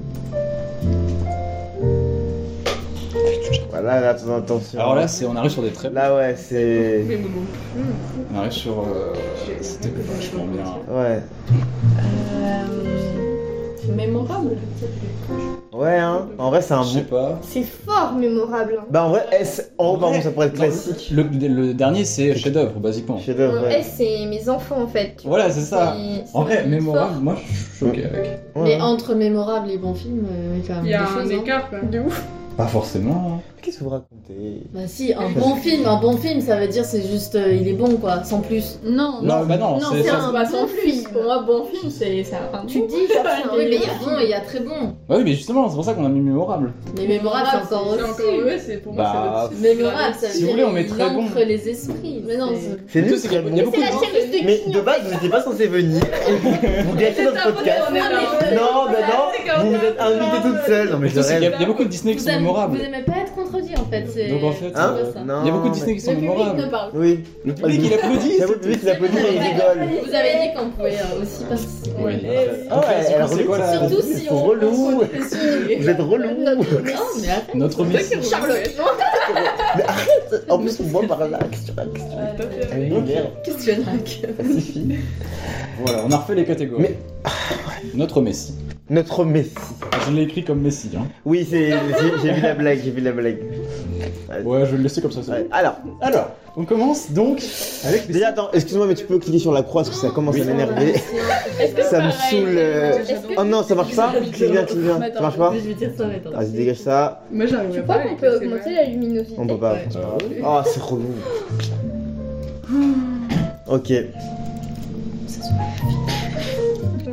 A: Voilà, là, fais attention.
B: Alors là, c'est on arrive sur des très.
A: Là, ouais, c'est.
F: Mais bon.
B: On arrive sur. euh, C'était vachement bien.
A: Ouais.
D: Euh, Mémorable.
A: Ouais, hein. En vrai, c'est un
B: Je sais
A: bon.
B: pas.
C: C'est fort mémorable. hein.
A: Bah, en vrai, S. En haut, par contre, ça pourrait être classique.
B: Le, le dernier c'est chef-d'œuvre, basiquement.
A: Chef
C: Mon
A: d'œuvre, ouais.
C: Euh, S, c'est mes enfants en fait. tu
B: Voilà,
C: vois.
B: c'est ça.
C: C'est-
B: En
C: c'est
B: vrai, mémorable,
C: fort.
B: moi je suis choqué avec.
A: Ouais, hein.
E: Mais
A: ouais.
E: entre mémorable et bon film, euh, il y a quand même
F: Il y a
E: des
F: un
E: choses. hein.
F: écart, quand même.
C: De ouf.
A: Mm.
B: Pas forcément. hein.
A: Qu'est-ce que vous racontez
E: Bah si, un bon film, un bon film, ça veut dire c'est juste, euh, il est bon quoi, sans plus.
D: Non,
B: Non, bah non,
E: non,
B: c'est
E: c'est
B: ça.
E: un
D: Bah,
E: bon
D: sans plus.
E: film.
D: Pour moi, bon film, c'est c'est un.
C: Tu te dis, genre, c'est un
E: Ah Oui, mais il y
C: meilleur
E: a bon et il y a très bon.
B: Bah oui, mais justement, c'est pour ça qu'on a mis mémorable.
E: Mais mémorable, c'est encore
F: C'est
E: aussi.
F: encore ouais, c'est pour moi
B: Bah,
F: c'est le-
E: Mémorable, ça veut
B: Si vous
E: dire
B: voulez, on met
E: il
B: très bon.
E: ancre les esprits.
D: Mais non,
E: c'est-
A: C'est
B: Le
A: nul,
B: truc,
A: c'est
B: c'est qu'il y a- il y a beaucoup
C: C'est la
B: de gens-
C: chef de
A: Mais
C: qui
A: de hein. base, vous n'étiez pas censé venir. et vous, vous gâchez notre podcast.
B: Ah,
F: on est là.
A: Non, bah non, vous vous êtes invitée toute seule. Non, mais
B: Le
A: je
B: truc, c'est qu'il y a-
A: rêve.
B: Il y a beaucoup de Disney qui
E: Vous
B: sont
E: aimez-
B: mémorables.
E: Vous aimez pas être contredit en
D: fait. c'est-
B: Donc en fait,
D: c'est
A: Hein
D: un peu ça.
A: non.
B: Il y a beaucoup de Disney qui
D: Le
B: sont
D: public ne
B: mémorables.
D: parle pas.
A: Oui.
B: Le public il applaudit.
A: Il y a beaucoup de public qui l'applaudit et il rigole.
D: Vous avez dit qu'on pouvait euh, aussi participer.
B: Ouais.
A: Ah ouais, elle
B: c'est quoi
A: relou.
B: la...
D: Surtout si on.
A: Relou.
D: on se positionne.
A: Vous êtes relou.
D: Non,
E: Oh,
D: mais arrête.
B: Notre mission.
C: Charlotte.
A: En plus, moi par là, qu'est-ce que tu fais Qu'est-ce que tu fais Elle est vulgaire.
D: Qu'est-ce que tu as dit
A: Pacifie.
B: Voilà, on a refait les catégories.
A: Mais-
B: Notre Messi.
A: Notre Messi.
B: Je l'ai écrit comme Messi. Hein.
A: Oui, c'est, j'ai, j'ai vu la blague, j'ai vu la blague.
B: Ouais, je vais le laisser comme ça. c'est
A: Ouais.
B: bon.
A: Alors,
B: Alors, on commence donc avec les
A: déjà, attends, excuse-moi, mais tu peux cliquer sur la croix parce que ça commence à m'énerver.
D: Est-ce que
A: Ça me
D: pareil,
A: saoule, euh,
D: j'adore.
A: Oh non, ça marche pas Clique bien, clique bien. Ça marche pas
E: Je vais dire ça, mais attends.
A: Vas-y, dégage ça.
F: Moi j'arrive
C: Tu
F: même
C: crois
F: pas à
C: qu'on peut
F: les
C: augmenter la luminosité
A: On peut pas.
B: Euh,
A: Oh, c'est relou. Ok.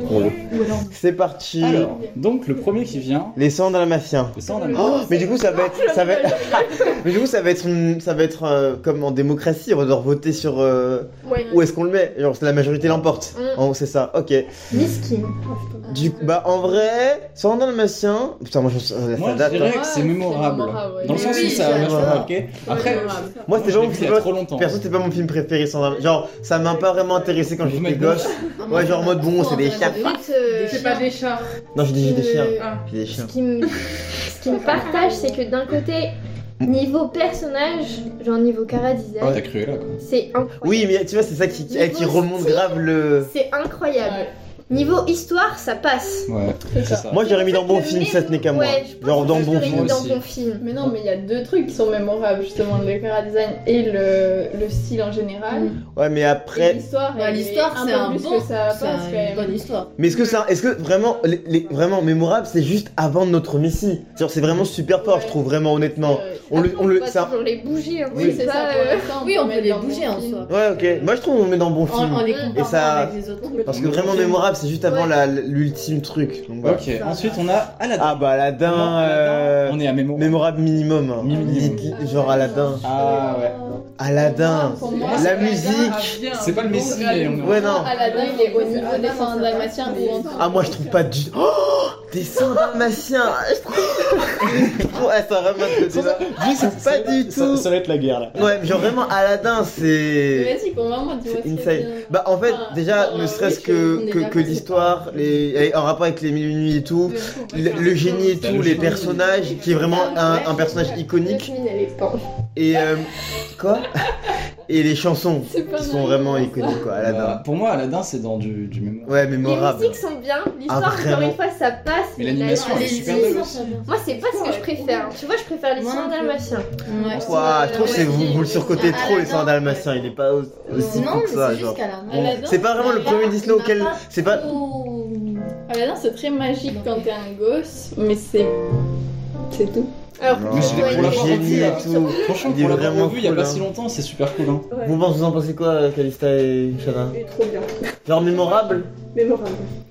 A: Relou. C'est parti.
B: Alors, donc le premier qui vient,
A: Les Sandalmatiens.
B: c'est ça on a mis.
A: Oh, mais du coup ça va être ça va être- mais du coup ça va être une- ça va être euh, comme en démocratie on va devoir voter sur euh,
C: Ouais.
A: où est-ce qu'on le met genre la majorité l'emporte
C: Mm.
A: Oh, c'est ça ok
C: Miskin.
A: du coup, bah en vrai sans dalmatien putain moi je, ça, ça
B: Moi, je
A: date
B: dirais
A: hein.
B: que c'est
D: Ouais,
B: mémorable.
D: c'est mémorable, ouais.
B: Dans le
D: Mais
B: sens où
D: oui,
B: ça m'a
A: j'adore.
B: marqué. Après,
D: mémorable.
A: hein. moi
B: je
A: c'était
B: l'ai
A: vraiment parce
B: vu il
A: que
B: y a
A: moi,
B: trop longtemps.
A: perso c'était pas mon film préféré sans Dalmatien. genre ça m'a pas vraiment intéressé quand
B: Vous
A: j'étais
B: mettez
A: gosse ouais genre en mode bon c'est des
D: Vous
A: chiens
F: faire. C'est pas des chats.
A: non j'ai dit j'ai des chiens
C: Euh,
A: J'ai des chiens
C: Ce qui me, ce qui me partage, c'est que d'un côté, niveau personnage, genre niveau cara
B: Ah,
C: design,
B: T'as cru là. quoi.
C: c'est incroyable.
A: oui euh, mais tu vois c'est ça qui qui,
C: Niveau
A: qui remonte grave le
C: C'est incroyable.
D: Ouais.
C: Niveau histoire, ça passe.
B: Ouais, c'est ça.
A: moi j'aurais mis dans bon film ça tenait qu'à moi
C: Ouais, je pense
A: genre
C: que
A: dans
C: je
A: bon
C: l'aurais
A: film
C: mis dans
B: aussi.
C: bon film.
D: Mais non, mais il y a deux trucs qui sont mémorables, justement, le cara design et le, le style en général.
A: ouais mais
D: Et
A: Mm. après
D: l'histoire, elle
E: Ouais,
D: est
E: Bah, l'histoire,
D: un
E: c'est
D: peu
E: un
D: plus
E: bon-
D: que ça passe,
E: C'est
D: quand
E: une
D: même.
E: bonne histoire.
A: Mais est-ce que ça, est-ce que vraiment, les, les- vraiment mémorable, c'est juste avant notre Messi Genre c'est vraiment super fort,
D: Ouais.
A: je trouve vraiment honnêtement.
D: Euh,
A: On le, on le,
C: Pas
A: ça.
C: toujours les bouger. hein,
D: Oui, c'est
C: pas,
D: ça.
C: euh,
E: Oui, on peut
D: mettre
E: les
D: dans mon
E: bouger hein, en
D: film.
E: soi.
A: Ouais, ok. Moi je trouve on met dans bon
E: En, en
A: film.
E: les
C: Et
E: comparant
A: ça-
E: avec les autres.
A: Parce que vraiment mémorable, c'est juste avant
C: Ouais.
A: la- l'ultime truc. Donc, voilà.
B: Ok, ensuite on a Aladdin.
A: Ah bah Aladdin, euh,
B: On est à mémo.
A: mémorable minimum. hein.
B: Minimum.
A: Li- Genre Aladdin,
B: Ah ouais.
A: Aladdin,
D: Pour moi,
A: la
D: c'est
A: musique.
F: Ah,
B: C'est pas le Messi, on
A: Ouais non.
C: Ah,
D: Aladdin, il est au niveau des sens dalmatiens ou en dessous.
A: Ah moi je trouve pas du. Oh Des seins dalmatiens. ouais ça vraiment. ce côté-là. Pas du
B: Ça,
A: tout.
B: ça va être la guerre là.
A: Ouais, mais genre vraiment Aladdin, c'est.
D: Vas-y, convainc-moi, dis-moi.
A: C'est
D: ce que
A: insane.
D: c'est.
A: Bah en fait
D: Enfin,
A: déjà
D: genre,
A: ne
D: euh,
A: serait-ce
D: oui,
A: que,
E: on est
A: que,
E: d'accord,
A: que
E: c'est
A: l'histoire, les... en rapport avec les mille et une nuits et tout, le, le génie et
B: T'as
A: tout,
B: le
A: les
B: génie.
A: personnages, qui est vraiment un, un personnage iconique,
C: Jasmine, elle est pas.
A: et euh, quoi Et les chansons
D: C'est pas
A: qui sont
D: mal.
A: vraiment iconiques quoi, Aladdin.
B: Bah, pour moi, Aladdin, c'est dans du, du mémo.
A: Ouais,
C: Les
A: mémorable.
C: musiques sont bien,
A: Ah,
C: l'histoire
A: vraiment.
C: encore une fois ça passe.
B: Mais l'animation,
C: la-
B: elle est
C: les
B: super
C: musiques-
B: belle aussi.
C: Moi c'est pas ce que je préfère. Tu vois, je préfère les
E: Moi,
C: sons
E: un peu.
C: dalmatiens.
E: Ouais.
A: Ouah, je trouve que c'est vous, vous le surcotez
E: Ah,
A: trop les
E: Aladdin,
A: seins dalmatiens,
E: ouais.
A: il est pas au- aussi
E: Non,
A: fou
E: mais
A: que ça,
E: c'est juste
A: genre.
E: qu'à la
D: Aladdin,
A: C'est pas vraiment le
D: il
A: premier
E: m'a
A: Disney auquel.
E: pas-
A: C'est pas.
D: Aladdin, c'est très magique quand t'es un gosse, mais c'est. C'est tout.
C: Alors,
A: Non,
B: Mais je l'ai
A: le
B: pour la première
A: génie et
B: fois.
A: tout.
B: Franchement,
A: Il est
B: pour l'avoir
A: vraiment
B: vu il y a
A: cool,
B: pas
A: hein.
B: si longtemps, c'est super cool. hein.
A: Vous pensez- vous en pensez quoi, Calista et Shana
G: Euh,
F: Il est trop bien.
A: Genre mémorable
F: Mémorable.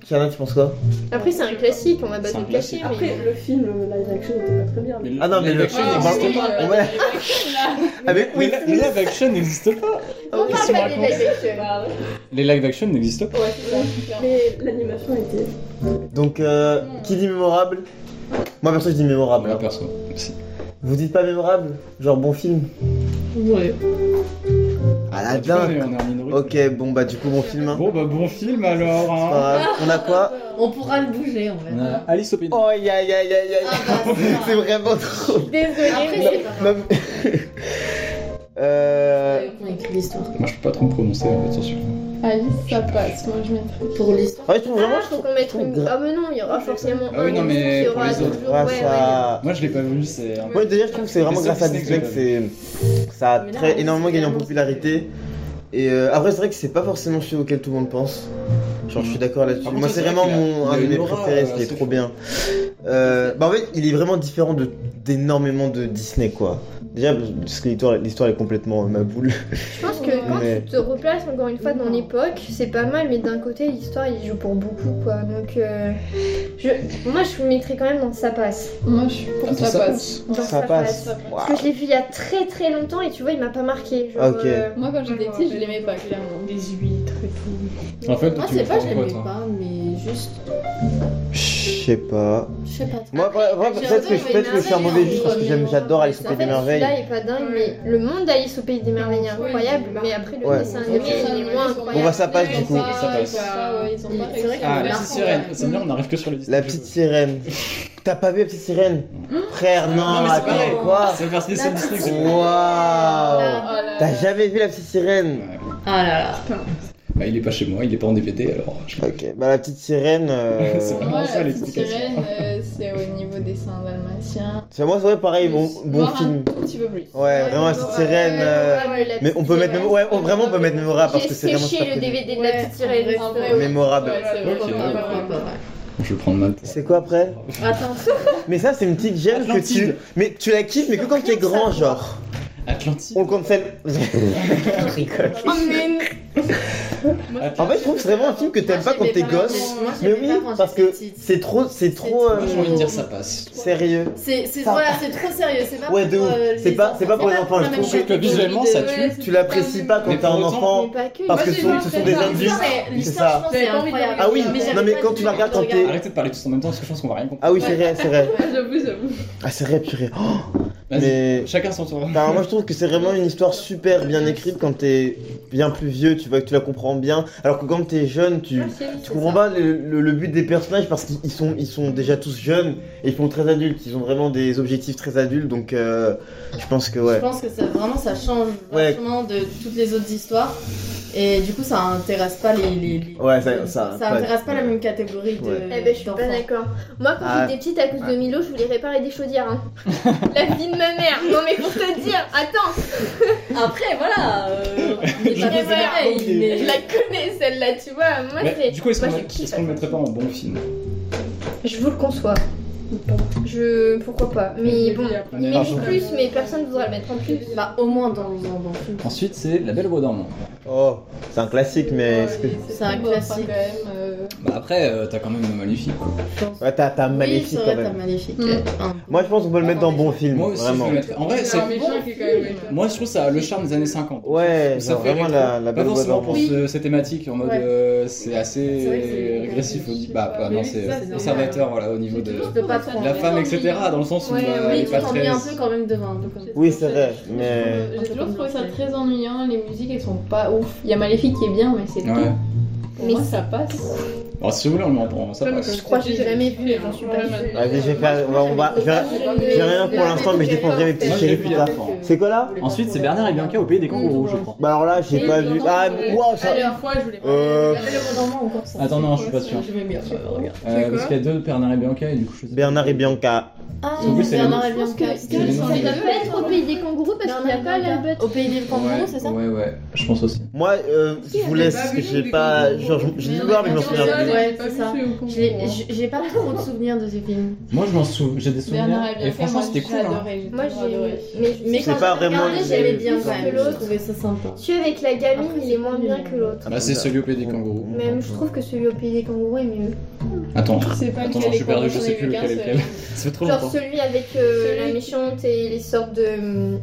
A: Shana, tu penses quoi
C: après c'est un classique, on va pas
B: C'est
C: se
B: un
C: le cacher. mais-
F: Après, le film euh, live action était pas très bien. mais-
A: Ah non, mais
B: live
A: le-
B: action
A: Ah,
B: n'existe
A: oui.
B: pas.
A: Ouais. Ah mais
B: Mais
A: oui Ah,
B: la- mais live action n'existe pas.
C: On
B: Qu'est-ce
C: parle
B: qu'on
C: pas des
B: raconte
C: live action.
B: Les live action n'existent pas.
D: Ouais, c'est ça.
F: Mais l'animation était.
A: Donc, euh, qui dit mémorable Moi, perso, je dis mémorable.
B: Moi,
A: hein.
B: perso.
A: Vous dites pas mémorable Genre bon film
E: Ouais.
C: Ah,
A: Aladdin
B: On est en minorité.
A: Ok, bon, bah, du coup, bon film. hein.
B: Bon, bah, bon film alors.
A: C'est pas
B: hein.
A: grave. On a quoi
E: On pourra le bouger en
B: On
E: fait.
B: a Alice au Pays des
A: Oh, aïe aïe aïe aïe aïe
E: Ah bah,
A: C'est vraiment trop.
E: Après, c'est pas grave.
A: Non, mais- euh...
E: qu'on écrit l'histoire.
B: Moi, je peux pas trop me prononcer en fait sur celui-là.
D: Alice, ça passe, moi je mettrais.
E: Pour l'histoire.
A: Ouais, je trouve vraiment.
C: Ah, faut qu'on mette
A: trouve
C: une.
A: gra-
C: Ah, mais non, il y aura forcément
B: Ah oui,
C: un
B: non,
C: des
B: mais
C: films qui
B: pour
C: aura
B: les autres,
C: toujours-
A: Grâce
C: ouais, ouais.
A: à.
B: Moi, je l'ai pas vu, c'est. un peu-
A: Moi, d'ailleurs, je trouve que c'est vraiment
B: Mais
A: grâce
B: ça,
A: à Disney
B: Disney,
A: que c'est. Ça a
E: Mais là,
A: très
E: on
A: énormément
E: sait
A: gagné en
E: vraiment,
A: popularité. Et euh, après, c'est vrai que c'est pas forcément celui auquel tout le monde pense. Genre, je suis d'accord là-dessus.
B: Par
A: Moi,
B: contre,
A: c'est
B: c'est
A: vraiment
B: vrai qu'il a-
A: mon,
B: il a
A: un de
B: une
A: mes
B: aura,
A: préférés,
B: euh,
A: ce qui est
B: assez
A: trop bien. Euh, bah, en fait, il est vraiment différent de d'énormément de Disney, quoi. Déjà, parce que l'histoire l'histoire est complètement euh, ma boule.
C: Je pense que quand
A: Mais-
C: tu te replaces encore une fois dans l'époque, c'est pas mal, mais d'un côté, l'histoire il joue pour beaucoup quoi. Donc, euh, je- moi je vous mettrais quand même dans Ça passe.
D: Moi je suis pour
B: Attends,
D: ça,
B: ça
D: passe.
C: Dans
A: Ah, Ça passe.
C: Parce que je l'ai vu il y a très très longtemps et tu vois, il m'a pas marqué. Genre,
A: Ok.
C: euh,
D: Moi quand j'étais petite, je l'aimais pas clairement.
F: Des huîtres et tout.
B: En fait,
E: Moi,
B: tu
E: Ah, c'est
B: me
E: pas,
B: fais
E: je
B: un pote,
E: l'aimais
B: hein.
E: pas, mais
C: est juste.
A: Je sais pas.
E: Je sais pas.
A: Moi,
C: Après,
A: après,
C: j'ai
A: peut-être que,
C: adoré
A: je- peut-être que je suis un
C: Merveille,
A: mauvais juge parce que
C: mais
A: j'aime- j'adore Alice au
C: En
A: Pays
C: fait,
A: des Merveilles.
C: celui-là est pas dingue, mais le monde d'Alice au Pays des Merveilles est incroyable, mais après le
A: Ouais.
C: dessin animé il est moins
A: Bon, bah,
C: incroyable.
A: ça passe du coup.
B: ça passe.
D: Ils ont pas
C: C'est vrai
D: réussi.
C: que-
B: Ah,
D: Ah,
B: la
D: là.
B: petite sirène. Ça me dit, on n'arrive que sur les
A: La petite sirène. T'as pas vu la petite sirène Frère, non,
B: Non, mais c'est pareil.
A: attends, quoi
B: C'est parce que c'est Disney que c'est-
A: Waouh
D: là
A: T'as
D: là.
A: jamais vu la petite sirène
E: Ah là là.
B: Bah, il est pas chez moi, il est pas en DVD alors. je-
A: Ok, bah la petite sirène. euh,
B: C'est vrai.
D: Moi,
B: Comment ça,
D: la
B: les
D: petite
B: explications
D: sirène, euh, c'est au niveau des saints dalmatiens.
A: C'est moi, c'est vrai, pareil, bon,
D: Plus,
A: bon
D: voire
A: film.
D: Un tout petit peu plus.
A: Ouais, vraiment, la petite sirène. euh, Mais on peut mettre. Mémo- Ouais, on- vraiment, on peut mettre Mémora parce
C: J'ai
A: que c'est vraiment
C: séché
A: super
C: le
A: connu.
C: DVD de la petite sirène.
D: En vrai, ouais.
A: Mémorable.
D: Ouais, c'est
B: Ok.
D: vraiment
E: Pas
D: pas
E: vrai,
D: mal.
E: pas vrai.
B: Je vais prendre ma.
A: C'est quoi après
E: Attends,
A: Mais ça, c'est une petite gemme que tu.
B: Atlantide.
A: Mais tu la kiffes, mais que quand t'es grand, genre.
B: Atlantique.
A: On le cancel. Je rigole. En fait, je trouve que c'est vraiment un film que t'aimes pas quand t'es gosse.
E: Moi,
A: Mais
E: j'aimais
A: oui,
E: pas quand
A: parce que
E: j'étais petite.
A: c'est trop. C'est trop.
E: trop
A: euh,
B: Moi, j'ai envie de dire ça passe.
A: Sérieux.
E: C'est c'est-
A: Ça-
E: voilà, c'est trop sérieux, c'est pas
A: Ouais, de
E: pour,
A: ouf.
E: euh,
A: C'est
E: les
A: pas- c'est pas pour les enfants, je
E: la
A: trouve.
E: même
B: que visuellement,
E: catégorie
B: ça
E: de-
B: tue.
A: Tu l'apprécies pas quand
B: Mais
A: t'es un
B: pour autant-
A: enfant.
C: Pas que.
A: Parce
D: Moi,
A: que
D: j'ai
A: ce sont,
D: pas
A: ce
D: fait
A: sont des
D: ça.
A: indices.
E: Non, mais
A: ça.
E: L'histoire, je pense, c'est
D: J'avais pas envie de
E: incroyable.
D: regarder.
A: Ah oui,
E: Mais j'avais
A: non, mais
E: pas
A: quand
E: du
A: tu
E: tout
A: la
E: envie
A: regardes
E: de
A: quand t'es-
E: regarder.
B: Arrêtez de parler tous en même temps parce que je pense qu'on va rien comprendre.
A: Ah oui, c'est vrai, c'est vrai.
D: J'avoue, j'avoue.
A: Ah, c'est vrai, purée. Oh,
B: Vas-y,
A: mais-
B: chacun son tour.
A: Enfin, Bah, moi, je trouve que c'est vraiment une histoire super bien écrite quand t'es bien plus vieux, tu vois que tu la comprends bien. Alors que quand t'es jeune, tu,
E: Ah,
A: tu comprends pas le, le- le but des personnages parce qu'ils ils sont, ils sont déjà tous jeunes et ils sont très adultes. Ils ont vraiment des objectifs très adultes, donc euh, je pense que
E: Je
A: ouais.
E: pense que ça, vraiment ça change
A: Ouais.
E: vachement de toutes les autres histoires. Et du coup, ça intéresse pas les. les, les-
A: Ouais, ça- ça-
E: intéresse
A: ouais.
E: pas la même catégorie de.
A: Ouais.
C: Eh ben, je suis pas
E: d'enfants.
C: d'accord. Moi, quand
A: Ah.
C: j'étais petite, à cause de Milo, je voulais réparer des chaudières. hein. La vie de ma mère. Non, mais pour te dire, attends,
E: Après, voilà. euh, on est
B: Je
E: pas
C: me
E: tous pareils,
B: fais
E: mais-
C: je la connais celle-là, tu vois. Moi, c'est.
B: Mais du coup, est-ce qu'on
C: moi,
B: est
C: je kiffe,
B: qu'on le mettrait pas en bon film
C: Je vous le conçois. Je. Pourquoi pas Mais bon.
B: On est
C: Il
B: largement-
C: mérite plus, mais personne ne voudra le mettre en plus.
E: Bah, au moins dans les dans le film.
B: Ensuite, c'est La Belle au bois dormant.
A: Oh, c'est un classique, mais. est-ce que-
E: C'est un classique.
B: Bah après, euh, t'as quand même le Maléfique. quoi.
A: Ouais, t'as t'as
E: Oui,
A: magnifique
E: c'est
A: quand
E: vrai, t'as
A: même.
E: maléfique.
D: Mm.
E: Hein.
A: Moi, je pense qu'on peut le mettre dans bon film,
B: Moi aussi,
A: vraiment.
B: je le mettrais. En vrai,
D: C'est
B: c'est.
D: un méchant qui est quand même.
B: Moi, je trouve ça a le charme des années 50.
A: Ouais,
B: Ça
A: genre
B: fait
A: vraiment
B: rétro.
A: la, la
B: Pas
A: belle voix
B: forcément pour
A: dormante.
B: ce- ces thématiques en mode
E: Ouais.
B: euh, c'est assez
E: C'est vrai que c'est-
B: régressif au
D: je sais
B: bah,
D: pas,
B: pas,
D: mais
B: non
D: oui,
B: c'est
D: ça, c'est
B: conservateur voilà au niveau de
E: Je peux pas trop.
B: la
E: en-
B: femme etc dans le sens où
C: Ouais,
B: euh,
C: ouais,
B: elle est
E: Oui, tu
B: pas
E: t'ennuies
B: très
E: un peu quand même devant. un peu comme ça.
A: Oui, c'est vrai, mais.
D: J'ai toujours trouvé ça très ennuyant, les musiques elles sont pas ouf. Il y a Maléfique qui est bien, mais c'est
B: ouais
D: tout. Pour
C: Mais
D: moi ça passe.
B: Alors, si vous voulez on en prend ça passe.
C: Je crois que j'ai jamais vu les gens super
A: Vas-y, je vais faire. on va- on va- je vais- J'ai rien pour l'instant, mais je défendrai mes petites
B: Moi,
A: séries
B: j'ai
A: plus
B: vu
A: tard.
B: Lapin.
A: C'est quoi là
B: ensuite c'est Bernard et Bianca au pays des kangourous je crois
A: Bah alors là, j'ai pas vu. Ah, wow, ça.
D: dernière fois je voulais pas.
A: Euh,
B: attends non je suis pas sûr
E: Je vais bien. regarde.
B: Euh, parce qu'il y a deux Bernard et Bianca et du coup je sais pas.
A: Bernard et Bianca.
E: Ah,
B: Son but, c'est
E: Bernard
B: les-
E: et
C: Je pense que
E: Bianca.
C: ça
B: les noms.
C: ne doit pas être au pays des kangourous parce qu'il n'y a pas l'Albert.
E: Au pays des kangourous,
B: ouais,
E: c'est ça
B: ouais ouais je pense aussi
A: Moi, euh, je vous laisse parce que j'ai pas. Genre, je- je l'ai voir, mais je m'en souviens
B: Bah,
A: plus.
E: Ouais, c'est ça. Je l'ai- j- J'ai pas trop de souvenirs de ces films.
B: moi je m'en souviens j'ai des souvenirs
D: Bernard et
B: et
D: Bianca,
B: franchement
D: moi
B: c'était cool
D: j'ai
B: hein.
D: adoré.
C: Moi,
D: toujours adoré.
C: j'ai. Mais
E: Mais
A: C'est
E: quand
A: pas
E: j'ai
A: vraiment
E: regardé,
A: les-
E: j'aimais bien
A: les-
E: quand même.
C: les-
E: Je trouvais ça sympa.
C: Celui avec la gamine, il est moins bien que l'autre.
B: bah c'est
A: Ah,
B: celui au pays des kangourous
C: Même je trouve que celui au pays des kangourous est mieux.
B: attends
D: C'est pas
B: attends je suis perdu je sais plus lequel est lequel ça fait trop
C: Genre
B: longtemps
C: celui avec euh,
D: Celui
C: la
D: qui-
C: méchante et les sortes de. euh,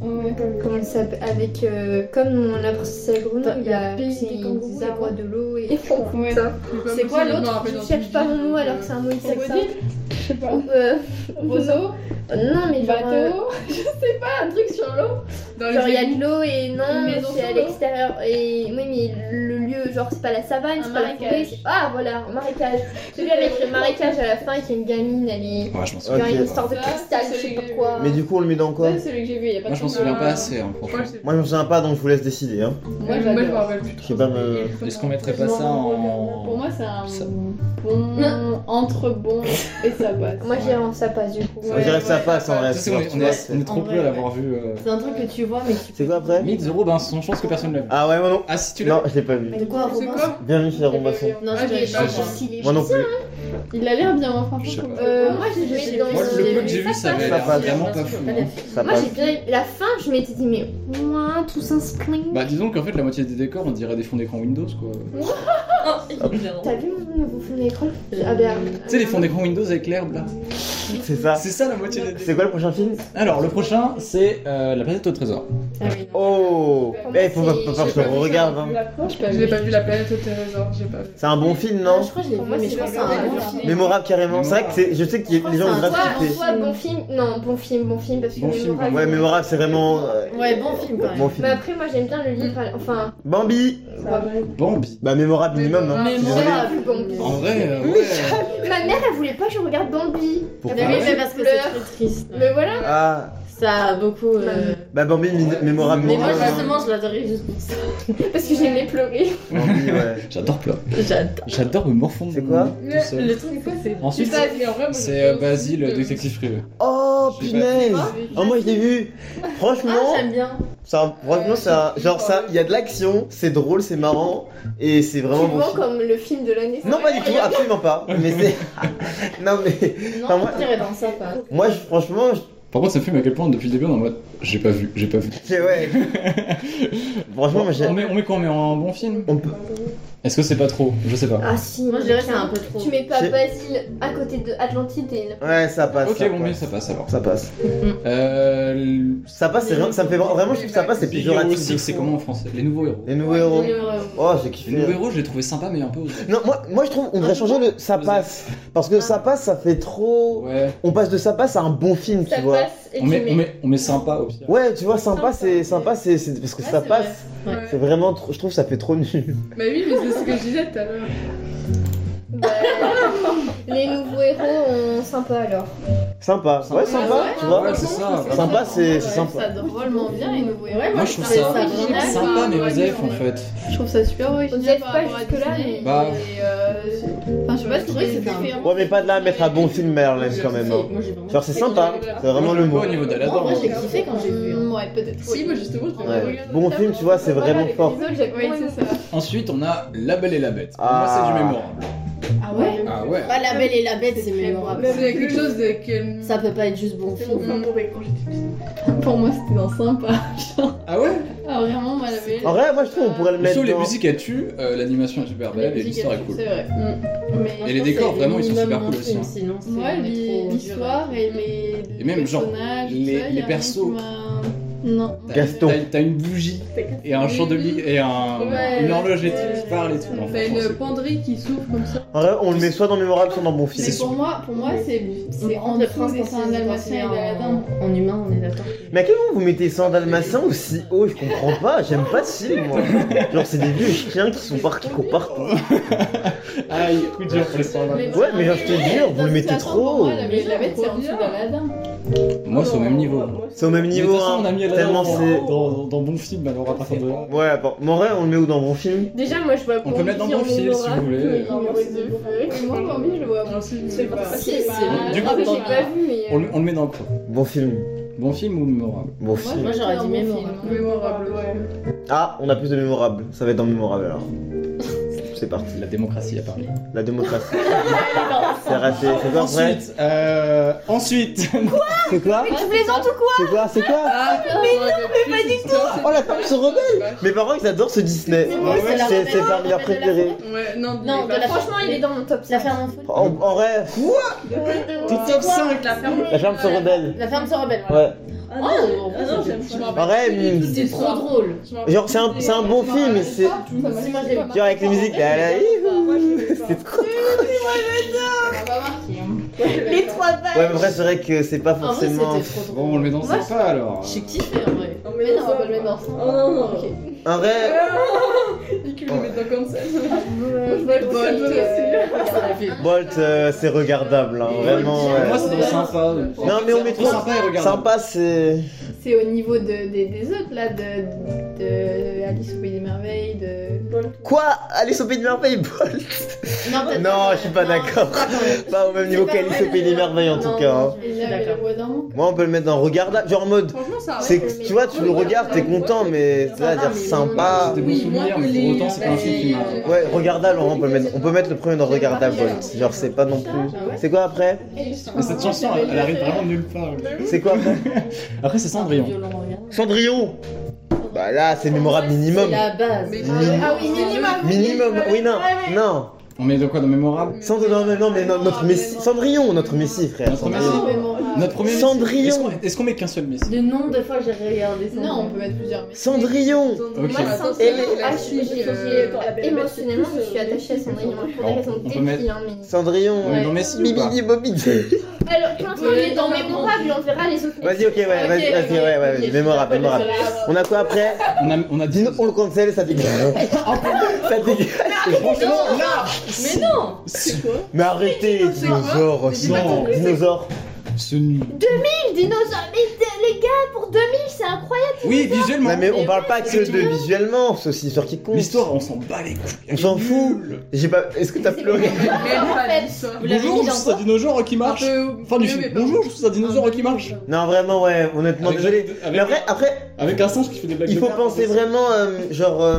C: Comment ça s'appelle Avec. euh, comme on l'a princesse à
E: Bah,
C: Grenoble, il y a
D: Le pays des kangourous,
C: des arbres
D: ouais.
C: de l'eau et.
D: Ouais.
C: Putain.
D: C'est quoi l'autre
C: Je cherche pas mon mot alors que c'est un mot
D: euh, Crocodile
C: exact.
D: Je sais pas.
C: Euh,
D: Roseau
C: non mais genre, euh,
D: Bateau Je sais pas, un truc sur l'eau Dans
C: Genre il y a de l'eau et
D: Euh, Une
C: non,
D: maison
C: c'est
D: sur
C: à
D: l'eau.
C: l'extérieur. Et oui, mais le lieu, genre c'est pas la savane,
D: Un
C: c'est pas la
D: marécage.
C: forêt, c'est- Ah voilà, un marécage. Celui avec le marécage à la fin et qui est une gamine, elle est.
B: ouais je m'en
C: Genre
B: souviens
A: Ok.
C: une sorte de
D: Ça,
C: cristal, je
D: Ah, c'est
C: sais pas
D: celui-
C: quoi.
A: Mais du coup, on le met dans quoi
D: C'est celui que j'ai vu, il y a pas
B: moi je m'en
D: de-
B: souviens pas assez hein, franchement
A: Moi, je me souviens pas, donc je vous laisse décider. Hein.
D: Moi j'adore.
A: Je sais pas me.
B: Est-ce qu'on mettrait pas ça en.
D: Pour moi, c'est un
B: Ça-
D: bon entre bon et ça passe.
C: Moi j'ai vraiment ça passe du coup.
A: On dirait que ça passe en vrai.
B: Tu sais, on, est, on, est, on est trop
E: En
B: peu
E: vrai,
B: à l'avoir vu. Euh...
E: C'est un truc que tu vois, mais que tu.
A: C'est quoi après
B: Mythes de Robinson, je pense que personne ne l'a vu.
A: Ah ouais, moi non.
B: Ah, si tu l'as
A: Non, je l'ai pas vu.
E: De quoi, Robin
A: Bienvenue chez Robinson.
E: Non, je
D: Ah,
E: l'ai
D: j'ai
E: pas.
D: pas.
A: Moi non plus.
D: Il a l'air bien, hein,
B: Je sais
D: franchement.
B: pas.
C: Euh,
D: Euh,
C: moi je mets
E: J'ai-
C: dans
B: Moi, le peu que j'ai vu, ça avait
A: Ça
B: l'air
A: passe.
B: vraiment pas fou. hein.
A: Ça
C: Moi
A: passe.
C: j'ai bien la fin, je m'étais dit mais ouah, tout s'inscrit.
B: Bah, disons qu'en fait, la moitié des décors, on dirait des fonds d'écran Windows quoi.
C: T'as vu mon nouveau fond d'écran Ah, euh, ben,
B: Tu sais, les fonds d'écran Windows avec l'herbe là.
A: C'est ça.
B: C'est ça la moitié des
A: Ah. C'est quoi le prochain film
B: Alors, le prochain, c'est euh, La planète au trésor.
E: Ah oui, non.
A: Oh
C: Pour moi,
A: Eh, faut pas faut pas que je
F: J'ai pas vu,
A: regarde.
F: j'ai
A: hein.
F: vu la poche.
E: J'ai pas
F: Je
E: vu.
F: l'ai pas vu, la planète au trésor, j'ai pas vu.
A: C'est un bon film,
E: Ah,
A: non
E: Je crois que je l'ai
C: Pour
E: vu,
C: moi,
E: mais
C: c'est
E: je
C: hein.
E: crois que c'est
C: vraiment
E: un bon
C: un
E: film.
A: Mémorable carrément. C'est vrai que c'est- je sais que y- les gens ont
E: Je crois
A: grave
E: que
C: Soit,
E: c'est
A: kiffé.
E: un
C: soit bon film, non, bon film, bon film, parce que
B: Bon
C: le
B: film,
C: moral-
A: Ouais, mémorable, c'est vraiment. euh,
E: Ouais, bon film quand
A: Bon
E: même.
C: Mais
A: film.
C: après, moi j'aime bien le livre, enfin,
A: Bambi
F: Ça va.
B: Bambi.
A: Bah, mémorable minimum, hein.
E: Mais
A: Je suis
E: bon,
A: désolé.
E: ah,
C: plus bon.
E: mais-
B: En vrai, euh, ouais.
C: ma mère elle voulait pas que je regarde Bambi.
A: Pourquoi
E: Mais Ah oui, mais parce que c'est
C: Pleure.
E: très triste. ouais.
C: Mais voilà,
A: Ah,
E: Ça a beaucoup. euh,
A: bah, Bambi mi- mémorable
E: Mais moi,
A: minimum. hein.
E: justement, je l'adorais juste pour ça.
C: parce que j'aimais pleurer.
A: Bambi, ouais.
B: J'adore pleurer.
E: J'adore.
B: J'adore me morfondre.
A: C'est quoi
B: tout seul.
E: Le truc, c'est.
F: J'ai
B: Ensuite,
F: pas vu, en vrai, moi, j'ai
B: c'est
F: pas
B: euh,
F: vu
B: Basile,
F: de-
B: détective privé.
A: Oh,
B: Je sais pas.
A: punaise Oh, moi, je l'ai vu
E: Ah,
A: Franchement,
E: j'aime bien.
A: ça, franchement, ça. Genre, ça, il y a de l'action, c'est drôle, c'est marrant, et c'est
C: Tu
A: vraiment
C: le
A: bon
C: vois
A: film.
C: comme le film de l'année.
A: Non, pas du tout, absolument pas. Mais c'est. non, mais.
E: Non,
A: Enfin, moi-
E: je dirais dans ça, pas.
A: Moi, je- franchement, je-
B: Par contre, ça fume à quel point depuis le début on est en mode j'ai pas vu, j'ai pas vu.
A: c'est ouais. franchement, moi, j'ai.
B: on, met, on met quoi On met un bon film
A: On peut...
B: Est-ce que c'est pas trop Je sais pas.
C: Ah si,
E: Moi, je dirais que c'est un peu trop.
C: Tu mets pas
A: J'ai-
C: Basile à côté de Atlantide et
A: Ouais, ça passe.
B: ok,
A: ça
B: bon,
A: passe.
B: mais ça passe alors.
A: Ça passe.
B: Euh,
A: Ça passe, c'est vraiment- ça me fait vraiment, je trouve que ça passe, c'est
B: les héros
A: péjoratif.
B: aussi, c'est comment en français Les nouveaux héros.
A: Les nouveaux héros.
E: J'aimerais-
A: Oh, j'ai
B: Les nouveaux
A: kiffé.
B: héros, Ah, je les trouvais sympas, mais un peu aussi.
A: Non, moi, moi je trouve, on devrait changer le ça passe. Parce que ça passe, ça fait trop.
B: Ouais,
A: On passe de ça passe à un bon film, tu
C: ça
A: vois.
C: passe et
B: on
C: tu
B: met, on
C: mets.
B: met, on met sympa au pire.
A: Ouais, tu vois, sympa, c'est sympa, c'est c'est- parce que
E: Ouais,
A: ça
E: c'est
A: passe.
E: vrai. Ouais.
A: C'est vraiment, trop- je trouve, ça fait trop nul.
F: Bah oui, mais c'est ce que je disais tout à l'heure.
C: Bah, les nouveaux héros ont sympa alors.
A: Sympa, ouais, sympa,
E: Ouais,
A: tu vois.
B: Ouais, c'est ça.
E: c'est
A: Sympa, c'est c'est
E: Ouais,
A: sympa.
E: Ça drôlement bien, les nouveaux héros.
B: Moi, je trouve
E: C'est
B: ça
E: original.
B: sympa, mais
F: Ouais,
B: Osef en
F: ouais.
B: fait.
D: Je trouve ça super
C: On
D: original.
C: dirait
D: par
C: pas
D: rapport à
C: jusque-là,
D: Disney,
C: mais-
B: Bah.
D: et, euh, Enfin, je sais pas, je trouvais que c'était
E: Ouais,
A: Ouais, mais pas de là à mettre un bon film Merlin quand même. hein.
E: Moi, j'ai vraiment.
A: Genre, c'est sympa, c'est vraiment
B: Moi, je
A: le
B: vois
A: mot.
B: Au niveau
E: Moi,
B: d'Alador.
E: moi, j'ai
B: hein.
E: kiffé quand j'ai vu. hein.
D: Ouais, peut-être.
F: Si, moi justement, je l'ai
A: Ouais.
F: pas regardé.
A: Bon film, tu vois, c'est vraiment
C: Voilà,
A: fort.
C: avec les autres, j'ai
D: Oui,
C: vraiment
D: c'est ça.
B: Ensuite, on a La Belle et la Bête. Pour
A: Ah.
B: Moi, c'est du mémorable.
E: Ah ouais
B: Ah ouais.
E: Pas la belle et la bête, c'est mémorable.
F: C'est quelque chose de qu'elle.
E: Ça peut pas être juste bon
F: C'était mon
E: film.
F: film mauvais quand j'étais petite.
D: Pour moi, c'était dans sympa.
B: Ah ouais
D: Ah, vraiment, moi, la belle.
A: En vrai, moi, je trouve, on pourrait le
B: Le
A: mettre
B: show, les
A: dans.
B: musiques, elles tuent, euh, l'animation est super belle et l'histoire est cool.
D: C'est vrai.
E: Mais
B: Et les
E: je pense que
B: décors,
E: c'est
B: vraiment, ils sont
E: minimum
B: super
E: un
B: cool
E: film,
B: aussi, hein.
E: Sinon, c'est
D: Mm. Moi,
E: trop
D: l'hi-
E: dur.
D: l'histoire et les.
B: Et même, genre,
D: personnages, tout
B: les-
D: ça,
B: les
D: y a rien
B: persos.
D: qui m'a- Non.
B: T'as-
A: Gaston.
B: T'as t'as une bougie et un chandelier et un,
F: Ouais,
B: une horloge
D: ouais,
B: électrique qui parle et tout. Non,
F: T'as
B: franchement, c'est
F: une
B: cool.
F: penderie qui s'ouvre comme ça.
A: En vrai, on le met soit dans mémorable, soit dans bon film.
D: Mais
B: C'est
D: pour
B: super.
D: moi, pour moi, c'est c'est en
E: le
D: dessous des un dalmatien et d'Aladin.
E: En humain, on est d'accord.
A: Mais à quel moment vous mettez 100 dalmatins aussi haut Je comprends pas, j'aime pas ce film moi. Genre c'est des vieux chiens qui sont par qui courent partout.
B: Aïe, coup dur pour les standards.
A: Ouais, mais genre je te jure, vous le mettez trop haut.
D: La Belle et la Bête, c'est en dessous d'Aladin.
B: Moi, c'est au même niveau.
A: C'est au même
B: Mais
A: niveau,
B: de toute façon, on a
A: hein.
B: mis Aladdin
A: tellement
B: dans,
A: c'est.
B: dans, dans, dans bon film, alors à partir de là.
A: Ouais, bon, mais en vrai, on le met où dans bon film
C: Déjà, moi je vois
B: On peut mettre dans bon film si vous voulez.
D: Et moi, Bambi, je le vois.
F: C'est pas.
D: Si, c'est
B: Du
C: Du coup, j'ai
B: coup,
C: pas vu, mais.
B: On, le- on le met dans quoi
A: Bon film,
B: Bon film ou mémorable
A: bon
E: Moi,
A: film.
E: moi, j'aurais dit mémorable.
F: Mémorable, ouais.
A: Ah, on a plus de mémorable, ça va être dans mémorable alors. C'est parti,
B: La démocratie à Paris.
A: la démocratie. C'est raté, c'est quoi après
B: Ah, Ensuite, euh, ensuite.
A: C'est quoi
C: Tu plaisantes ou quoi
A: C'est quoi C'est quoi
F: mais non, mais pas du tout
A: Oh la femme se rebelle
F: vache.
A: Mes parents ils adorent ce Disney.
E: Ah, Mais moi, c'est la
A: C'est
E: rebelle.
A: c'est parmi leurs préférés.
F: Ouais, non,
E: Non,
F: mais
E: de la-
C: Franchement, il est dans mon top
E: La
C: 5.
E: ferme en folie.
A: En, en vrai,
B: Ton
F: pas-
B: top 5
F: La ferme.
A: la femme se rebelle.
E: La ferme se rebelle.
A: Ouais.
F: Ah
E: Oh,
F: ah non, j'aime pas.
A: En vrai, mais-
E: C'est
G: Ah
E: trop drôle.
F: Je m'en
A: Genre, c'est un, c'est un bon film, mais c'est.
E: Si moi, j'ai
A: Genre, avec les musiques. là, là, ihou, C'est trop.
C: Les trois balles.
A: Ouais, mais vrai, c'est vrai que c'est pas
E: En vrai, c'était
A: forcément.
E: trop drôle.
B: Bon, on le met dans
E: Moi,
B: sympa alors. euh.
E: J'ai kiffé en vrai.
F: Non,
E: Mais non, on va pas le mettre dans
F: Oh non, non,
E: Ok.
A: En vrai,
F: Et que je le mette dans comme ça.
C: Je vois le
F: Bon,
C: film, euh,
A: Bolt, euh, c'est regardable, hein, vraiment.
B: Pour moi,
A: ouais.
B: c'est dans sympa.
A: Non, mais on met
B: Entre
A: trop.
B: sympa et regardable.
A: Sympa, c'est.
D: C'est au niveau de, des- des autres, là, de, de Alice au Pays des Merveilles, de...
A: Quoi Alice au Pays des Merveilles, Bolt
E: Non, peut-être
A: Non, je suis pas
E: Non,
A: d'accord.
E: c'est pas quand même.
A: Pas au même niveau qu'Alice au Pays des Merveilles, en tout
E: Non,
A: cas.
E: non,
A: hein.
E: je-
D: Et
E: je suis
D: la
E: d'accord.
D: Belle Dormant.
A: Moi, on peut le mettre dans regardable. Genre en mode.
F: Franchement, ça
A: c'est que- Tu vois, tu le regardes, t'es content, mais. Tu vois, dire sympa.
B: C'était bon
F: Oui, moi,
B: souvenir, mais
F: les-
B: pour autant, c'est pas un film hein. qui m'a.
A: Ouais, regardable, on peut le mettre, on peut mettre le premier dans regardable, Bolt. Genre, c'est pas non plus. C'est quoi après
E: euh,
B: Mais cette chanson, elle, elle arrive vraiment nulle part.
A: C'est quoi après
B: Après, c'est Cendrillon.
E: Violent, regarde.
A: Cendrillon Bah là, c'est mémorable
E: C'est
A: minimum.
E: la base.
F: Mais-
E: Ah ouais.
C: Ah oui, minimum.
A: Minimum, oui, non, non.
B: On met de quoi dans mémorable
A: Ah, Sans non, mais non, mais non, notre Messie. Cendrillon, notre Messie, frère.
B: Notre
A: Cendrillon.
B: Messie. Notre premier Messi.
A: Cendrillon.
B: Est-ce qu'on- Est-ce qu'on met qu'un seul Messi
E: Le nombre de fois j'ai regardé ça.
D: Non, on peut mettre plusieurs. mais-
A: Cendrillon
B: Ok.
C: Moi,
F: Elle est-
C: sincèrement,
F: ah,
C: ah,
F: je
C: je
F: suis-
C: suis-
F: euh, quand la belle et la bête,
C: émotionnellement,
F: c'est
C: je suis
F: tous, euh,
C: attachée à Cendrillon pour des
B: Bon,
C: raisons
B: on peut mettre-
C: débiles. hein, mais-
A: Cendrillon
B: On met
A: ouais.
B: dans Messi ou pas
A: Bibidi Bobidi
C: Alors, pour l'instant,
D: Oui,
C: on est dans
D: dans
C: Mémorable, on verra les autres.
A: Vas-y, ok, ouais,
D: Ok,
A: vas-y, vas-y,
D: ok,
A: ouais, ouais,
D: ok,
A: vas-y, mémorable,
D: je
C: Ah,
D: suis
A: mémorable.
D: d'accord.
C: bah,
A: On a quoi après
B: On a, on a dit.
A: Dis-nous, on le cancel, ça dégueule. ça dégueule.
B: Franchement, là
E: Mais non
B: C'est
A: Mais arrêtez, les dinosaures,
B: c'est pas
A: non,
B: vrai.
A: dinosaures.
B: c'est nul.
C: Dinosaures, mais d- les gars, pour 2000, c'est incroyable.
B: Oui, visuellement
A: Non, mais on
D: Mais
A: parle pas que
B: c'est
A: de
B: tout.
A: visuellement, c'est aussi l'histoire qui compte.
B: L'histoire, on s'en bat les couilles.
A: On s'en fout. J'ai pas. Est-ce que t'as pleuré
C: En fait,
E: Vous l'avez
B: Bonjour,
E: mis
B: je
E: dans
B: suis un
E: quoi
B: dinosaure qui marche. Fin du film. Bonjour, je suis un dinosaure
D: Ah,
B: qui marche.
A: Non, vraiment, ouais, honnêtement,
B: Avec-
A: désolé. Mais
B: Avec,
A: après, après,
B: avec un singe qui fait des blagues
A: il
B: de
A: faut
B: merde.
A: penser vraiment, euh, genre, euh,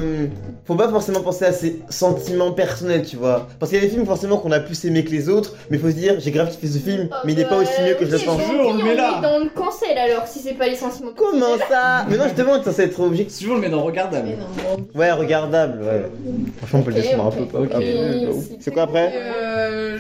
A: faut pas forcément penser à ses sentiments personnels, tu vois. Parce qu'il y a des films forcément qu'on a plus aimé que les autres, mais faut se dire, j'ai grave kiffé ce film, mais il est pas aussi mieux que je le
C: ok,
A: pense.
C: donc,
B: Je le
C: oui,
B: mets
C: Euh, on
B: là.
C: est dans le cancel alors, si c'est pas les sentiments.
A: Comment ça Mais non, justement, t'es censé être objectif.
B: Souvent, je mets dans
D: Mais
B: Regardable.
D: non, bon.
A: Ouais, regardable, ouais. Franchement, on peut le descendre un peu, pas.
B: ok.
A: un peu, pas ouf. C'est quoi après
F: Euh,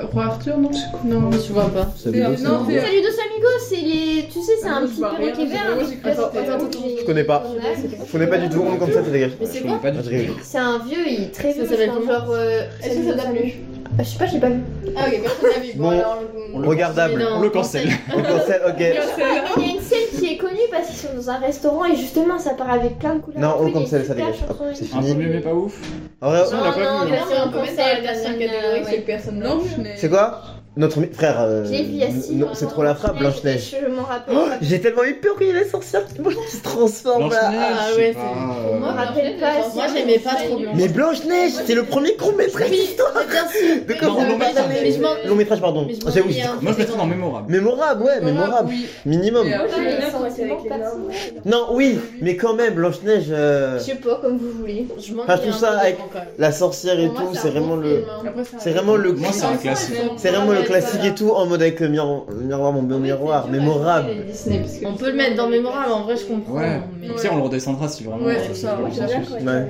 F: le roi Arthur, non Non.
E: Je vois pas.
A: C'est
F: Non,
A: dégueu, ça.
F: c'est-
C: Salut Dos Amigos, c'est les. Tu sais, c'est
F: Ah,
C: un
F: moi,
C: petit
F: je vois rien,
C: perroquet
F: j'ai
C: vert. hein.
F: vraiment, j'ai cru que
C: Attends,
F: c'était-
C: attends, attends,
A: Je connais pas.
C: j'ai-
A: Je connais pas du tout, on comme ça, ça dégage.
E: Mais c'est
B: Je
E: quoi
B: connais pas du
A: Ah, je rigole.
B: tout.
C: C'est un vieux, il est très
E: Ça
C: vieux.
E: s'appelle
C: je pense,
E: comment
C: genre. euh,
D: Est-ce que ça t'a plu
C: Je sais pas, j'ai pas vu.
D: Ah, ok, personne n'a vu.
A: Bon,
D: Bon, alors.
B: on
A: Regardable.
B: On le cancelle.
A: On cancelle, ok.
C: Il y a une scène qui est connue parce qu'ils sont dans un restaurant et justement ça part avec plein de couleurs.
A: Non, on le
C: Il y a une
A: cancelle, ça
C: super
A: dégage. Hop,
C: chanson.
A: C'est
B: Un peu
A: fini.
B: mieux, mais pas ouf.
A: En vrai,
B: on l'a pas
C: non,
B: vu,
C: mais
D: Non,
C: c'est
D: mais
C: un
D: on commence à la
C: cancel,
D: dernière
C: personne,
D: catégorie,
C: euh,
D: c'est
C: ouais.
D: que personne n'a vu.
F: Blanche-Neige.
A: C'est quoi Notre mi- frère. euh,
C: J'ai vu il y a six
A: non,
C: ans,
A: c'est trop la frappe, Blanche-Neige.
C: Je m'en rappelle.
A: Oh, J'ai tellement eu peur qu'il allait sortir tout le monde qui se transforme là.
B: Blanche-Neige,
E: ah
B: je sais
E: ouais,
B: pas, euh,
E: c'est- pour
C: je
E: moi,
C: me
E: Ah,
C: rappelle pas.
E: Moi
C: si-
E: j'aimais pas trop blanc.
A: Mais Blanche-Neige, c'est le premier court métrage
E: Oui,
A: d'histoire.
E: bien sûr.
A: De
E: Mais
A: quoi
E: ça
A: vous
E: veut pas
A: parlez
E: dire- mais je m'en-
A: Long métrage, pardon.
E: Mais je
A: Ah,
E: m'en
A: c'est oui.
E: souviens.
A: c'est-
B: Moi, je mettrais dans Mémorable.
A: Mémorable, ouais, mémorable.
F: Oui.
A: Minimum.
F: Et après,
C: Ah, mais
F: les
C: non,
F: sens,
C: c'est
F: avec les
C: pas
F: normes.
A: Non, oui, mais quand même, Blanche-Neige, euh,
C: Je sais pas, comme vous voulez.
E: Je m'en
A: Enfin, tout
E: souviens
A: ça
E: un peu
A: avec-
E: quand même.
A: la sorcière et
D: Pour moi,
A: tout, c'est
D: un
A: vraiment
D: bon
A: le.
D: film, hein.
F: Après, ça-
A: C'est vraiment le.
B: Moi, c'est un classique.
A: C'est vraiment le
D: Ouais,
A: classique
D: voilà.
A: et tout, en mode avec le miroir, le miroir, mon beau miroir, mémorable.
E: On peut le mettre dans mémorable, en vrai je comprends.
B: Ouais.
E: mais-
B: Tu sais, on le redescendra si vraiment.
F: Ouais,
B: euh,
F: c'est ça,
B: on
F: ouais,
B: s'en
F: j'adore.
B: fout.
A: Ouais.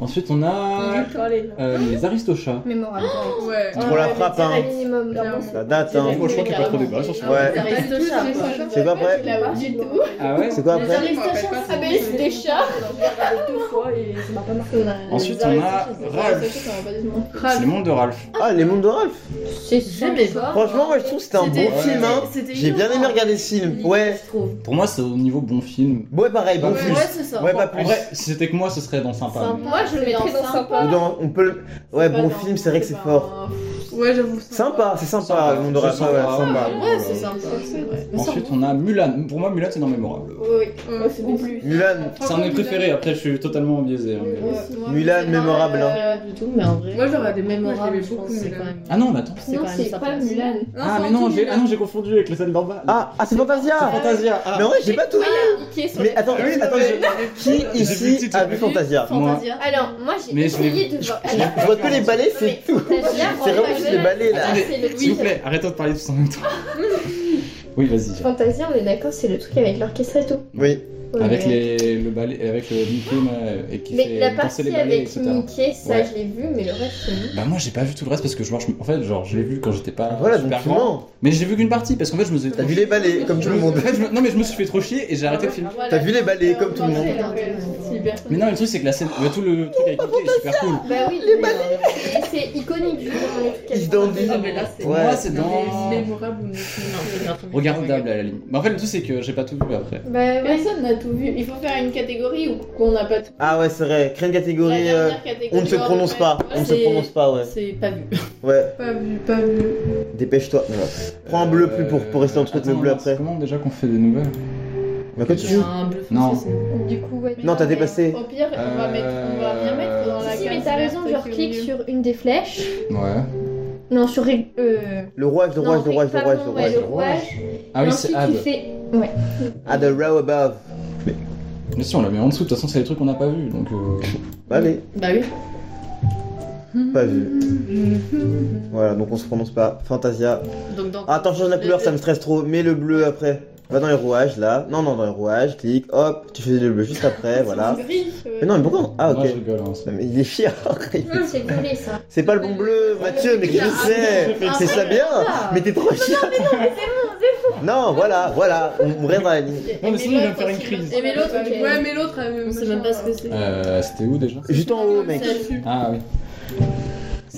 B: Ensuite, on a euh, les Aristochats.
C: Mémorable.
F: Ouais.
A: Trop la frappe, hein.
C: Minimum.
F: Clairement.
A: Ça date, hein.
B: Moi, je crois qu'il n'y a pas trop débat sur ce
A: Ouais.
E: Les Aristochats, quoi.
A: C'est quoi après
D: Du tout.
B: Ah ouais
A: C'est quoi
E: Les
A: après
E: Aristochats,
D: Ah, ben, c'est des chats.
B: Ensuite, on a Ralph. C'est le monde de Ralph.
A: Ah, les mondes de Ralph.
E: J'aimais pas.
A: Franchement, moi je trouve que c'était un
E: C'était-
A: bon film, hein.
E: c'était- c'était
A: J'ai bien aimé
E: innovant.
A: regarder ce film. Ouais,
E: Je trouve.
B: Pour moi, c'est au niveau bon film.
A: ouais, pareil, bon
B: Ouais.
A: film.
E: Ouais, c'est ça.
A: Ouais, pas
B: En
A: plus.
B: vrai, si c'était que moi, ce serait dans Sympa.
E: Sympa.
C: Moi, je le
D: C'est
C: mettrais
D: dans
C: dans
D: sympa.
C: sympa.
A: Ou dans- on peut le- Ouais, bon film, c'est vrai que c'est fort.
F: Ouais, j'avoue. ça.
A: Sympa, c'est sympa, Ah, le monde de Ralph.
B: C'est sympa.
A: ouais, sympa.
E: Ouais, c'est sympa. c'est vrai.
B: Ensuite, on a Mulan. Pour moi, Mulan, c'est dans Mémorable.
D: Oui,
F: Ouais, c'est
D: Ou
F: des-
D: plus.
A: Mulan,
B: C'est un de mes préférés, après, je suis totalement biaisé. hein, mais-
A: Mulan, mémorable, hein.
E: euh, du tout, mais en vrai.
F: Moi, j'aurais des
E: mémorables,
F: mémorables,
E: je pense.
F: je
E: C'est
F: pense,
E: quand même.
B: Ah non, mais attends.
E: c'est quand même
C: c'est pas
E: fantastique.
C: Mulan.
B: Ah,
F: c'est
B: mais
F: un
B: non,
F: tout
B: j'ai
F: nul.
B: ah non, j'ai confondu avec la scène d'en bas.
A: Ah, ah c'est
B: C'est
A: Fantasia
B: Fantasia. Ah.
A: Mais en vrai, j'ai pas tout vu Mais attends,
B: Ah oui, non,
A: attends,
B: mais-
A: je- qui
B: J'ai vu le
A: ici
B: titre,
A: a
B: j'ai
A: vu
B: vu.
A: Fantasia
B: Moi.
E: Fantasia.
C: Alors, moi, j'ai
B: Mais je l'ai-
C: essayé de voir.
A: Je je vois que les balais, c'est tout C'est vraiment juste les balais là
B: Attendez,
C: c'est le
B: S'il vous
C: truc.
B: plaît, arrêtez de parler tous en même temps. Oui, vas-y.
C: Fantasia, on est d'accord, c'est le truc avec l'orchestre et tout.
A: Oui,
C: Ouais.
B: Avec les, le ballet, avec le Mickey euh, et qui
C: Mais
B: fait
C: la
B: danser
C: partie
B: les ballets,
C: avec
B: etc.
C: Mickey, ça
B: Ouais.
C: je l'ai vu, mais le reste c'est nul.
B: Bah moi j'ai pas vu tout le reste parce que je marche. En fait genre je l'ai vu quand j'étais pas
A: Ah, voilà, donc
B: super
A: tu
B: grand.
A: mens
B: Mais j'ai vu qu'une partie parce qu'en fait je me suis.
A: T'as vu les balais, comme tout
B: Je
A: le
B: me- en
A: monde
B: fait, je me- Non mais je me suis fait trop chier et j'ai arrêté le film.
A: T'as vu les balais, comme tout le monde
B: Mais non le truc c'est que la scène, bah, tout le truc avec Mickey est super cool.
C: Bah oui, les mais euh, c'est iconique du coup, on est tout
A: Ils dans des-
E: Ah, mais là, c'est.
B: Pour
A: Ouais.
B: moi c'est dans.
F: Mémorable ou non
B: Regardable à la limite. Mais en fait le truc c'est que j'ai pas tout vu après.
C: Bah ouais.
D: Personne n'a tout vu. Il faut faire une catégorie où qu'on n'a pas tout.
A: Ah ouais, c'est vrai, crée une
D: La
A: catégorie... euh,
D: dernière catégorie,
A: On ne se prononce
D: ouais.
A: pas, on ne se
E: c'est-
A: prononce pas, ouais.
E: C'est pas vu.
A: Ouais,
F: Pas vu, pas vu.
A: dépêche-toi. Non. Prends un bleu plus pour, pour rester dans le truc,
B: attends,
A: le bleu
B: non, c'est
A: après.
B: Comment déjà qu'on fait des nouvelles
A: Mais quand tu
E: C'est
A: joues
E: un bluff.
B: Euh, Non.
C: Du coup, ouais.
A: Non, t'as dépassé.
D: Au pire, on va
B: Euh,
D: mettre, on va rien mettre dans la
C: Si, si,
D: case
C: mais t'as raison,
D: verte
C: genre
D: qui est au
C: clique
D: milieu.
C: sur une des flèches.
B: Ouais.
C: Non, sur. ré- Euh...
A: Le rouage, le
C: non,
A: rouage, le
C: ré-
A: rouage, le
C: pardon,
A: rouage, le
C: ouais,
A: rouage.
C: le
B: le rouage.
C: rouage.
B: Ah
C: Et
B: oui c'est
C: ensuite,
B: Ab.
C: tu fais.
A: Ah, the row above.
B: Mais si on la met en dessous, de toute façon c'est les trucs qu'on n'a pas vu donc. euh,
A: Allez,
E: Bah oui.
A: pas vu. Voilà, donc on se prononce pas. Fantasia.
E: Donc dans.
A: Ah, attends, change la couleur, ça me stresse trop. Mets le bleu après. Va dans les rouages là. Non, non, dans les rouages, clique, hop, tu fais le bleu juste après, voilà.
D: Gris. euh,
A: Mais non, mais pourquoi Ah, ok.
B: Moi, je rigole. hein, c'est-
A: Mais il est fier.
C: Non, c'est volé ça.
A: C'est pas le bon bleu, Mathieu, mais qui le sait C'est ça bien Mais t'es trop chiant Non, voilà, voilà, on reste dans la ligne.
B: Non, mais sinon, il va me faire une crise.
C: Et mais l'autre, ok.
D: Ouais, mais l'autre, elle
E: On sait même pas ce que c'est.
B: Euh, C'était où déjà
A: Juste en haut, mec.
D: c'est.
B: Ah oui.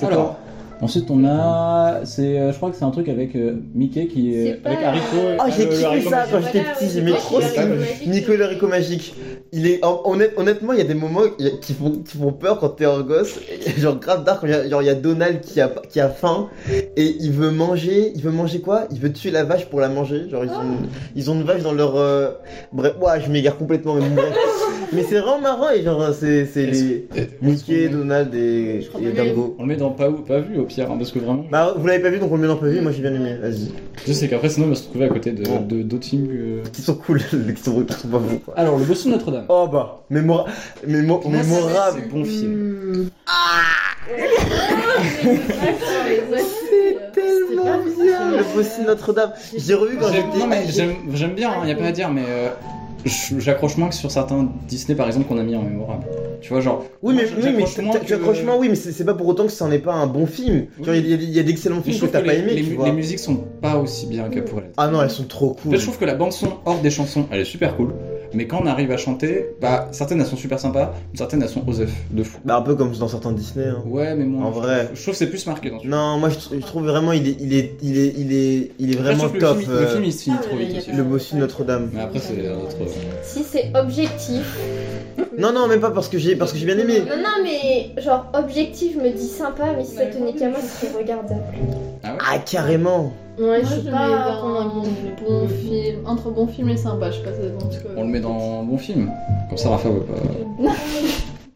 B: Alors. Ensuite, on a. c'est, euh, Je crois que c'est un truc avec euh, Mickey qui est.
C: C'est pas-
B: Avec haricot.
A: Oh, j'ai kiffé ça quand j'étais
C: Voilà,
A: petit,
C: ouais,
A: j'aimais
C: c'est
A: trop
C: vrai
A: ça.
C: qu'il y a Rico Magique.
A: Nicolas Rico Magique. Il est hon- honnête- honnêtement, il y a des moments il y a- qui font, qui font peur quand t'es un gosse. Genre grave dark, quand il y a- genre il y a Donald qui a, qui a faim et il veut manger. Il veut manger quoi Il veut tuer la vache pour la manger. Genre ils ont, ils ont une vache dans leur. euh, Bref, ouah, je m'égare complètement. Mais, bon, bref. Mais c'est vraiment marrant et genre c'est c'est les Mickey, Donald et,
D: crois
A: et
D: pas bien.
A: Dingo.
B: On le met dans pas, ou- pas vu au pire, hein, parce que vraiment.
A: Bah vous l'avez pas vu donc on le met dans le prévu. Moi j'ai bien aimé. Vas-y.
B: Je sais qu'après, sinon, on va se trouver à côté de-
A: Bon.
B: de- d'autres films. euh.
A: Qui sont cool, qui sont, qui sont pas bons. quoi.
B: Alors, le bossu de Notre-Dame.
A: Oh bah, mémora- mémo-
C: Ah,
B: Pour moi, c'est-
A: mémorable.
B: C'est bon film.
A: C'est tellement bien Le Bossu Notre-Dame J'ai revu quand
B: J'aime- Non, mais
A: j'étais...
B: j'aime j'aime bien, il n'y a pas à dire, mais euh, je- j'accroche moins que sur certains Disney par exemple qu'on a mis en mémorable. Tu vois, genre.
A: Oui
B: moi,
A: mais, oui, mais
B: j'accroche moins
A: tu- tu
B: que-
A: accroches moins, oui, mais c'est c'est pas pour autant que ça n'est pas un bon film.
B: Oui.
A: Genre, il y a, il y a- il y a d'excellents
B: Mais je
A: films que
B: trouve
A: t'as
B: que
A: pas
B: les-
A: aimé,
B: les,
A: tu
B: les
A: vois.
B: musiques sont pas aussi bien que pour les.
A: Ah non, elles sont trop
B: En
A: cool.
B: fait, je trouve que la bande son hors des chansons, elle est super cool, mais quand on arrive à chanter, bah certaines elles sont super sympas, certaines elles sont aux œufs de fou.
A: Bah un peu comme dans certains Disney. hein.
B: Ouais, mais moi,
A: En vrai.
B: je trouve que c'est plus marqué dans ce film.
A: Non, moi je, tr- je trouve vraiment il est, il est, il est, il est, il est
B: Après, je
A: vraiment
B: trouve que
A: top.
B: Le film,
A: euh,
B: le film, il se finit
E: Ah,
B: trop
E: oui,
B: vite
E: il y a
B: aussi.
E: pas-
A: le Bossu Notre-Dame.
B: Mais après, c'est un autre. euh,
C: Si c'est objectif,
A: euh. Non, non, même pas parce que j'ai, parce que j'ai bien aimé.
C: Non, non, mais genre objectif, je me dis sympa, mais si ça tenait qu'à moi, c'est regardable.
B: Ah ouais
A: Ah carrément.
E: Ouais,
D: Moi,
E: je
D: je
E: suis
D: le mets
E: pas
D: dans un
E: convaincue.
D: bon film, entre bon film et sympa, je sais pas si c'est bon. en tout cas.
B: On le met dans bon film. Comme ça, Rafa va pas.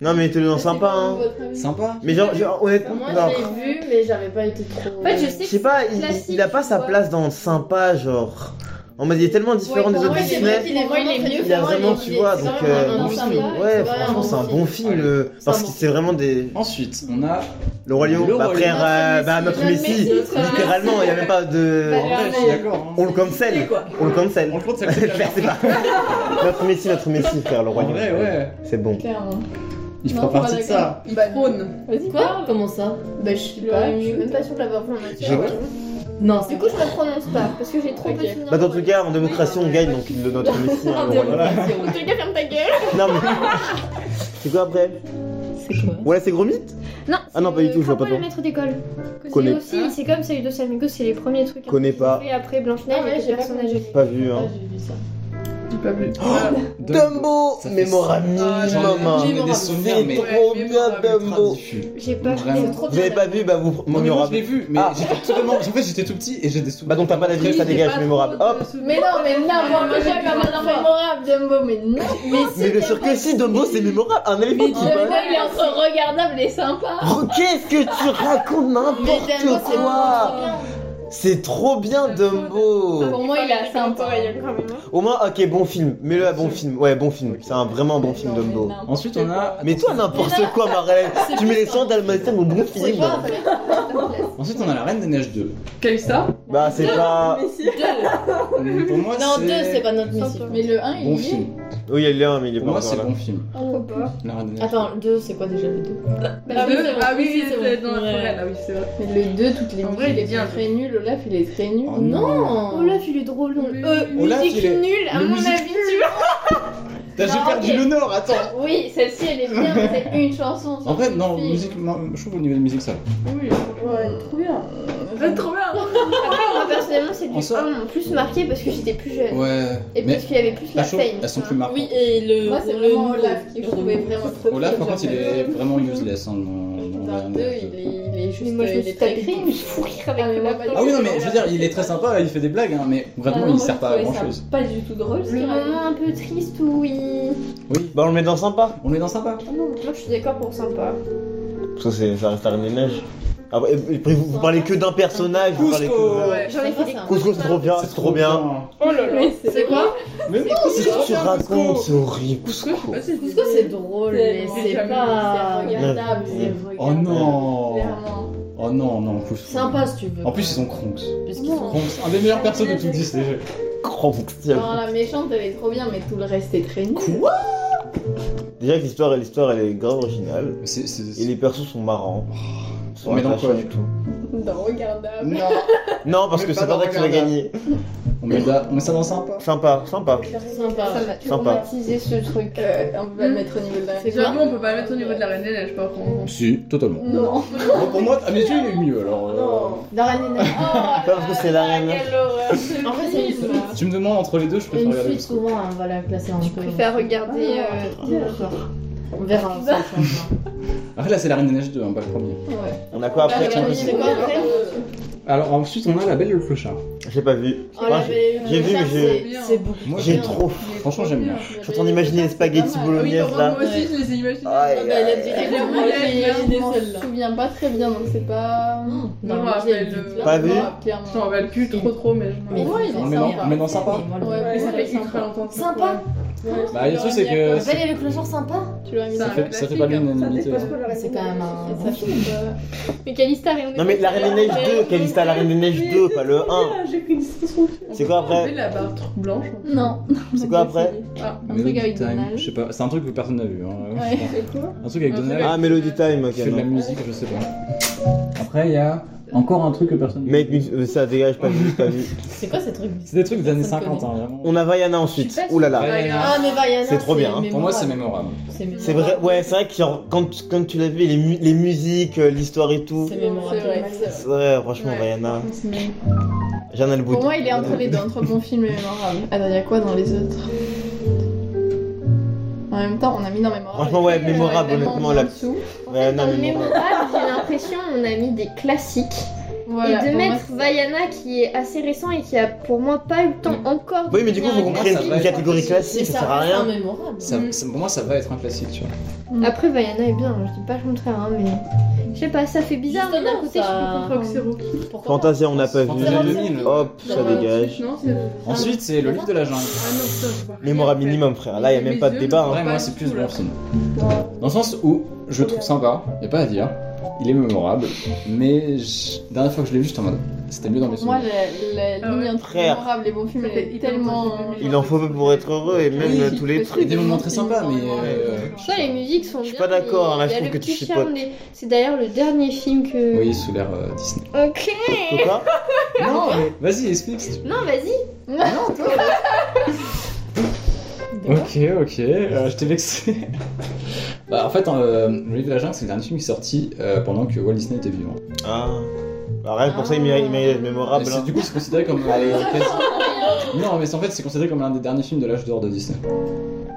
A: Non mais t'es dans sympa hein.
D: Votre avis
B: Sympa
A: Mais genre, genre, honnêtement,
E: Moi,
A: non.
E: je l'ai vu, mais j'avais pas été trop. euh,
C: En fait, je
A: Je
C: sais
A: sais
C: que
A: pas, il,
C: classique,
A: il a pas sa
C: tu vois.
A: place dans le sympa, genre. En mode, il est tellement différent des
D: pour
A: autres
D: moi, il est
A: Disney.
D: vrai qu'il est- moi, il est mieux
A: Il a
D: pour moi,
A: vraiment,
D: il est-
A: tu vois,
D: c'est
A: donc.
D: vraiment
A: euh,
D: un
A: bon
D: sympa,
A: film.
D: c'est
A: Ouais,
D: vraiment un
A: franchement,
D: bon
A: c'est un
D: film.
A: bon film.
B: Allez.
A: euh, Parce
D: bon.
A: que c'est vraiment des.
B: Ensuite, on a.
A: Le Roi Lion,
B: Le
A: bah,
B: Roi
A: frère,
B: Lion.
A: euh, bah, notre
D: Notre
A: Messi.
D: Messi.
A: Littéralement, il y a même pas de.
D: Bah,
B: En vrai, je suis d'accord. hein.
A: On le cancel. On le
B: On
A: cancel.
B: le compte, ça fait
A: Frère, c'est pas. Notre Messi, notre Messi, frère, le
B: En
A: Roi Lion.
B: vrai, ouais.
A: C'est bon.
D: Clairement.
B: Il
D: Non,
B: fera
D: pas
B: partie de ça.
D: Il trône.
E: Vas-y, quoi Comment ça Bah, je suis
D: Le
E: pas.
D: Roi
E: je suis
D: Lion.
E: même pas-
C: sûre de l'avoir vu en matière.
B: Je vois.
E: Non,
C: Du
E: c'est
C: coup, je me prononce pas parce que j'ai trop
D: Ok.
C: peu de souvenirs.
A: Bah, dans tout cas, en démocratie, on gagne, donc le- notre Messi,
B: Ah,
A: hein, le Roi Lion.
C: En tout cas, ferme ta gueule.
A: Non, mais. C'est quoi après
H: C'est quoi
A: Voilà, c'est gros mythe
C: Non,
A: Ah non,
C: c'est,
A: pas du
C: euh,
A: tout, je vois pas
C: Cowboy
A: trop.
C: le maître d'école. Que
A: Connais.
C: C'est aussi, c'est comme celui de Samigo, c'est les premiers trucs.
A: Connais pas.
C: Et après Blanche-Neige,
E: Ah ouais,
C: et
E: j'ai
C: j'ai
E: pas
C: personnages.
E: compris.
A: Pas vu, Ah,
D: Ah,
A: hein.
D: j'ai vu ça.
A: Dumbo,
B: Ça fait
A: mémorable,
D: Ah, j'en ai-
A: maman.
D: j'en ai
B: des souvenirs, mais-
A: C'est trop bien
D: Ouais, mémorable,
A: Dumbo.
C: J'ai pas
B: Vraiment.
C: vu.
B: C'est
E: trop
A: Vous avez pas vu, bah vous,
B: Non,
A: mon
B: mais moi, je
A: mémorable.
B: l'ai vu, mais
A: Ah.
B: j'étais totalement. En fait, j'étais tout petit et j'ai des souvenirs.
A: Bah donc t'as pas la vie, ça dégage, mémorable. Hop.
E: Mais non, mais n'importe quoi, j'ai pas mal mémorable, Dumbo, mais non.
A: Mais le sûr que si, Dumbo, c'est mémorable. Un éléphant qui
E: Dumbo,
A: passe.
E: il est entre regardable et sympa.
A: Oh, Qu'est-ce que tu racontes
E: Mais Dumbo,
A: n'importe
E: c'est
A: quoi C'est trop bien Dumbo.
D: Ah
E: Pour moi, il est sympa.
A: Au moins, ok, bon film. Mets-le à bon film. Ouais, bon film. C'est un vraiment bon film Dumbo.
B: Ensuite, on a.
A: Mais toi n'importe quoi, Marlène. Tu mets les 100 dalmatiens au bon film. hein.
B: Ensuite, on a La Reine des Neiges 2.
G: Quel ça
A: Bah c'est pas.
B: Pour moi,
E: Non,
B: c'est-
E: deux, c'est pas notre Messi.
D: Mais le 1, il
B: Bon
D: y est.
B: film.
A: Oui, il est là, mais il est
B: Pour
A: pas
B: moi,
A: encore
B: c'est
A: là.
B: bon film. La Reine des Neiges.
E: Attends, le 2, c'est quoi déjà le 2
C: Bah
G: Ah oui, ah oui,
E: c'est
G: c'est
E: bon.
G: dans la
E: Ouais.
G: forêt, là, oui, c'est vrai.
D: Mais le 2, toutes les
G: En
D: musiques,
G: vrai, il est
D: elles sont
G: bien.
D: très nul. Olaf, il est très nul.
B: Oh,
E: Non
C: Olaf, il est drôle. Euh,
B: Olaf,
C: musique
B: il est-
C: nulle, à
B: Mais
C: mon
B: musique
C: avis, tu vois.
B: Putain, J'ai perdu le nord, attends.
D: Oui, celle-ci, elle est bien, mais c'est une chanson.
B: En fait,
D: c'est
B: non,
D: une fille.
B: musique, non, je trouve au niveau de la musique, ça va.
D: Oui,
G: Ouais,
D: ouais, trop bien.
G: C'est trop bien
C: Après, moi, personnellement, c'est du
B: En soi-
C: 1 m'ont plus marqué parce que j'étais plus jeune.
B: Ouais.
C: Et
B: Mais
C: parce qu'il y avait plus
B: la
C: la
B: chose,
C: fame.
B: elles sont plus marquantes.
E: Oui, et le.
D: Moi, c'est
E: le
D: vraiment
E: nouveau.
D: Olaf qui je trouvais vraiment trop bien.
B: Olaf, par contre, il est
D: J'appelle-
B: vraiment useless. hein, dans- dans
D: Dans
B: la
D: le
B: Reine
D: 2,
B: des Neiges
D: il
B: 2.
D: est, il est juste. euh,
C: Mais moi, je me
D: il est
C: suis
D: très
C: tapé
D: cringe.
C: une sourire avec
D: Ah, mais
C: le
D: moi,
C: lapin.
D: pas du
B: Ah oui, non, mais je veux dire, il est très sympa, il fait des blagues, hein, mais vraiment,
D: Ah, non,
B: il
D: moi,
B: sert
D: je
B: pas à
D: trouvais
B: grand
D: ça
B: chose.
D: Pas du tout drôle. c'est
C: Le
D: vrai.
C: moment un peu triste où il.
B: Oui,
A: Bah on le met dans sympa.
B: on est dans sympa.
C: Ah Non, moi je suis d'accord pour sympa.
A: Parce que c'est- ça reste la Reine des Neiges. Ah, et- et puis vous, vous parlez que d'un personnage. Vous parlez que...
B: Ouais.
C: J'en ai fait des
A: Cusco, c'est trop bien, c'est trop bien.
G: Oh là là
D: Mais c'est quoi
B: Mais non,
A: Qu'est-ce
B: c'est trop
A: que tu
B: bien,
A: racontes
B: Cusco.
A: C'est horrible.
G: Couscous, je sais pas si
E: Cusco, c'est drôle,
D: C'est-
E: mais
D: c'est
E: c'est
G: jamais-
E: pas.
D: c'est
E: Regardable,
A: Ouais.
E: c'est regardable.
B: Oh non
D: Clairement.
B: Oh non, non, Cusco.
E: Sympa si tu veux.
B: En plus, ils sont Kronks.
E: Parce qu'ils sont-
B: Kronks, un des meilleurs persos de tout Disney.
A: crampes.
B: Ah.
D: Genre, la méchante, elle est trop bien, mais tout le reste est très nul.
A: Quoi Déjà que l'histoire, l'histoire, elle est grave originale.
B: C'est- c'est- c'est-
A: Et les persos sont marrants. Ils sont
B: Mais dans quoi
A: attachants.
B: du tout
D: Dans Regardable.
B: Non
A: Non, parce
B: Mais
A: que
B: pas
A: c'est
B: dans
A: pas vrai que tu vas
B: Regardable.
A: gagner.
B: on met, là- on met ça dans sympa.
A: Sympa, sympa.
D: Sympa.
E: Ça m'a
A: Sympa.
E: traumatisé ce truc.
D: Euh, on peut pas le mettre au niveau de la
G: J'avoue, on peut pas le mettre au niveau de la reine des neiges, par contre.
B: Si, totalement.
D: Non.
B: Bon, pour moi, ah, à mes yeux, il est mieux alors. euh,
E: Dans la nénère.
A: Parce que c'est la reine.
B: Ah,
E: En fait, c'est une suite.
B: Tu me demandes entre les deux, je préfère
E: Une
B: regarder
E: suite,
B: Moscou.
E: souvent, hein, voilà, classée en
C: Je préfère regarder. euh,
E: On verra. ça changera.
B: Après, là, c'est la Reine des Neiges 2, hein, pas le premier.
D: Ouais.
A: On a quoi après
B: Bah,
A: tiens
B: c'est
E: quoi, après
B: Alors, ensuite, on a La Belle et le Clochard.
A: J'ai pas vu.
E: Oh,
A: Moi,
E: la
A: j'ai-
E: belle-
A: Ah, j'ai
E: le
A: vu, mais
E: chat,
A: j'ai-
E: c'est- C'est beaucoup.
B: Moi,
A: J'ai
E: bien.
A: trop.
B: Franchement, j'aime bien.
A: Je suis en train d'imaginer les
B: Ah
A: spaghettis bolognaises là.
G: Moi aussi, je les ai imaginés.
A: Aïe,
D: Bah, il a
A: aïe,
D: dit
A: aïe.
D: rien. Moi, j'ai- je m'en souviens pas très bien, donc c'est pas.
G: Non,
E: Non,
G: moi,
E: j'ai
G: après, le-
E: clairement-
A: Pas vu
D: Clairement.
G: Je m'en rappelle plus trop trop, mais je m'en
E: Mais
G: rappelle.
D: Ouais, il est
E: non,
B: mais
E: sympa.
B: non, mais non, sympa.
E: Mais moi, le-
D: Ouais,
G: Ouais, ça fait
D: sympa.
G: ultra longtemps. que-
E: Sympa.
D: Ouais.
B: Bah, le truc, c'est que.
A: Euh,
E: La belle et le clochard sympa
D: Tu l'aurais mis
G: Ça
D: dans-
B: Ça fait, ça fait pas bien l'unanimité. hein.
C: euh,
E: Ah, C'est quand même un.
D: Ça fait pas.
C: Mais Calista, rien
A: Non mais la Reine des Neiges 2, Calista, la Reine des Neiges 2, pas le 1.
G: J'ai pris une saison.
A: C'est quoi
G: On fait
A: après
G: la barre trop blanche.
D: Non.
A: C'est quoi après
G: Ah,
D: Un truc avec Donald.
B: Je sais pas, c'est un truc que personne n'a vu. hein.
D: Ouais.
B: Un truc avec
G: Un truc
B: Donald
A: Ah, Melody Time,
B: qui fait de la
A: ok.
B: musique, je sais pas. Après, il y a encore un truc que personne
A: Mec, euh, ça dégage, pas vu, pas vu.
E: C'est quoi ce truc
B: C'est des trucs des années
E: Personne
B: 50, hein, vraiment.
A: On a Vaiana ensuite. Ouh là là.
E: Ah, mais Vaiana.
A: C'est trop bien, hein.
B: Pour moi, c'est mémorable.
E: mémorable.
A: C'est vrai, ouais, c'est vrai que genre, quand, quand tu l'as vu, les, mu- les musiques, euh, l'histoire et tout.
E: C'est
D: C'est
E: mémorable.
D: vrai, c'est vrai.
A: C'est vrai, franchement,
G: Ouais.
A: Vaiana.
D: Mais
A: J'en ai le bout.
D: Pour moi, il est entre les deux, entre bon film et mémorable. Attends, Ah bah, il y a quoi dans les autres En même temps, on a mis dans mémorable.
A: Franchement, ouais, mémorable,
D: Ouais,
A: honnêtement,
D: vraiment
A: la-
D: en dessous.
C: Ouais,
A: Vaiana,
C: dans le
A: mais bon.
C: mémorable, j'ai l'impression on a mis des classiques.
D: Voilà,
C: et de
D: pour moi,
C: mettre
D: c'est-
C: Vaiana qui est assez récent et qui a pour moi pas eu le temps encore de
A: Mm. Oui, mais du coup,
C: devenir
A: vous
C: un
A: comprenez
B: ça
A: une,
B: va
A: une
B: être
A: catégorie
E: Mais
A: classique, ça sert à
E: reste un
A: rien.
E: mémorable.
B: Ça- ça- pour moi, ça va être un classique, tu vois.
C: classique. Après, Vaiana est bien, je dis pas le contraire, hein, mais. Je sais pas, ça fait bizarre, mais d'un
E: Justement,
C: côté,
E: ça-
C: je peux comprendre.
G: Fox et Rocky.
E: Pourquoi pas
A: Fantasia, on n'a pas vu.
B: Fantasia
E: vu.
B: 2000.
A: Hop, ça
G: Non,
A: dégage.
G: Non, c'est. Ah
B: Ensuite, c'est le livre de la jungle.
G: non, ça, je vois rien
A: Mémorable
G: faire.
A: minimum, frère. Là, il a même pas de débat. hein.
B: Ouais, moi, c'est plus bon film. Dans le sens où je le trouve sympa, y a pas à dire. Il est mémorable, mais je- dernière fois que je l'ai vu, j'étais en mode. C'était mieux dans mes
D: Pour moi,
B: souvenirs.
D: la, la
G: Ah ouais.
D: ligne entre
A: Frère.
D: mémorable et bon film, elle
G: Ça fait
D: est
G: hyper longtemps
D: tellement.
G: que j'ai vu.
A: Il en faut peu pour être heureux et même
D: Oui,
A: euh, tous les
D: parce que
B: Il
A: trucs.
B: y a des moments très sympas, mais. euh,
C: Tu vois, les musiques sont
A: Je suis
C: bien,
A: pas d'accord,
C: mais
A: là, je
C: il y a
A: trouve
C: le
A: que tu
C: petit
A: chipotes.
C: charme des- C'est d'ailleurs le dernier film que.
B: Oui, sous l'ère euh, Disney.
C: Ok
A: Coca
B: Non, mais vas-y, explique. si tu veux.
C: Non, vas-y
B: Ok, ok, euh, je t'ai vexé. bah, en fait, euh, le livre de la jungle, c'est le dernier film qui est sorti euh, pendant que Walt Disney était vivant.
A: Ah. Bah, rien que pour ça, il
D: Ah.
A: mérite il mérite d'être mémorable.
B: Et c'est-
A: hein.
B: du coup, c'est considéré comme. euh, quasi- non, mais c'est- en fait, c'est considéré comme l'un des derniers films de l'âge d'or de Disney.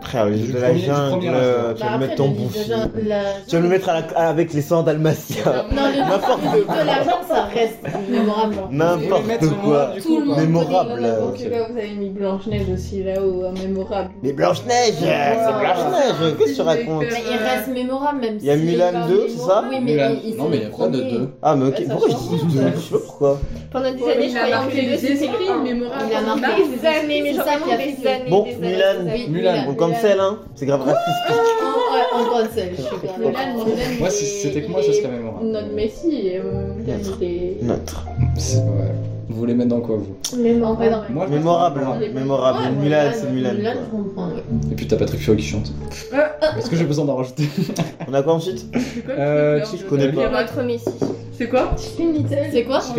A: Frère, les
B: Du
A: jeux de la
B: premier- du
A: jungle,
B: premier à la fin.
A: euh, tu
E: Bah,
A: vas le
E: après,
A: mettre ton
E: le
A: bon
E: livre de
A: film.
E: Jean- la-
A: Tu vas me mettre à la- avec les 100 dalmatiens.
E: Non, le
A: N'importe
E: le livre de la jungle, ça reste mémorable.
B: Vous voulez mettre
A: N'importe
B: moi,
A: quoi.
B: du
E: Tout
B: coup,
E: le
B: ou pas
E: monde.
A: Mémorable. euh,
D: C'est là où vous avez mis Blanche-Neige aussi, là où euh, mémorable.
A: Mais Blanche-Neige, euh, c'est Blanche-Neige, qu'est-ce que tu racontes
E: Mais il reste mémorable même
A: Il y a
E: s'il est
A: Mulan
E: pas
A: 2, c'est ça
E: mémorable. Oui, mais
B: Mulan.
E: il- il-
B: Non, mais
E: c'est
B: il
E: le
B: n'y a pas de
E: premier.
B: deux.
A: Ah, mais ok,
D: Ouais, ça
A: pourquoi je
D: change.
A: dis deux Je sais pas pourquoi.
C: Pendant des
G: Ouais,
C: années,
G: mais
C: je
G: Il a
C: croyais
G: marqué
C: que le Bah,
G: les
C: c'était
G: esprits,
C: lui.
G: mémorable.
E: Il a marqué.
C: Des années, mais
E: C'est
C: genre
E: ça qui a
C: des
E: fait que-
C: années.
A: Bon,
C: des années,
A: Mulan.
C: des années.
E: Oui,
B: Mulan.
A: On cancel, hein C'est grave raciste.
E: Oh, En en cancel, je suis bien d'accord.
D: Mulan, Mulan,
B: Moi,
D: il
B: si
D: est-
B: c'était que moi,
D: il
B: ce
D: est
B: serait mémorable.
D: Notre Messi, et, euh, Mulan, il est.
A: Neutre.
B: C'est- ouais. Vous voulez mettre dans quoi, vous
D: En vrai, dans
B: Moi, je mets-
A: Mémorable, hein,
D: Ouais,
A: mémorable.
E: Ouais,
A: Mulan, c'est Mulan.
E: Mulan, je
A: quoi.
E: comprends, ouais.
B: Et puis, t'as Patrick Fiori qui chante.
E: Euh,
B: Est-ce que j'ai besoin d'en rajouter
A: On a quoi ensuite
B: Euh,
G: si
B: je
A: connais
C: Pour
G: pas.
C: notre Messi.
G: C'est quoi
E: C'est quoi
B: Chicken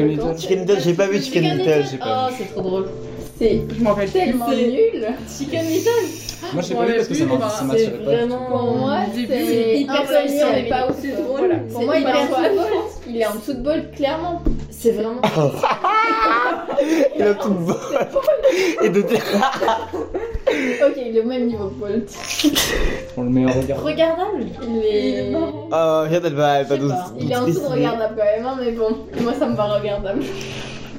B: Little
A: Chicken Little, j'ai pas vu Chicken Little.
B: j'ai pas
E: Oh, c'est trop drôle.
D: C'est
G: Je m'en rappelle
D: tellement
G: plus, c'est-
D: nul. Chicken Little.
B: Moi, j'ai
G: Moi,
B: pas vu
G: la
B: parce que ça
G: pub,
B: m'a- ça
G: bah,
E: c'est
B: m'attirait pas. du tout.
E: vraiment-
D: Pour moi,
G: J'ai vu,
D: c'est
E: hyper
D: insolent,
E: social.
D: mais pas aussi drôle.
G: Voilà.
D: Pour
E: C'est
D: moi, il est
E: hyper
D: en dessous de
E: drôle.
D: Ball. Il est en dessous de bol, clairement.
E: C'est vraiment.
A: Et la petite voix. Et de
D: Ok, il est au même niveau que Bolt.
B: On le met en regard.
E: Regardable.
D: Il est.
A: Oh, j'ai pas de vibe,
D: Je
A: pas
D: sais
A: de
D: pas. Il est en dessous de regardable quand même, hein, mais bon, moi ça me va regardable.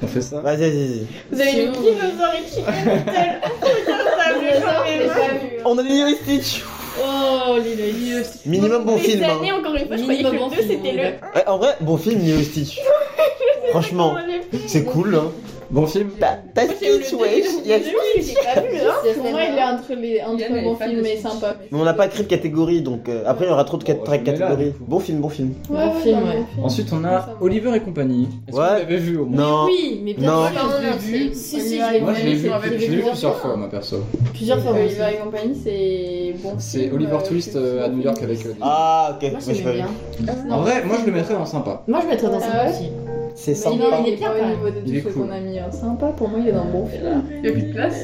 B: On fait ça
A: Vas-y, vas-y, vas-y.
D: Vous avez vu qui me pas vu.
A: On a les heuristiques.
E: Oh, Lilo et Stitch.
A: Minimum bon
C: Des
A: film. hein. Eh,
C: années, encore une fois, je croyais que
E: Minimum
C: le
E: bon
C: 2
E: film,
C: c'était
E: on est
C: le.
A: Ouais, en vrai, bon film, Lilo et Stitch. Franchement, c'est cool. Hein.
B: Bon film
A: That, that speech, wesh, yes.
D: Pour moi, il est entre les
G: Yann,
D: entre
G: elle est
D: bons
G: fan
D: films
G: de
D: et
G: ce film.
D: sympa.
A: Mais on n'a pas créé de catégorie, donc euh, après il y aura trop de
B: Bon,
A: cat-
B: Oh, je mets là,
A: catégories.
B: du coup.
A: Bon film, bon film.
D: Bon
E: ouais,
D: film,
E: non,
D: ouais.
B: Ensuite, on
D: Ça
B: a
D: va.
B: Oliver et compagnie. Est-ce que
A: Ouais.
B: vous l'avez vu au moins
A: Non.
E: Oui, mais bien
A: Non.
E: sûr.
C: Non, non,
G: vu.
C: c'est-
E: Si, si,
G: On y va,
E: j'ai-
G: on
B: Moi,
G: y
B: je
G: va,
B: l'ai
G: on y
B: vu,
G: va.
B: je l'ai vu plusieurs fois, moi perso.
E: Plusieurs fois. moi aussi.
D: Oliver et compagnie, c'est bon.
B: C'est
D: film,
B: Oliver
D: euh,
B: Twist euh, à New York avec. euh, des-
A: Ah, ok,
E: Moi,
A: moi je
E: j'aimais
A: vais
E: bien.
B: En vrai, moi je le mettrais dans sympa.
E: Moi, je mettrais dans
D: Ah
E: ça
D: ouais
E: aussi. Bah,
A: C'est
D: Mais non,
A: sympa.
D: il est bien au niveau de
B: Il est
D: tout ce
B: cool.
D: qu'on a mis. hein. Sympa, pour moi, il est dans bon film.
G: Il y a plus de place.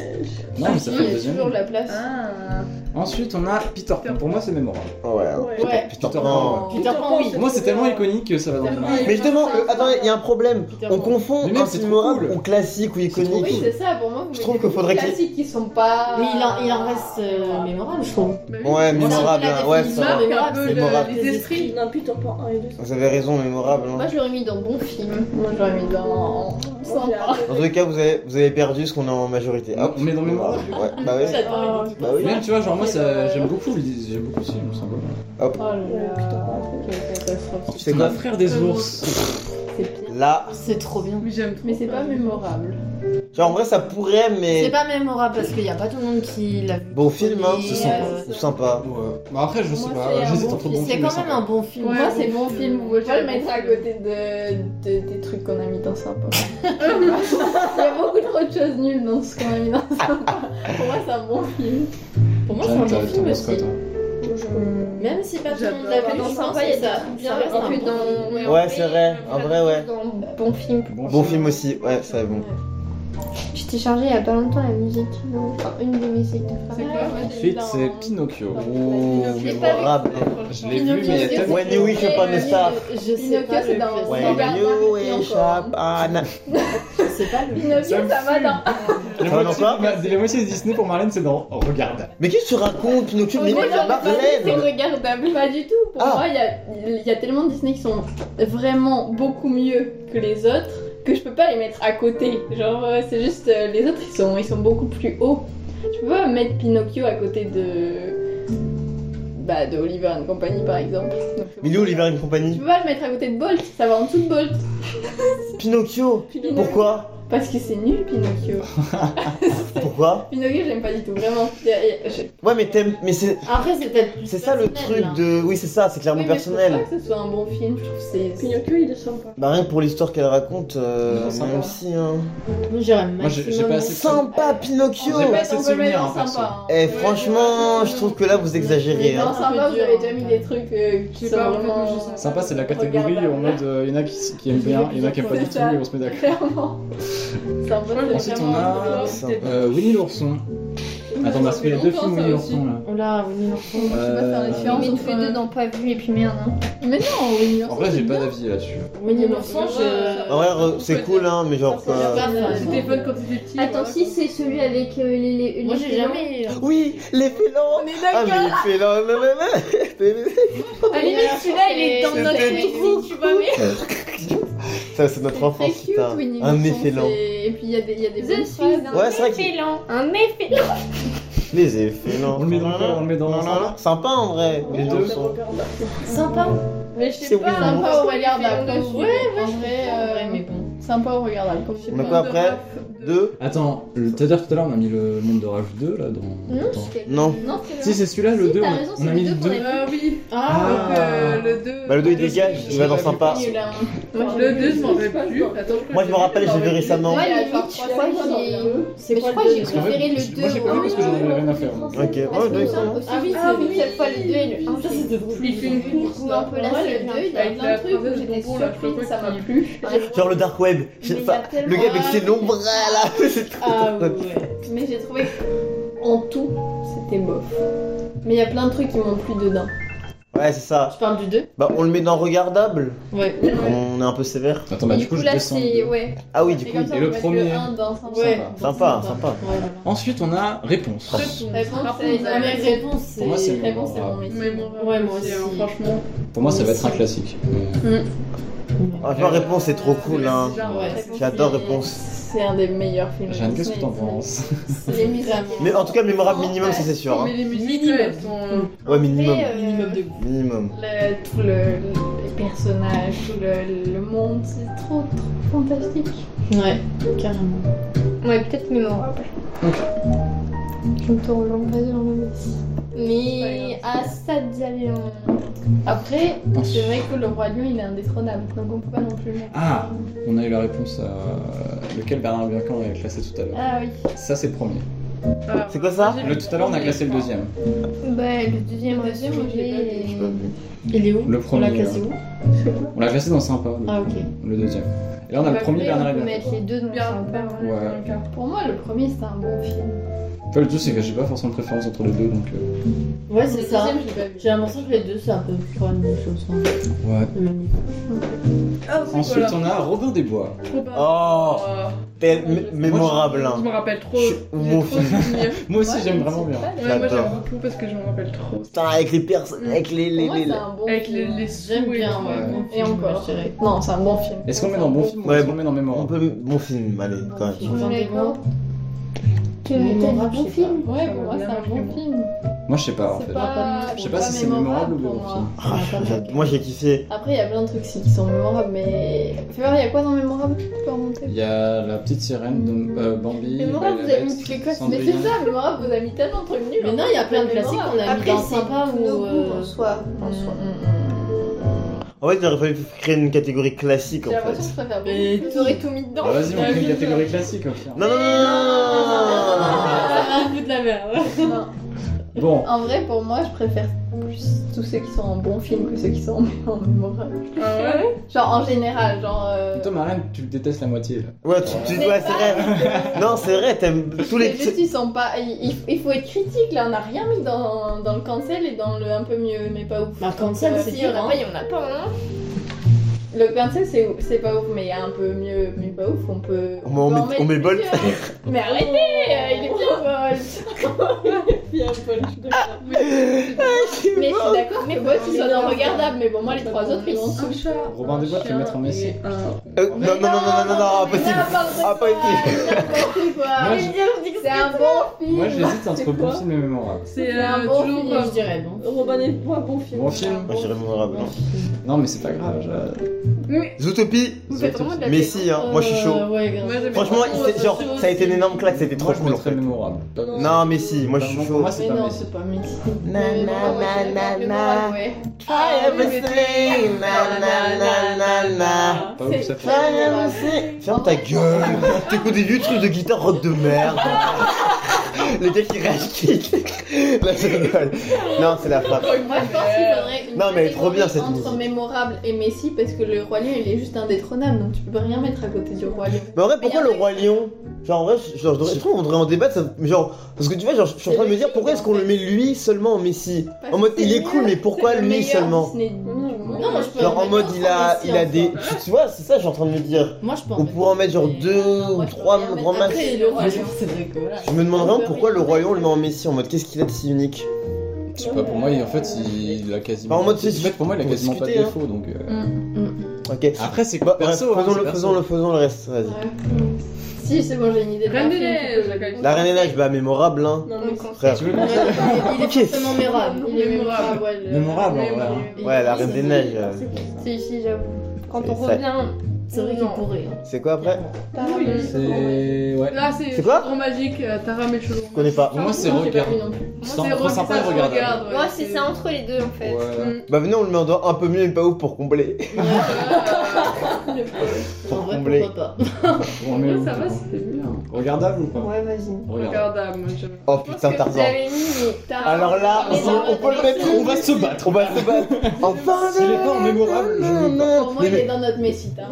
B: Non, mais ça
D: Ah, Il
B: fait le
D: y a
B: deuxième.
D: toujours la place.
G: Ah.
B: Ensuite, on a Peter Pan. Pour moi, c'est mémorable.
A: Oh, Ouais, ouais.
E: Ouais.
B: Peter
A: Non.
B: Pan.
E: Peter Pan, oui.
B: Pour moi, c'est tellement iconique que ça va dans le marbre.
A: Mais justement, euh, attendez, il y a un problème.
E: Peter
A: On
E: Pan.
A: confond
B: Mais même,
A: un
B: c'est
A: film
B: trop
A: horrible
B: cool.
A: ou classique ou
B: trop
A: iconique.
D: Oui, c'est ça, pour moi, vous
A: Je
D: mettez
A: trouve qu'il
D: des
A: faudrait qu'il-
D: classiques qui sont pas.
E: Mais il en, il en reste euh, mémorable, je trouve.
G: Bah oui.
A: Ouais,
E: Moi, c'est
A: mémorable,
E: la
A: hein. ouais,
G: Il
E: définition.
A: ça
G: marque un peu
A: Mémorable.
G: le- les esprits.
F: Non, Peter Pan 1 et 2.
A: va. Vous avez raison, mémorable. hein.
D: Moi, je l'aurais mis dans bon film. Moi, je l'aurais mis dans.
G: Oh,
D: Sympa.
A: Dans tous les cas, vous avez, vous avez perdu ce qu'on a en majorité. Hop.
B: On est dans mémorable.
A: Ouais, bah ouais.
D: J'adore les
A: Bah oui.
B: Même, tu vois, genre, moi, ça- j'aime beaucoup, les- j'aime beaucoup ce film, sympa.
A: Hop.
D: Oh là là, quelle catastrophe.
A: C'est
B: Ensuite, on a
A: quoi
B: Frère des ours.
D: C'est pire.
A: Là.
E: C'est trop bien.
G: Mais j'aime trop.
D: Mais c'est pas mémorable.
A: Genre, en vrai, ça pourrait,
E: C'est
A: mais.
E: pas mémorable parce qu'il n'y a pas tout le monde qui l'a vu.
A: Bon film, hein.
E: Et,
A: Ce
B: sont-
E: euh,
A: sont sympa.
B: Ouais. Bah après, je sais
D: Moi,
B: pas,
D: c'est un
B: j'hésite
D: bon
B: entre bon film
E: C'est
B: et
E: quand même
B: sympa.
E: un bon film.
G: Ouais.
D: Moi,
G: bon
D: c'est bon
G: film.
D: film. Je vais
G: Ouais,
D: le mettre
G: bon
D: à
G: film.
D: côté de, de- des trucs qu'on a mis dans Sympa. Il y a beaucoup trop de choses nulles dans ce qu'on a mis dans Sympa. Pour moi, c'est un bon film.
E: Pour moi, c'est un
B: T'as-
E: bon
B: t'as
E: film
B: Thomas
E: aussi.
B: Scott, hein.
E: Même si pas tout le monde
G: J'adore.
E: l'a vu,
C: Dans
E: je pense
C: sympa, il y a
E: que
C: des
E: ça
C: trucs
E: ça
C: bien.
E: reste
C: alors
E: un
C: que
E: bon film.
C: dans- en
A: Ouais, c'est vrai. En vrai, ouais.
C: Dans bon film.
A: Bon film aussi. Ouais, ça est bon.
C: Je t'ai chargé il y a pas longtemps la musique. non, Enfin, une des musiques de
D: C'est
C: Farah.
D: quoi
B: Ensuite, c'est Pinocchio.
A: Oh, mémorable.
B: Je l'ai vu, mais il y a
D: Pinocchio,
B: tellement.
A: When you wish upon a star.
E: Je sais
D: Pinocchio,
E: pas.
D: c'est
E: le
D: dans-
E: film.
D: Ouais. Star.
A: When you wish upon a.
E: Je sais pas. le-
D: Pinocchio, ça va
A: Ça
B: La
D: dans.
A: va dans
B: moitié,
A: quoi
B: bah, la moitié de Disney pour Marlène, c'est dans Oh, Regarde.
A: Mais qu'est-ce que tu racontes, Pinocchio Mais
D: Moi, j'aurais pas dit que
A: Marlène
D: bah, c'est regardable. Pas du tout. Pour
A: Ah.
D: moi, il y a- il y, a tellement de Disney qui sont vraiment beaucoup mieux que les autres que je peux pas les mettre à côté. Genre, euh, c'est juste euh, les autres, ils sont, ils sont beaucoup plus hauts. Je peux pas mettre Pinocchio à côté de. Bah, de Oliver and Company par exemple. Donc, c'est
A: Mais il est
D: bon.
A: où, Oliver et
D: Je
A: compagnie
D: peux pas le mettre à côté de Bolt, ça va en dessous de Bolt.
A: Pinocchio Pourquoi
D: Parce que c'est nul Pinocchio.
A: Pourquoi
D: Pinocchio, je l'aime pas du tout, vraiment. Il y a- il y a- je-
A: Ouais, mais t'aimes. Mais c'est.
E: Après, c'est peut-être plus
A: C'est ça le
E: personnel,
A: truc
E: hein.
A: de. Oui, c'est ça, c'est
D: Oui,
A: clairement
D: mais je trouve
A: personnel.
D: pas que ce soit un bon film, je trouve que c'est. c'est-
F: Pinocchio, il est sympa.
A: Bah rien que pour l'histoire qu'elle raconte, euh,
B: Non, sympa.
A: même si hein.
E: Moi, j'irais
B: Moi, j'ai- j'ai
E: maximum.
B: pas assez-
A: Sympa
D: On
A: Pinocchio
D: peut le
B: Ouais.
D: mettre- on peut le mettre
B: Souvenir,
D: dans
B: hein, perso.
D: sympa. hein.
A: Eh franchement, je trouve que là vous exagérez.
D: Mais dans
A: Hein.
D: sympa, vous avez déjà mis des trucs euh,
G: Je
D: qui
G: sais
D: sont
G: pas, en fait,
D: vraiment.
G: moi, je sais
B: Sympa, c'est la catégorie
D: Regarde,
B: en mode euh, il y en a qui, qui aiment
D: J'ai
B: bien,
D: vu
B: il y en a qui aiment pas du tout,
D: plusieurs
B: et on se met d'accord.
D: Clairement. Sympa, c'est
B: Ensuite, on
D: vraiment
B: a-
D: drôle.
A: Sympa.
B: Euh, Winnie l'ourson. Attends, parce qu'il y a deux films Winnie l'ourson là.
E: Oh là, oui, non.
D: Je sais pas faire la
B: Euh,
D: différence
C: Mais
D: entre
C: tous les deux dans pas vu et puis merde. hein.
D: Mais non, Winnie l'ourson.
B: En vrai, j'ai pas d'avis là-dessus.
E: Winnie l'ourson, je.
A: En vrai, re- c'est cool hein, mais genre.
E: Ça, c'est
A: euh,
E: la base.
G: Ah, C'était fun quand t'étais petit.
C: Attends, si c'est celui avec euh, les, les.
E: Moi,
C: les
E: j'ai
C: félins.
E: jamais. euh,
A: Oui, les félans.
D: On est
A: Ah mais
D: d'accord.
A: les félans. non, non,
C: Ah,
D: À la limite, celui-là, il est dans
A: C'est
D: notre
A: très
D: musique, tu vois, mais.
A: non. Ça c'est notre
D: C'est
A: enfance.
D: très cute,
A: putain.
D: Winnie
A: Un
D: l'ourson,
A: effélan.
D: c'est- Et puis, il y a des- il y a des
C: Je
D: bonnes
C: suis
D: phrases.
C: un
A: Ouais, c'est vrai que-
C: effélant. Un effélant.
A: Les effélans.
B: On le met dans le- on le met dans-
A: Non, non, non. Sympa en vrai.
B: Les deux.
E: Sympa.
D: Mais je sais
A: C'est
D: pas,
A: Winnie
D: sympa
A: l'ourson.
D: au regard
G: Ouais,
D: d'alcool. Ouais,
E: En
D: vrai,
E: vrai,
D: euh,
E: mais bon.
D: sympa au regard d'alcool.
A: On a quoi après Deux.
B: Attends, le- tout à l'heure, tout à l'heure, on a mis le monde de Rage 2 là dans.
C: Non,
B: dans-
C: c'est-
A: Non.
C: Non, c'est
B: Si, c'est celui-là, le
C: Hmm Si,
B: 2.
C: t'as
B: on a-
C: raison,
B: on
C: c'est
B: a
C: le
B: mis
C: deux
B: le
C: qu'on a
B: 2.
G: Euh, oui.
E: Ah,
G: Donc, euh, le 2.
A: Bah le 2 il dégage, il va dans sympa.
G: Le 2, je m'en rappelle plus. Attends,
A: Moi je me rappelle, j'ai vu récemment.
C: Moi,
D: Ouais,
C: limite,
D: genre,
C: je
D: trois
C: crois que
D: fois dans
C: j'ai.
D: le
E: c'est
C: Mais
E: quoi
C: je crois
E: le
C: que j'ai
E: deux
B: que moi,
C: préféré le
B: j'ai-
C: 2
B: moi, j'ai pas vu parce que j'en avais rien à faire.
C: Ok,
A: Ok, ouais,
C: Parce que
A: ouais, ouais.
C: aussi, ah, oui, c'est oui, cette fois le 2 et le 1.
E: Ça, c'était drôle.
G: Il fait une course.
C: Ou un peu la
D: Ouais,
C: scène 2, il
D: le 2,
C: y a
G: avec
C: plein
G: la
C: de trucs où
G: fameuse
C: j'étais
G: bonbon, là, je sais pas
C: surprise, ça
G: quoi,
C: m'a
G: qui-
C: plu.
A: Genre le dark web. Je
C: Mais
A: sais
C: il y
A: pas.
C: a tellement-
A: Le gars avec
D: Ah,
A: ses
D: oui.
A: longs bras là. c'est trop
E: Ah
A: drôle.
E: ouais.
D: Mais j'ai trouvé que, en tout, c'était bof. Mais il y a plein de trucs qui m'ont plu dedans.
A: Ouais, c'est ça.
E: Tu parles du 2
A: Bah on le met dans regardable.
E: Ouais.
A: On est un peu sévère.
B: Attends, bah du coup, je
D: là,
B: descends. le
D: c'est.
B: deux.
D: Ouais.
A: Ah oui, du
D: Et
A: coup.
D: comme ça,
B: et
D: on
B: le
D: peut mettre
B: premier.
D: un dans sympa.
E: Ouais.
A: Sympa, sympa.
E: Ouais, voilà.
B: Ensuite, on a Réponse.
E: La réponse, c'est- la meilleure réponse, c'est.
B: Pour moi, c'est
D: Vraiment, c'est bon. mais
G: Mais
D: c'est-
G: bon,
E: Ouais, moi aussi.
G: hein, Franchement,
B: Pour moi, ça va être un classique.
A: Franchement, réponse c'est trop cool. Hein.
E: Ouais.
A: J'adore
D: c'est-
A: Réponse.
D: C'est un des meilleurs films.
B: Jeanne, qu'est-ce que t'en
D: Disney.
B: penses
D: Les misérables.
A: Mais en tout cas, mémorable minimum, ça c'est sûr. hein.
G: mais les musiques,
E: Minimum.
G: elles sont.
A: Ouais, minimum.
D: Après, euh,
E: Minimum de goût.
A: Minimum.
D: le- tout le, le- les personnages, tout le, le monde, c'est trop, trop fantastique. Ouais, carrément.
C: Ouais, peut-être mémorable.
E: Je me tourne en pas dans le
C: Mais à Stade Zalion.
D: Après, c'est vrai que le roi lion il est indétrônable, donc on peut pas non plus. le mettre.
B: Ah On a eu la réponse à lequel Bernard Biancan avait classé tout à l'heure.
C: Ah oui.
B: Ça, c'est le premier.
A: C'est quoi ça
B: Le tout à l'heure, on a classé le deuxième.
C: Bah, le deuxième reste
D: deuxième, moi, je l'ai pas
C: privé
A: J'ai
C: et-
A: pas vu.
D: Il est où
B: Le
D: On
B: premier. hein.
D: l'a classé où
B: On l'a classé dans Sympa, donc,
D: Ah, Bah, ok.
B: le deuxième. Et là, on a le premier
C: Après,
B: Bernard
C: on
B: et
C: peut
B: Biancan.
C: mettre les deux dans
G: Bien.
C: sympa.
B: Ouais.
D: Pour moi, le premier c'était un bon film.
B: Pas le tout, c'est que j'ai pas forcément de préférence entre les deux, donc. euh,
E: Ouais, c'est
D: Le
E: ça.
D: deuxième, je l'ai pas vu.
E: J'ai l'impression que les deux, c'est un peu pas une même chose. hein.
B: Ouais.
E: Le même niveau.
B: Ensuite, on a Robin des Bois.
A: Oh, t'es m- mémorable.
G: Je
A: hein.
G: me rappelle trop.
A: Je-
G: J'ai
A: mon
G: trop de souvenirs.
B: Moi aussi,
D: Moi,
B: j'aime
D: je
B: vraiment
D: sais
B: bien.
D: pas, mais
G: Ouais, moi
A: J'adore.
G: j'aime beaucoup parce que je me rappelle trop.
A: Putain, avec les personnes, avec les. les,
D: Pour moi,
A: les-
D: c'est un bon
G: Avec
D: film.
G: les- les sous
D: J'aime
G: et
D: bien,
G: tout,
D: ouais.
B: ouais.
D: Bon
E: Et
D: film,
E: encore.
D: je dirais. Non, c'est un bon film.
B: Est-ce qu'on met dans bon film ou est-ce
A: Ouais,
B: qu'on met dans
A: On
B: mémoire
A: peut bon film, allez, quand même.
E: Robin des Bois.
C: Tu as dit
E: Mémorable, je
C: bon
E: sais
C: film
D: Ouais, pour moi, c'est un bon film.
B: Moi, je sais pas en
D: C'est
B: fait.
D: pas,
B: Je sais pas si c'est mémorable ou
D: pour
B: bon
D: moi.
B: film.
A: Ah,
D: Ça m'a pas
A: j'ai- moi j'ai kiffé.
D: Après, il y a plein de trucs si, qui sont mémorables, mais. Fais voir, il y a quoi dans mémorable que tu peux remonter
B: Il y a la petite sirène
D: Mmh.
B: de euh, Bambi.
C: Mémorable, vous avez
B: Belle et la
C: mis
B: Bête,
C: toutes les classes, mais
D: Mais c'est
B: Cendrillon.
D: ça, mémorable, vous avez mis tellement de trucs nuls. hein,
E: Mais non, il y a plein de classiques qu'on a mis
C: Après,
E: dans
C: c'est
E: Sympa
C: tous
E: ou.
C: nos goûts
E: euh,
C: en soi. en soi.
A: En fait, il aurait fallu créer une catégorie classique en
D: J'ai l'impression que je
A: fait.
D: préfère
E: Et
D: beaucoup.
E: tout.
D: Vous aurez tout mis dedans.
B: Bah, Vas-y, on
D: Ah,
B: fait une
D: oui.
B: catégorie classique au pire.
A: Non, non, non, non, non, non, non.
E: Ah, fout de la merde.
D: Non.
B: Bon,
D: En vrai, pour moi, je préfère plus tous ceux qui sont en bon film que ceux qui sont en- en mémorable.
G: Ah ouais
D: Genre en général, genre. euh,
B: Tom Arlen, tu le détestes la moitié là.
A: Ouais, tu, tu, ouais, c'est vrai. Non, c'est vrai, t'aimes tous les.
D: C'est juste, ils sont pas. Il, il- il faut être critique là, on n'a rien mis dans, dans le cancel et dans le un peu mieux, mais pas ouf.
E: Bah, cancel, c'est
D: Si,
E: dur.
D: on a
E: hein.
D: pas-
C: Il y en a pas, hein
D: Le cancel, c'est c'est pas ouf, mais un peu mieux, mais pas ouf, on peut.
A: On met- on
D: peut en
A: met-
D: mettre
A: on met Bolt.
D: plusieurs. Mais arrêtez, euh, il est bien Bolt
E: Il y a un peu le-
B: Ah.
D: Mais je suis d'accord que Bolt, il soit dans regardable, mais bon, moi, les trois autres, ils vont
G: Un chat.
B: Robin des Bois, tu veux mettre en Messi.
A: Euh, non, non, non, non, non, non, non, impossible. Ah, pas possible.
B: Moi,
D: impossible.
B: je-
D: C'est un bon film.
B: Moi j'hésite entre
G: C'est
B: bon
G: quoi
B: film et mémorable.
G: C'est
D: C'est un
G: euh,
D: bon
G: toujours.
D: film.
G: euh,
E: Je dirais bon.
G: Robin des Bois, bon film.
B: Bon film
A: Moi, je dirais mémorable, Ah, hein. non.
B: Non, mais c'est pas grave. je-
A: Zootopie,
C: Vous faites vraiment de la
A: Messi, hein, moi je suis chaud.
E: Euh, ouais, grave.
G: Moi, j'aime
A: Franchement, il s'est- genre,
G: euh,
A: ça a été une énorme claque, Ah, c'était trop
B: Moi, je
A: cool en
B: mettrais
A: fait.
B: mémorable.
A: Non, Messi, moi je suis
B: Bah, Pour
A: chaud.
B: moi, c'est
D: Mais
B: pas
D: non,
B: Messi.
D: c'est pas Messi.
A: Na,
D: Mais
A: na,
D: bon, moi, je
A: na,
D: dirais
A: na,
D: mémorable, ouais.
A: Try
B: Ah,
A: everything, na, na, na, na, na.
B: Pas ouf, ça fait.
A: Try everything. Ferme ta gueule. T'écoutes des vieux trucs de guitare rock de merde. Le gars qui rage kick. Là, je rigole. Non, c'est la frappe.
D: Moi, je pense qu'il faudrait une
A: Non, mais elle est trop bien,
D: catégorie
A: cette
D: entre
A: musique.
D: mémorable et Messi parce que le roi lion il est juste indétrônable donc tu peux rien mettre à côté du roi lion.
A: Mais en vrai, pourquoi le roi lion Genre, en vrai, je- genre, je devrais- je trouve qu'on devrait en débattre. ça- mais genre, parce que tu vois, genre, je suis en train de me dire pourquoi est-ce qu'on le met lui seulement en Messi En mode, il est cool, mais pourquoi lui seulement
G: Mmh.
D: Non,
E: Non, moi, je peux
A: Genre, en
E: mettre
A: mode,
E: d'autres
A: il a,
E: Messi
A: il a
E: en
A: des.
E: soi.
A: Tu, tu vois, c'est ça, que je suis en train de me dire.
E: Moi, je peux en
A: On
E: mettre
A: pourrait en mettre genre
E: mais-
A: deux
D: Moi,
A: ou
D: je peux
A: trois
D: rien mettre
A: grands matchs.
E: Après, le roi, genre, c'est vrai que voilà.
A: Je me demande
D: On
A: vraiment
D: peut
A: pourquoi le
D: rien.
A: royaume le met en Messi en mode qu'est-ce qu'il a de si unique
B: Je sais pas, pour moi, il- en fait, il il a quasiment.
A: Bah, en mode, c'est-
B: en fait, pour moi, il a
A: faut
B: quasiment pas de
A: discuter, hein.
B: défaut donc. euh,
G: Mm.
A: Ok.
B: Après, c'est
A: Bah,
B: quoi
A: bref,
B: perso hein,
A: faisons,
B: c'est
A: le,
B: perso.
A: faisons le faisons le reste, vas-y.
D: Si, c'est bon, j'ai une idée. d'un
G: Reine des
D: film que
G: Neiges,
D: je-
G: la qualité.
A: La Reine des Neiges, bah mémorable hein.
G: Non, mais
A: Frère.
B: Tu veux le
E: Il est
A: Ok.
E: forcément mémorable.
D: Il est
G: Mémorable.
D: mémorable, ouais. le-
B: Mémorable en
G: Mais
B: vrai.
G: oui.
B: hein.
A: Ouais, la Reine des Neiges. euh,
C: Si, si, j'avoue. Quand
A: C'est
C: on
A: ça.
C: revient.
E: C'est vrai qu'il
C: Non.
E: pourrait. hein.
A: C'est quoi après
G: Oui.
B: C'est. Ouais.
G: Là, c'est
A: C'est quoi
G: Chaudron Magique, euh, Taram et Chaudron.
A: Je connais pas.
B: Pour moi, c'est
D: Non, j'ai pas
B: regard.
D: vu non plus.
G: Moi,
B: C'est un-
G: Rogue,
B: sympa
G: ça,
B: et
G: je
B: regardable.
G: regarde, Mm. ouais,
C: Moi, c'est ça entre les deux en fait.
B: Ouais.
A: Bah venez, on le met en dehors un peu mieux et pas ouf pour combler.
E: En vrai,
A: combler.
E: pourquoi pas
B: On met
G: Ouais,
B: où,
G: ça
B: du
G: va,
B: coup
G: c'était bien.
B: Regardable ou pas
C: Ouais, vas-y.
B: Regarde.
G: Regardable, euh, moi, j'aime.
A: Oh
C: Je pense
A: putain,
C: que vous
A: Tarzan.
C: avez mis, mais Tarzan-
A: Alors là,
C: Mais
A: on,
C: non,
A: Ah, on peut le mettre.
B: On va se battre.
A: On va se battre. Enfin
B: S'il est pas en mémorable, je veux pas.
D: Pour moi, il est dans notre Messi. hein.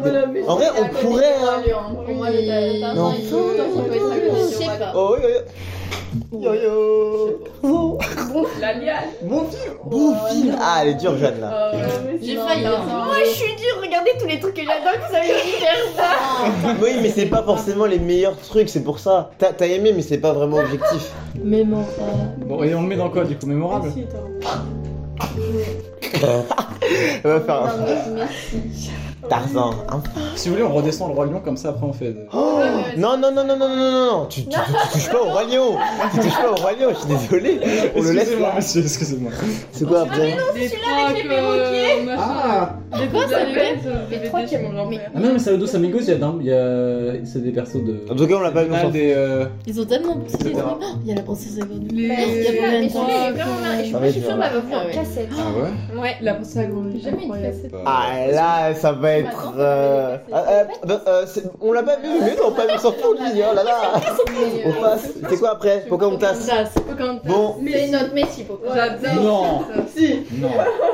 A: En vrai,
D: Il est à
A: on
D: côté du
A: pourrait.
D: roi
A: hein.
D: lion. Pour moi, il est à- il est à-
A: Non.
D: il peut être à côté du
E: Je
D: roi
E: sais pas.
A: Oh yo yo. Yo yo. Bon
G: La liane.
A: film. Bon film. Ah, elle est dure, Jeanne là.
G: Ah, ouais.
E: J'ai
D: Non,
E: failli.
D: non.
E: hein.
C: Moi, je suis dure, regardez tous les trucs que j'adore que vous avez mis faire ça.
A: Oui, mais c'est pas forcément les meilleurs trucs, c'est pour ça. T'as t'as aimé, mais c'est pas vraiment objectif.
E: Mémorable.
B: Bon, et on le met dans quoi du coup Mémorable
A: Elle va faire un. Tarzan. hein.
B: Si vous voulez, on redescend le roi lion comme ça après on fait. euh,
A: Oh non, non, non, non, non, non, non, non, tu, tu, tu- tu touches pas au roi lion. Tu touches pas au roi lion, je suis désolé. On le laisse
B: Excusez-moi,
A: là.
B: monsieur, excusez-moi.
G: Ah,
A: C'est quoi après
G: euh, Bah, Les trois que- machin.
B: Ah
D: De quoi ça lui est
C: Mais trois qui aiment l'enfer.
B: Ah non, mais Saludos Amigos, il y a, d'un- hein. il y a- c'est des persos de.
A: En tout cas, on l'a pas vu
B: Ah,
A: ensemble.
B: des, euh,
E: Ils ont tellement poussé les
B: Etc.
E: trucs. Oh, Il y a la princesse Agone.
C: Mais
E: Il y a
C: celui-là,
E: plein de
C: mais
E: gens.
C: celui-là, il est vraiment bien. Et je-
A: Ah
C: moi, je
A: ouais,
C: suis
A: tu
C: sûre qu'on
A: vois.
C: va vu
E: Ah
C: en
E: ouais.
C: cassette.
B: Ah ouais
C: Ouais.
G: La pensée à grande
C: J'ai jamais eu de cassette.
B: Bah,
A: Ah là, ça va être. euh, ah, ah, bah, euh, c'est- on l'a pas vu, mais non, on l'a pas vu sans fond, hein, là là. On passe. C'est quoi après Pourquoi on tasse Bon,
C: C'est une autre Messi, pourquoi
G: J'adore.
B: Non
G: Si.
B: Non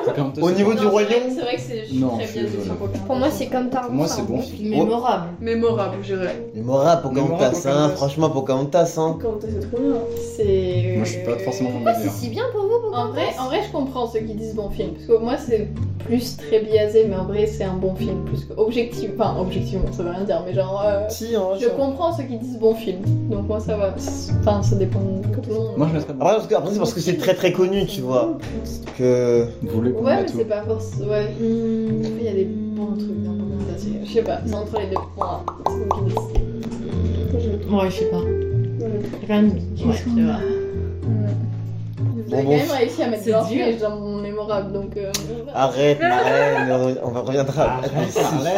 B: C'est quand même
A: au niveau du royaume,
D: C'est vrai que c'est je suis
B: Non,
D: très
B: je
D: bien
B: suis
D: de
B: désolé.
C: Pour moi, c'est comme Tarzan.
B: Pour moi, c'est bon.
E: Puis mémorable.
G: Mémorable, j'irais.
A: Mora Pocahontas,
B: Mémorable,
A: hein,
B: Pocahontas.
A: franchement Pocahontas, hein.
F: Quand t'as c'est trop bien.
D: C'est.
B: Moi, je suis pas forcément dans
C: Pourquoi
B: le
C: c'est
B: délire.
C: si bien pour vous
D: En
C: Pocahontas
D: vrai, en vrai, je comprends ceux qui disent bon film. Parce que moi, c'est plus très biaisé, mais en vrai, c'est un bon film. Plus que objectif. Enfin, objectivement, ça veut rien dire, mais genre. euh,
A: Si, hein.
D: Je comprends ceux qui disent bon film. Donc, moi, ça va. Enfin, ça dépend de tout le monde.
B: Moi, je mettrais
A: Après, parce que- après, c'est parce que c'est très très connu, tu vois. Que.
B: Vous voulez qu'on
D: Ouais, mais
B: mette
D: c'est pas forcément. Ouais. Après, Il y a des bons trucs dans le monde asiatique. Je sais pas, c'est entre les deux. Voilà.
E: Euh, Ouais, je sais pas. J'ai pas mis. Ouais, c'est vrai.
D: Hmm. J'ai
A: Bon,
D: quand
A: bon.
D: même réussi à mettre
E: C'est
D: leur
E: dur.
D: flèche dans mon mémorable, donc. euh, voilà.
A: Arrête, ma reine, on- on reviendra.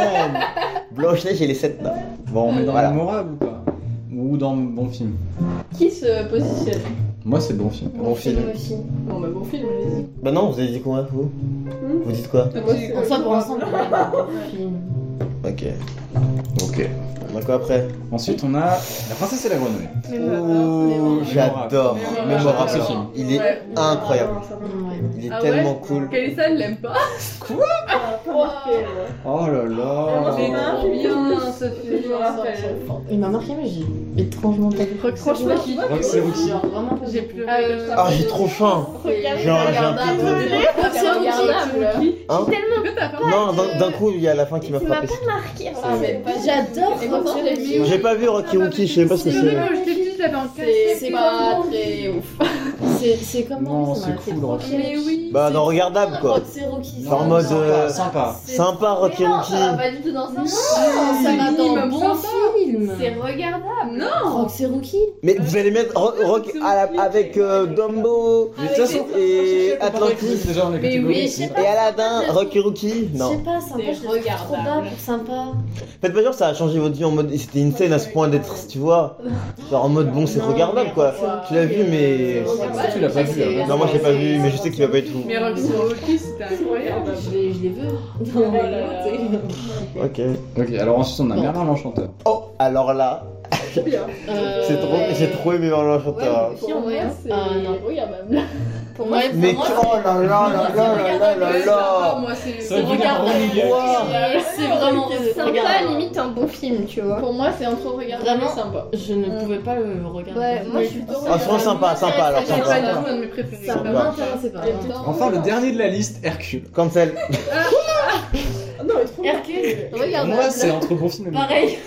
A: Blanche-Neige et les sept nains. Bon,
B: On est dans
A: voilà.
B: mémorable ou pas Ou dans bon film
D: Qui se positionne
B: Moi, c'est bon film.
A: Bon film.
C: aussi.
D: Bon, bah, bon film, je dis.
A: Bah non, vous avez dit combien, vous
G: Hmm
A: Vous dites quoi
E: En soi, pour ensemble, on a un bon film.
A: Ok.
B: Ok.
A: On a quoi après
B: Ensuite, on a La princesse et la grenouille.
A: Ouh, j'adore.
G: Mémorable.
A: Mémorable ce
B: Alors,
A: film. Il est
G: Ouais.
A: incroyable.
G: Ah, ça va.
E: Ouais.
A: Il est
G: Ah
A: tellement
G: ouais
A: cool.
G: Kalissa, elle l'aime pas.
F: Ah, pas marqué, moi.
B: Oh là
G: Vraiment, c'est
B: là
G: trop bien ce film. je me rappelle.
E: Il m'a marqué, mais j'ai étrangement pas vu.
G: Franchement, qui-
B: Roxy Rookie.
E: Genre, vraiment pas
G: j'ai
E: vu.
D: Euh,
G: pleuré comme ça.
A: Ah, j'ai trop faim.
C: Regardez,
A: J'ai un- j'ai un
C: regardez.
A: petit
C: C'est regardable.
A: Hein
G: Tellement. Que t'as pas
A: Non, d'un d'un coup, il y a la fin qui m'a
C: Tu m'as
A: frappé.
C: pas marqué. hein.
D: Ah, mais pas-
E: J'adore
D: Et pourtant,
E: Roxy
D: j'ai
E: Rookie.
G: mais-
A: J'ai pas vu Rocky Rookie, je sais pas ce que
G: C'est
A: c'est.
G: horrible, j'étais petite, j'avais un
D: C'est
G: cassette.
D: c'est pas très ouf.
E: C'est- C'est comment
B: Non,
E: ça
B: c'est
E: m'a fait
B: cool,
E: trop
B: Roxy.
E: chier.
G: Mais oui.
A: Bah, non, regardable quoi.
E: Roxy Rookie.
A: C'est en mode, euh,
B: Sympa, sympa.
A: Sympa Rocky
D: Non,
A: Rookie.
D: ça va pas du tout dans ça.
E: Non, Oh, ça va dans
G: minimum
E: bon
G: sympa.
E: film. Oh.
D: C'est regardable.
G: Non.
E: Roxy Rookie.
A: Mais vous allez mettre Ro-
E: Euh,
A: Rock à la- avec euh, Dumbo
B: Mais de toute façon,
A: et Atlantis
B: déjà dans les catégories.
E: oui, je sais
A: et Aladdin, Rocky Rookie.
E: Je
A: Non.
E: sais pas, sympa,
D: C'est
E: je le trouve trop bas
D: regardable.
E: pour sympa.
A: Faites pas genre ça a changé votre vie en mode. C'était une scène à ce point d'être, tu vois. Genre en mode bon, c'est
E: Non,
A: regardable
E: mais
A: quoi.
E: Roxy Rookie,
A: Tu l'as vu, mais-
E: euh,
B: Ah, tu l'as pas vu,
D: C'est-
B: là.
A: Non, moi je l'ai pas vu, mais je sais qu'il va pas être fou.
G: Mais Roxy Rocky, c'était incroyable.
E: Je les, je les veux.
D: Oh là là.
A: Ok.
B: Ok, alors ensuite, on a Merlin l'Enchanteur.
A: Oh, alors là,
E: Euh,
A: c'est trop, j'ai trop aimé Merlin Enchanteur.
D: Si, en vrai, c'est bah,
E: Ah, non.
D: regardable.
E: Pour moi,
A: Mais
E: pour moi,
A: oh là là là là là là là
G: Sympa,
A: là
G: moi, c'est-
B: Ça
G: c'est
B: veut dire
G: regardable.
B: qu'on y est.
E: c'est- c'est vraiment
C: Sympa,
E: regarde,
C: limite un bon film, tu vois.
D: Pour moi, c'est entre regardable
E: Vraiment.
D: et sympa.
E: Je ne pouvais pas le regarder.
C: Ouais, moi je suis
A: Ah, franchement, sympa, sympa, alors,
G: C'est pas
A: sympa.
G: du tout un de mes préférés.
E: ça
A: Sympa.
E: m'intéressait pas.
B: Enfin, le dernier de la liste, Hercule.
A: Comme celle.
G: Ah Non, il est trop bien.
E: Hercule.
B: Moi,
D: Regardable.
B: c'est entre bon film et mémorable.
E: Pareil.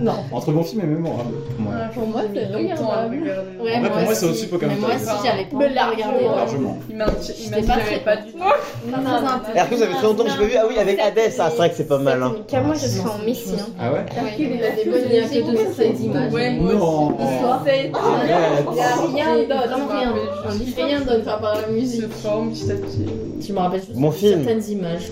E: non.
B: Entre bon film et mémorable. pour moi.
G: Ouais,
D: Pour moi,
G: j'ai
D: c'est
G: mis longtemps à
D: regardable.
G: regarder.
E: Ouais,
B: En fait, pour moi, c'est
E: aussi.
B: au-dessus de Pocahontas.
E: Mais moi aussi, j'avais pas
C: Mais
E: envie de
C: largement.
E: regarder.
B: Largement. hein.
G: Il m'a il m'a
E: J'étais pas
G: j'avais
E: prête.
G: pas du tout.
E: Non, non, non.
A: Hercule, ça fait très longtemps que je l'ai pas vu. Ah oui, avec Hades, ah, c'est vrai que c'est pas mal. Hein.
C: Moi je serais en Messi. hein.
B: Ah ouais
D: Hercule, il a des bonnes il a que de ça, il dit mal.
G: Ouais,
E: euh,
G: moi
B: Non
G: aussi.
D: C'est-
B: Arrête.
D: Il y a rien
E: J'ai
D: d'autre.
E: vraiment rien.
D: Rien d'autre à part la
G: Il
D: musique.
G: se forme petit à petit.
E: Tu me rappelles juste
A: Mon film.
E: certaines images.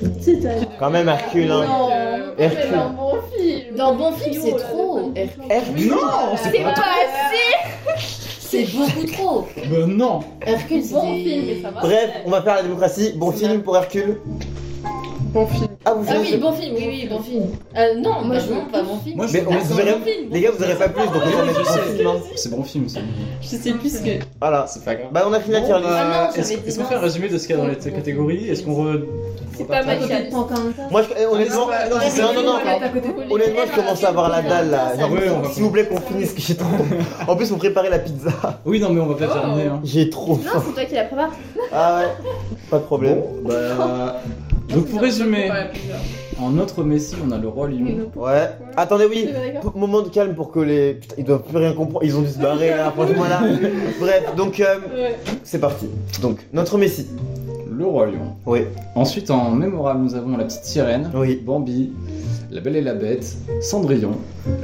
A: Quand même, Hercule. Hein.
D: Non,
G: Euh,
D: mais
A: Hercule.
D: dans bon film.
E: Dans bon film, c'est
D: Trio, là,
E: trop.
D: dans-
A: Hercule
B: Non
D: C'est pas
C: assez
E: C'est beaucoup trop.
B: Bah non
E: Hercule, c'est
D: Bon
E: des-
D: film, mais ça va.
A: Bref, on va faire la démocratie. Bon
E: C'est
A: film
E: mal.
A: pour Hercule.
G: Bon film.
A: Ah, vous
E: Ah
A: savez-
E: oui, bon film, oui, oui, bon film. Euh, non, moi je veux pas bon film.
B: Moi, je
A: Mais
B: veux
A: on
B: bien
A: vous
B: ça.
A: verrez-
E: Bon film, bon
A: Les gars, vous aurez pas plus, donc on va mettre bon film. hein.
B: C'est bon film, c'est bon.
D: Je sais plus ce que.
A: Voilà.
B: C'est pas grave.
A: Bah, on a fini la tier
B: Bon,
A: list.
E: Ah non,
B: bah,
E: j'avais
B: Est-ce
E: dit
B: est-ce qu'on
E: non.
B: fait un résumé de ce qu'il y a dans les catégories Est-ce qu'on re.
C: C'est pas mal.
E: film. Pas encore un tas.
A: Moi, je... eh, honnêtement,
B: Ah,
A: non,
B: bah, c'est-
A: non, non, non.
G: Ouais, t'as côté cool.
A: Honnêtement, je commence à avoir la dalle là. Genre,
B: Ouais, on va-
A: S'il vous plaît, qu'on finisse, que j'ai trop. En plus, on préparait la pizza.
B: Oui, non, mais on va
E: Oh.
B: pas terminer. Hein.
A: J'ai trop
C: Non,
A: faim.
C: c'est toi qui la prépares.
A: Ah ouais, pas de problème.
B: Bon, bah. Donc, pour résumer, en autre Messi, on a le roi lion.
A: Ouais. Attendez, oui. P- Moment de calme pour que les. Putain, ils doivent plus rien comprendre. Ils ont dû se barrer là, franchement là. Bref, donc euh,
G: Ouais.
A: c'est parti. Donc, notre Messi.
B: Le roi lion.
A: Oui.
B: Ensuite, en mémorable, nous avons la petite sirène.
A: Oui.
B: Bambi, La Belle et la Bête, Cendrillon,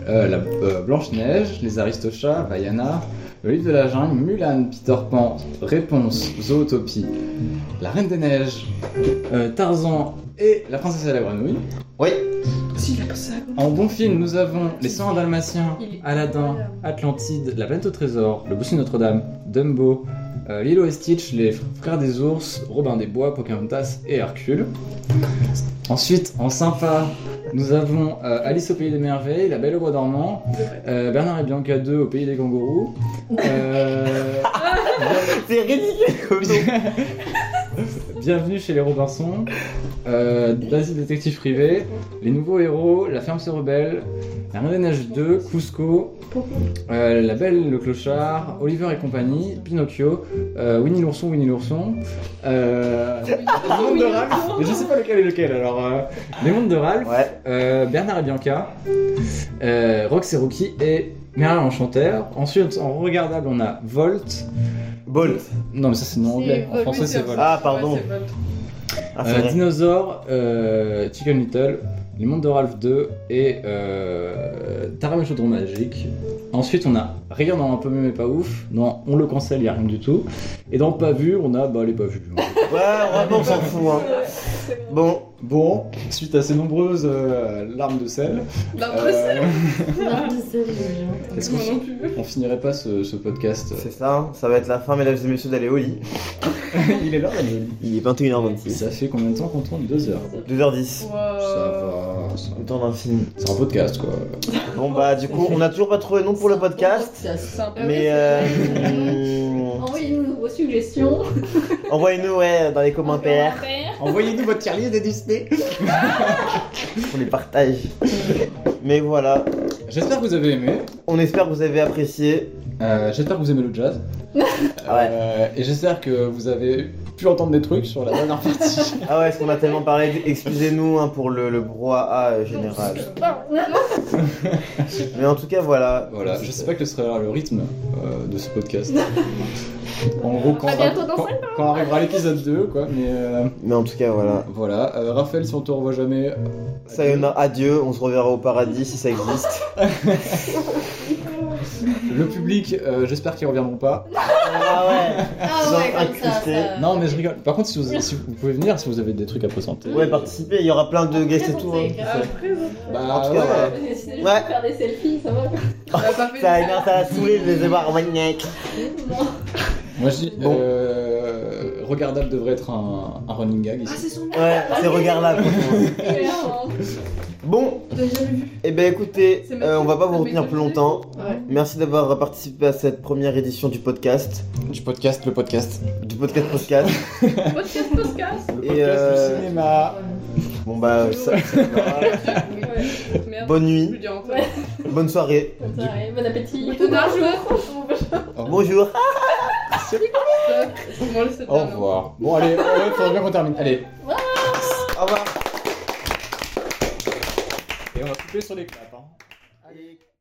B: euh, la- euh, Blanche-Neige, les Aristochats, Vaiana, Le livre de la jungle, Mulan, Peter Pan, Réponse, Zootopie, La Reine des Neiges, euh, Tarzan et La Princesse et la Grenouille.
A: Oui.
G: Si, il a pensé à
B: En bon film, nous avons Les 101 Dalmatiens, Aladdin, Atlantide, La Planète au Trésor, Le Bossu de Notre-Dame, Dumbo, euh, Lilo et Stitch, Les Fr- Frères des Ours, Robin des Bois, Pocahontas et Hercule. Ensuite, en sympa, nous avons euh, Alice au Pays des Merveilles, La Belle au Bois dormant, euh, Bernard et Bianca 2 au Pays des Kangourous. euh,
A: C'est ridicule comme nom.
B: Bienvenue chez les Robinson, euh, Daisy Détective Privé, Les Nouveaux Héros, La Ferme se Rebelle, La Reine des Neiges 2, Cusco, euh, La Belle, Le Clochard, Oliver et compagnie, Pinocchio, euh, Winnie l'ourson, Winnie l'ourson, euh,
G: Ah
B: Les Mondes de Ralph, mais je sais pas lequel est lequel alors, euh, Les Mondes de Ralph,
A: Ouais.
B: euh, Bernard et Bianca, euh, Rox et Rookie et Merlin Enchanteur. Ensuite, en regardable, on a Volt.
A: Bolt.
B: Non, mais ça c'est non anglais. En français, c'est Volt.
A: Ah, pardon. Ah, c'est
B: Euh,
A: vrai.
B: Dinosaur, euh, Chicken Little, Les Mondes de Ralph 2 et euh, Taram et Chaudron Magique. Ensuite, on a rien dans Un peu mieux mais pas ouf. Non, on le cancelle, il a rien du tout. Et dans Pas vu, on a bah, les Pas vus.
A: Ouais, vraiment, on s'en fout. Hein. Bon,
B: Bon, suite à ces nombreuses euh, larmes de sel, euh, est-ce qu'on
G: Moi non plus.
B: on finirait pas ce, ce podcast
A: c'est ça, hein. ça va être la fin, mesdames et messieurs, d'aller au lit.
B: Il est là, mais
A: Il est 21h26.
B: ça fait combien de temps qu'on tourne Deux heures.
A: 2h10.
B: Euh, Ça va. ça-
A: Le temps d'un film.
B: C'est un podcast quoi.
A: Bon, bah, du coup, on n'a toujours pas trouvé de nom pour le podcast. Mais euh,
D: Envoyez-nous vos suggestions.
A: envoyez-nous ouais, dans les commentaires,
B: Envoyez-nous votre tirelire des Disney.
A: on les partage. Mais voilà,
B: J'espère que vous avez aimé.
A: on espère que vous avez apprécié.
B: Euh, j'espère que vous aimez le jazz. Euh, et j'espère que vous avez pu entendre des trucs sur la dernière partie.
A: Ah ouais, parce qu'on a tellement parlé, excusez-nous hein, pour le, le brouhaha euh, général. Mais en tout cas, voilà.
B: voilà, je sais pas quel sera le rythme euh, de ce podcast. en gros, quand,
C: À bientôt dans
B: quand- quand arrivera l'épisode 2, quoi. Mais euh,
A: Mais en tout cas, voilà.
B: voilà. Euh, Raphaël, si on te revoit jamais. euh,
A: Sayonara, adieu, on se reverra au paradis si ça existe.
B: Le public, euh, j'espère qu'ils reviendront pas.
A: Ah ouais,
E: Ah ouais, comme ça,
A: Incrusté.
E: ça.
B: Non, mais je rigole. Par contre, si vous, si vous pouvez venir, si vous avez des trucs à présenter.
A: ouais, participez, il y aura plein de guests et tout. hein.
B: Bah,
A: En tout cas,
B: ouais.
A: voilà.
D: C'est juste
A: Ouais.
D: faire des selfies, ça va. quoi.
G: On a pas fait
A: Ça a énervé, ça a saoulé de les avoir maniaques.
B: Moi, je dis,
A: Bon.
B: euh, regardable devrait être un, un running gag ici.
G: Ah, c'est son nom.
A: Ouais, c'est regard là.
D: Clairement.
A: Bon,
G: T'as jamais vu.
A: et eh ben écoutez,
G: C'est
A: euh, on va pas
G: Mathieu,
A: vous retenir plus longtemps.
G: Ouais.
A: Merci d'avoir participé à cette première édition du podcast,
B: Du podcast, le podcast.
A: du podcast podcast.
D: Podcast, podcast.
B: Le
A: Et,
B: podcast
A: euh,
B: du cinéma.
A: Bon bah, ça, ça-
D: Ouais. Merde.
A: bonne
G: Je le
A: nuit,
G: dis en
D: Ouais.
A: bonne soirée,
D: Bonne soirée, bon appétit.
G: Ou tout d'un
A: bonjour.
G: Comment le
B: Au revoir. Bon, allez, ouais, faudrait bien qu'on termine. Allez.
A: Au revoir.
B: Et on va couper sur les claps. hein.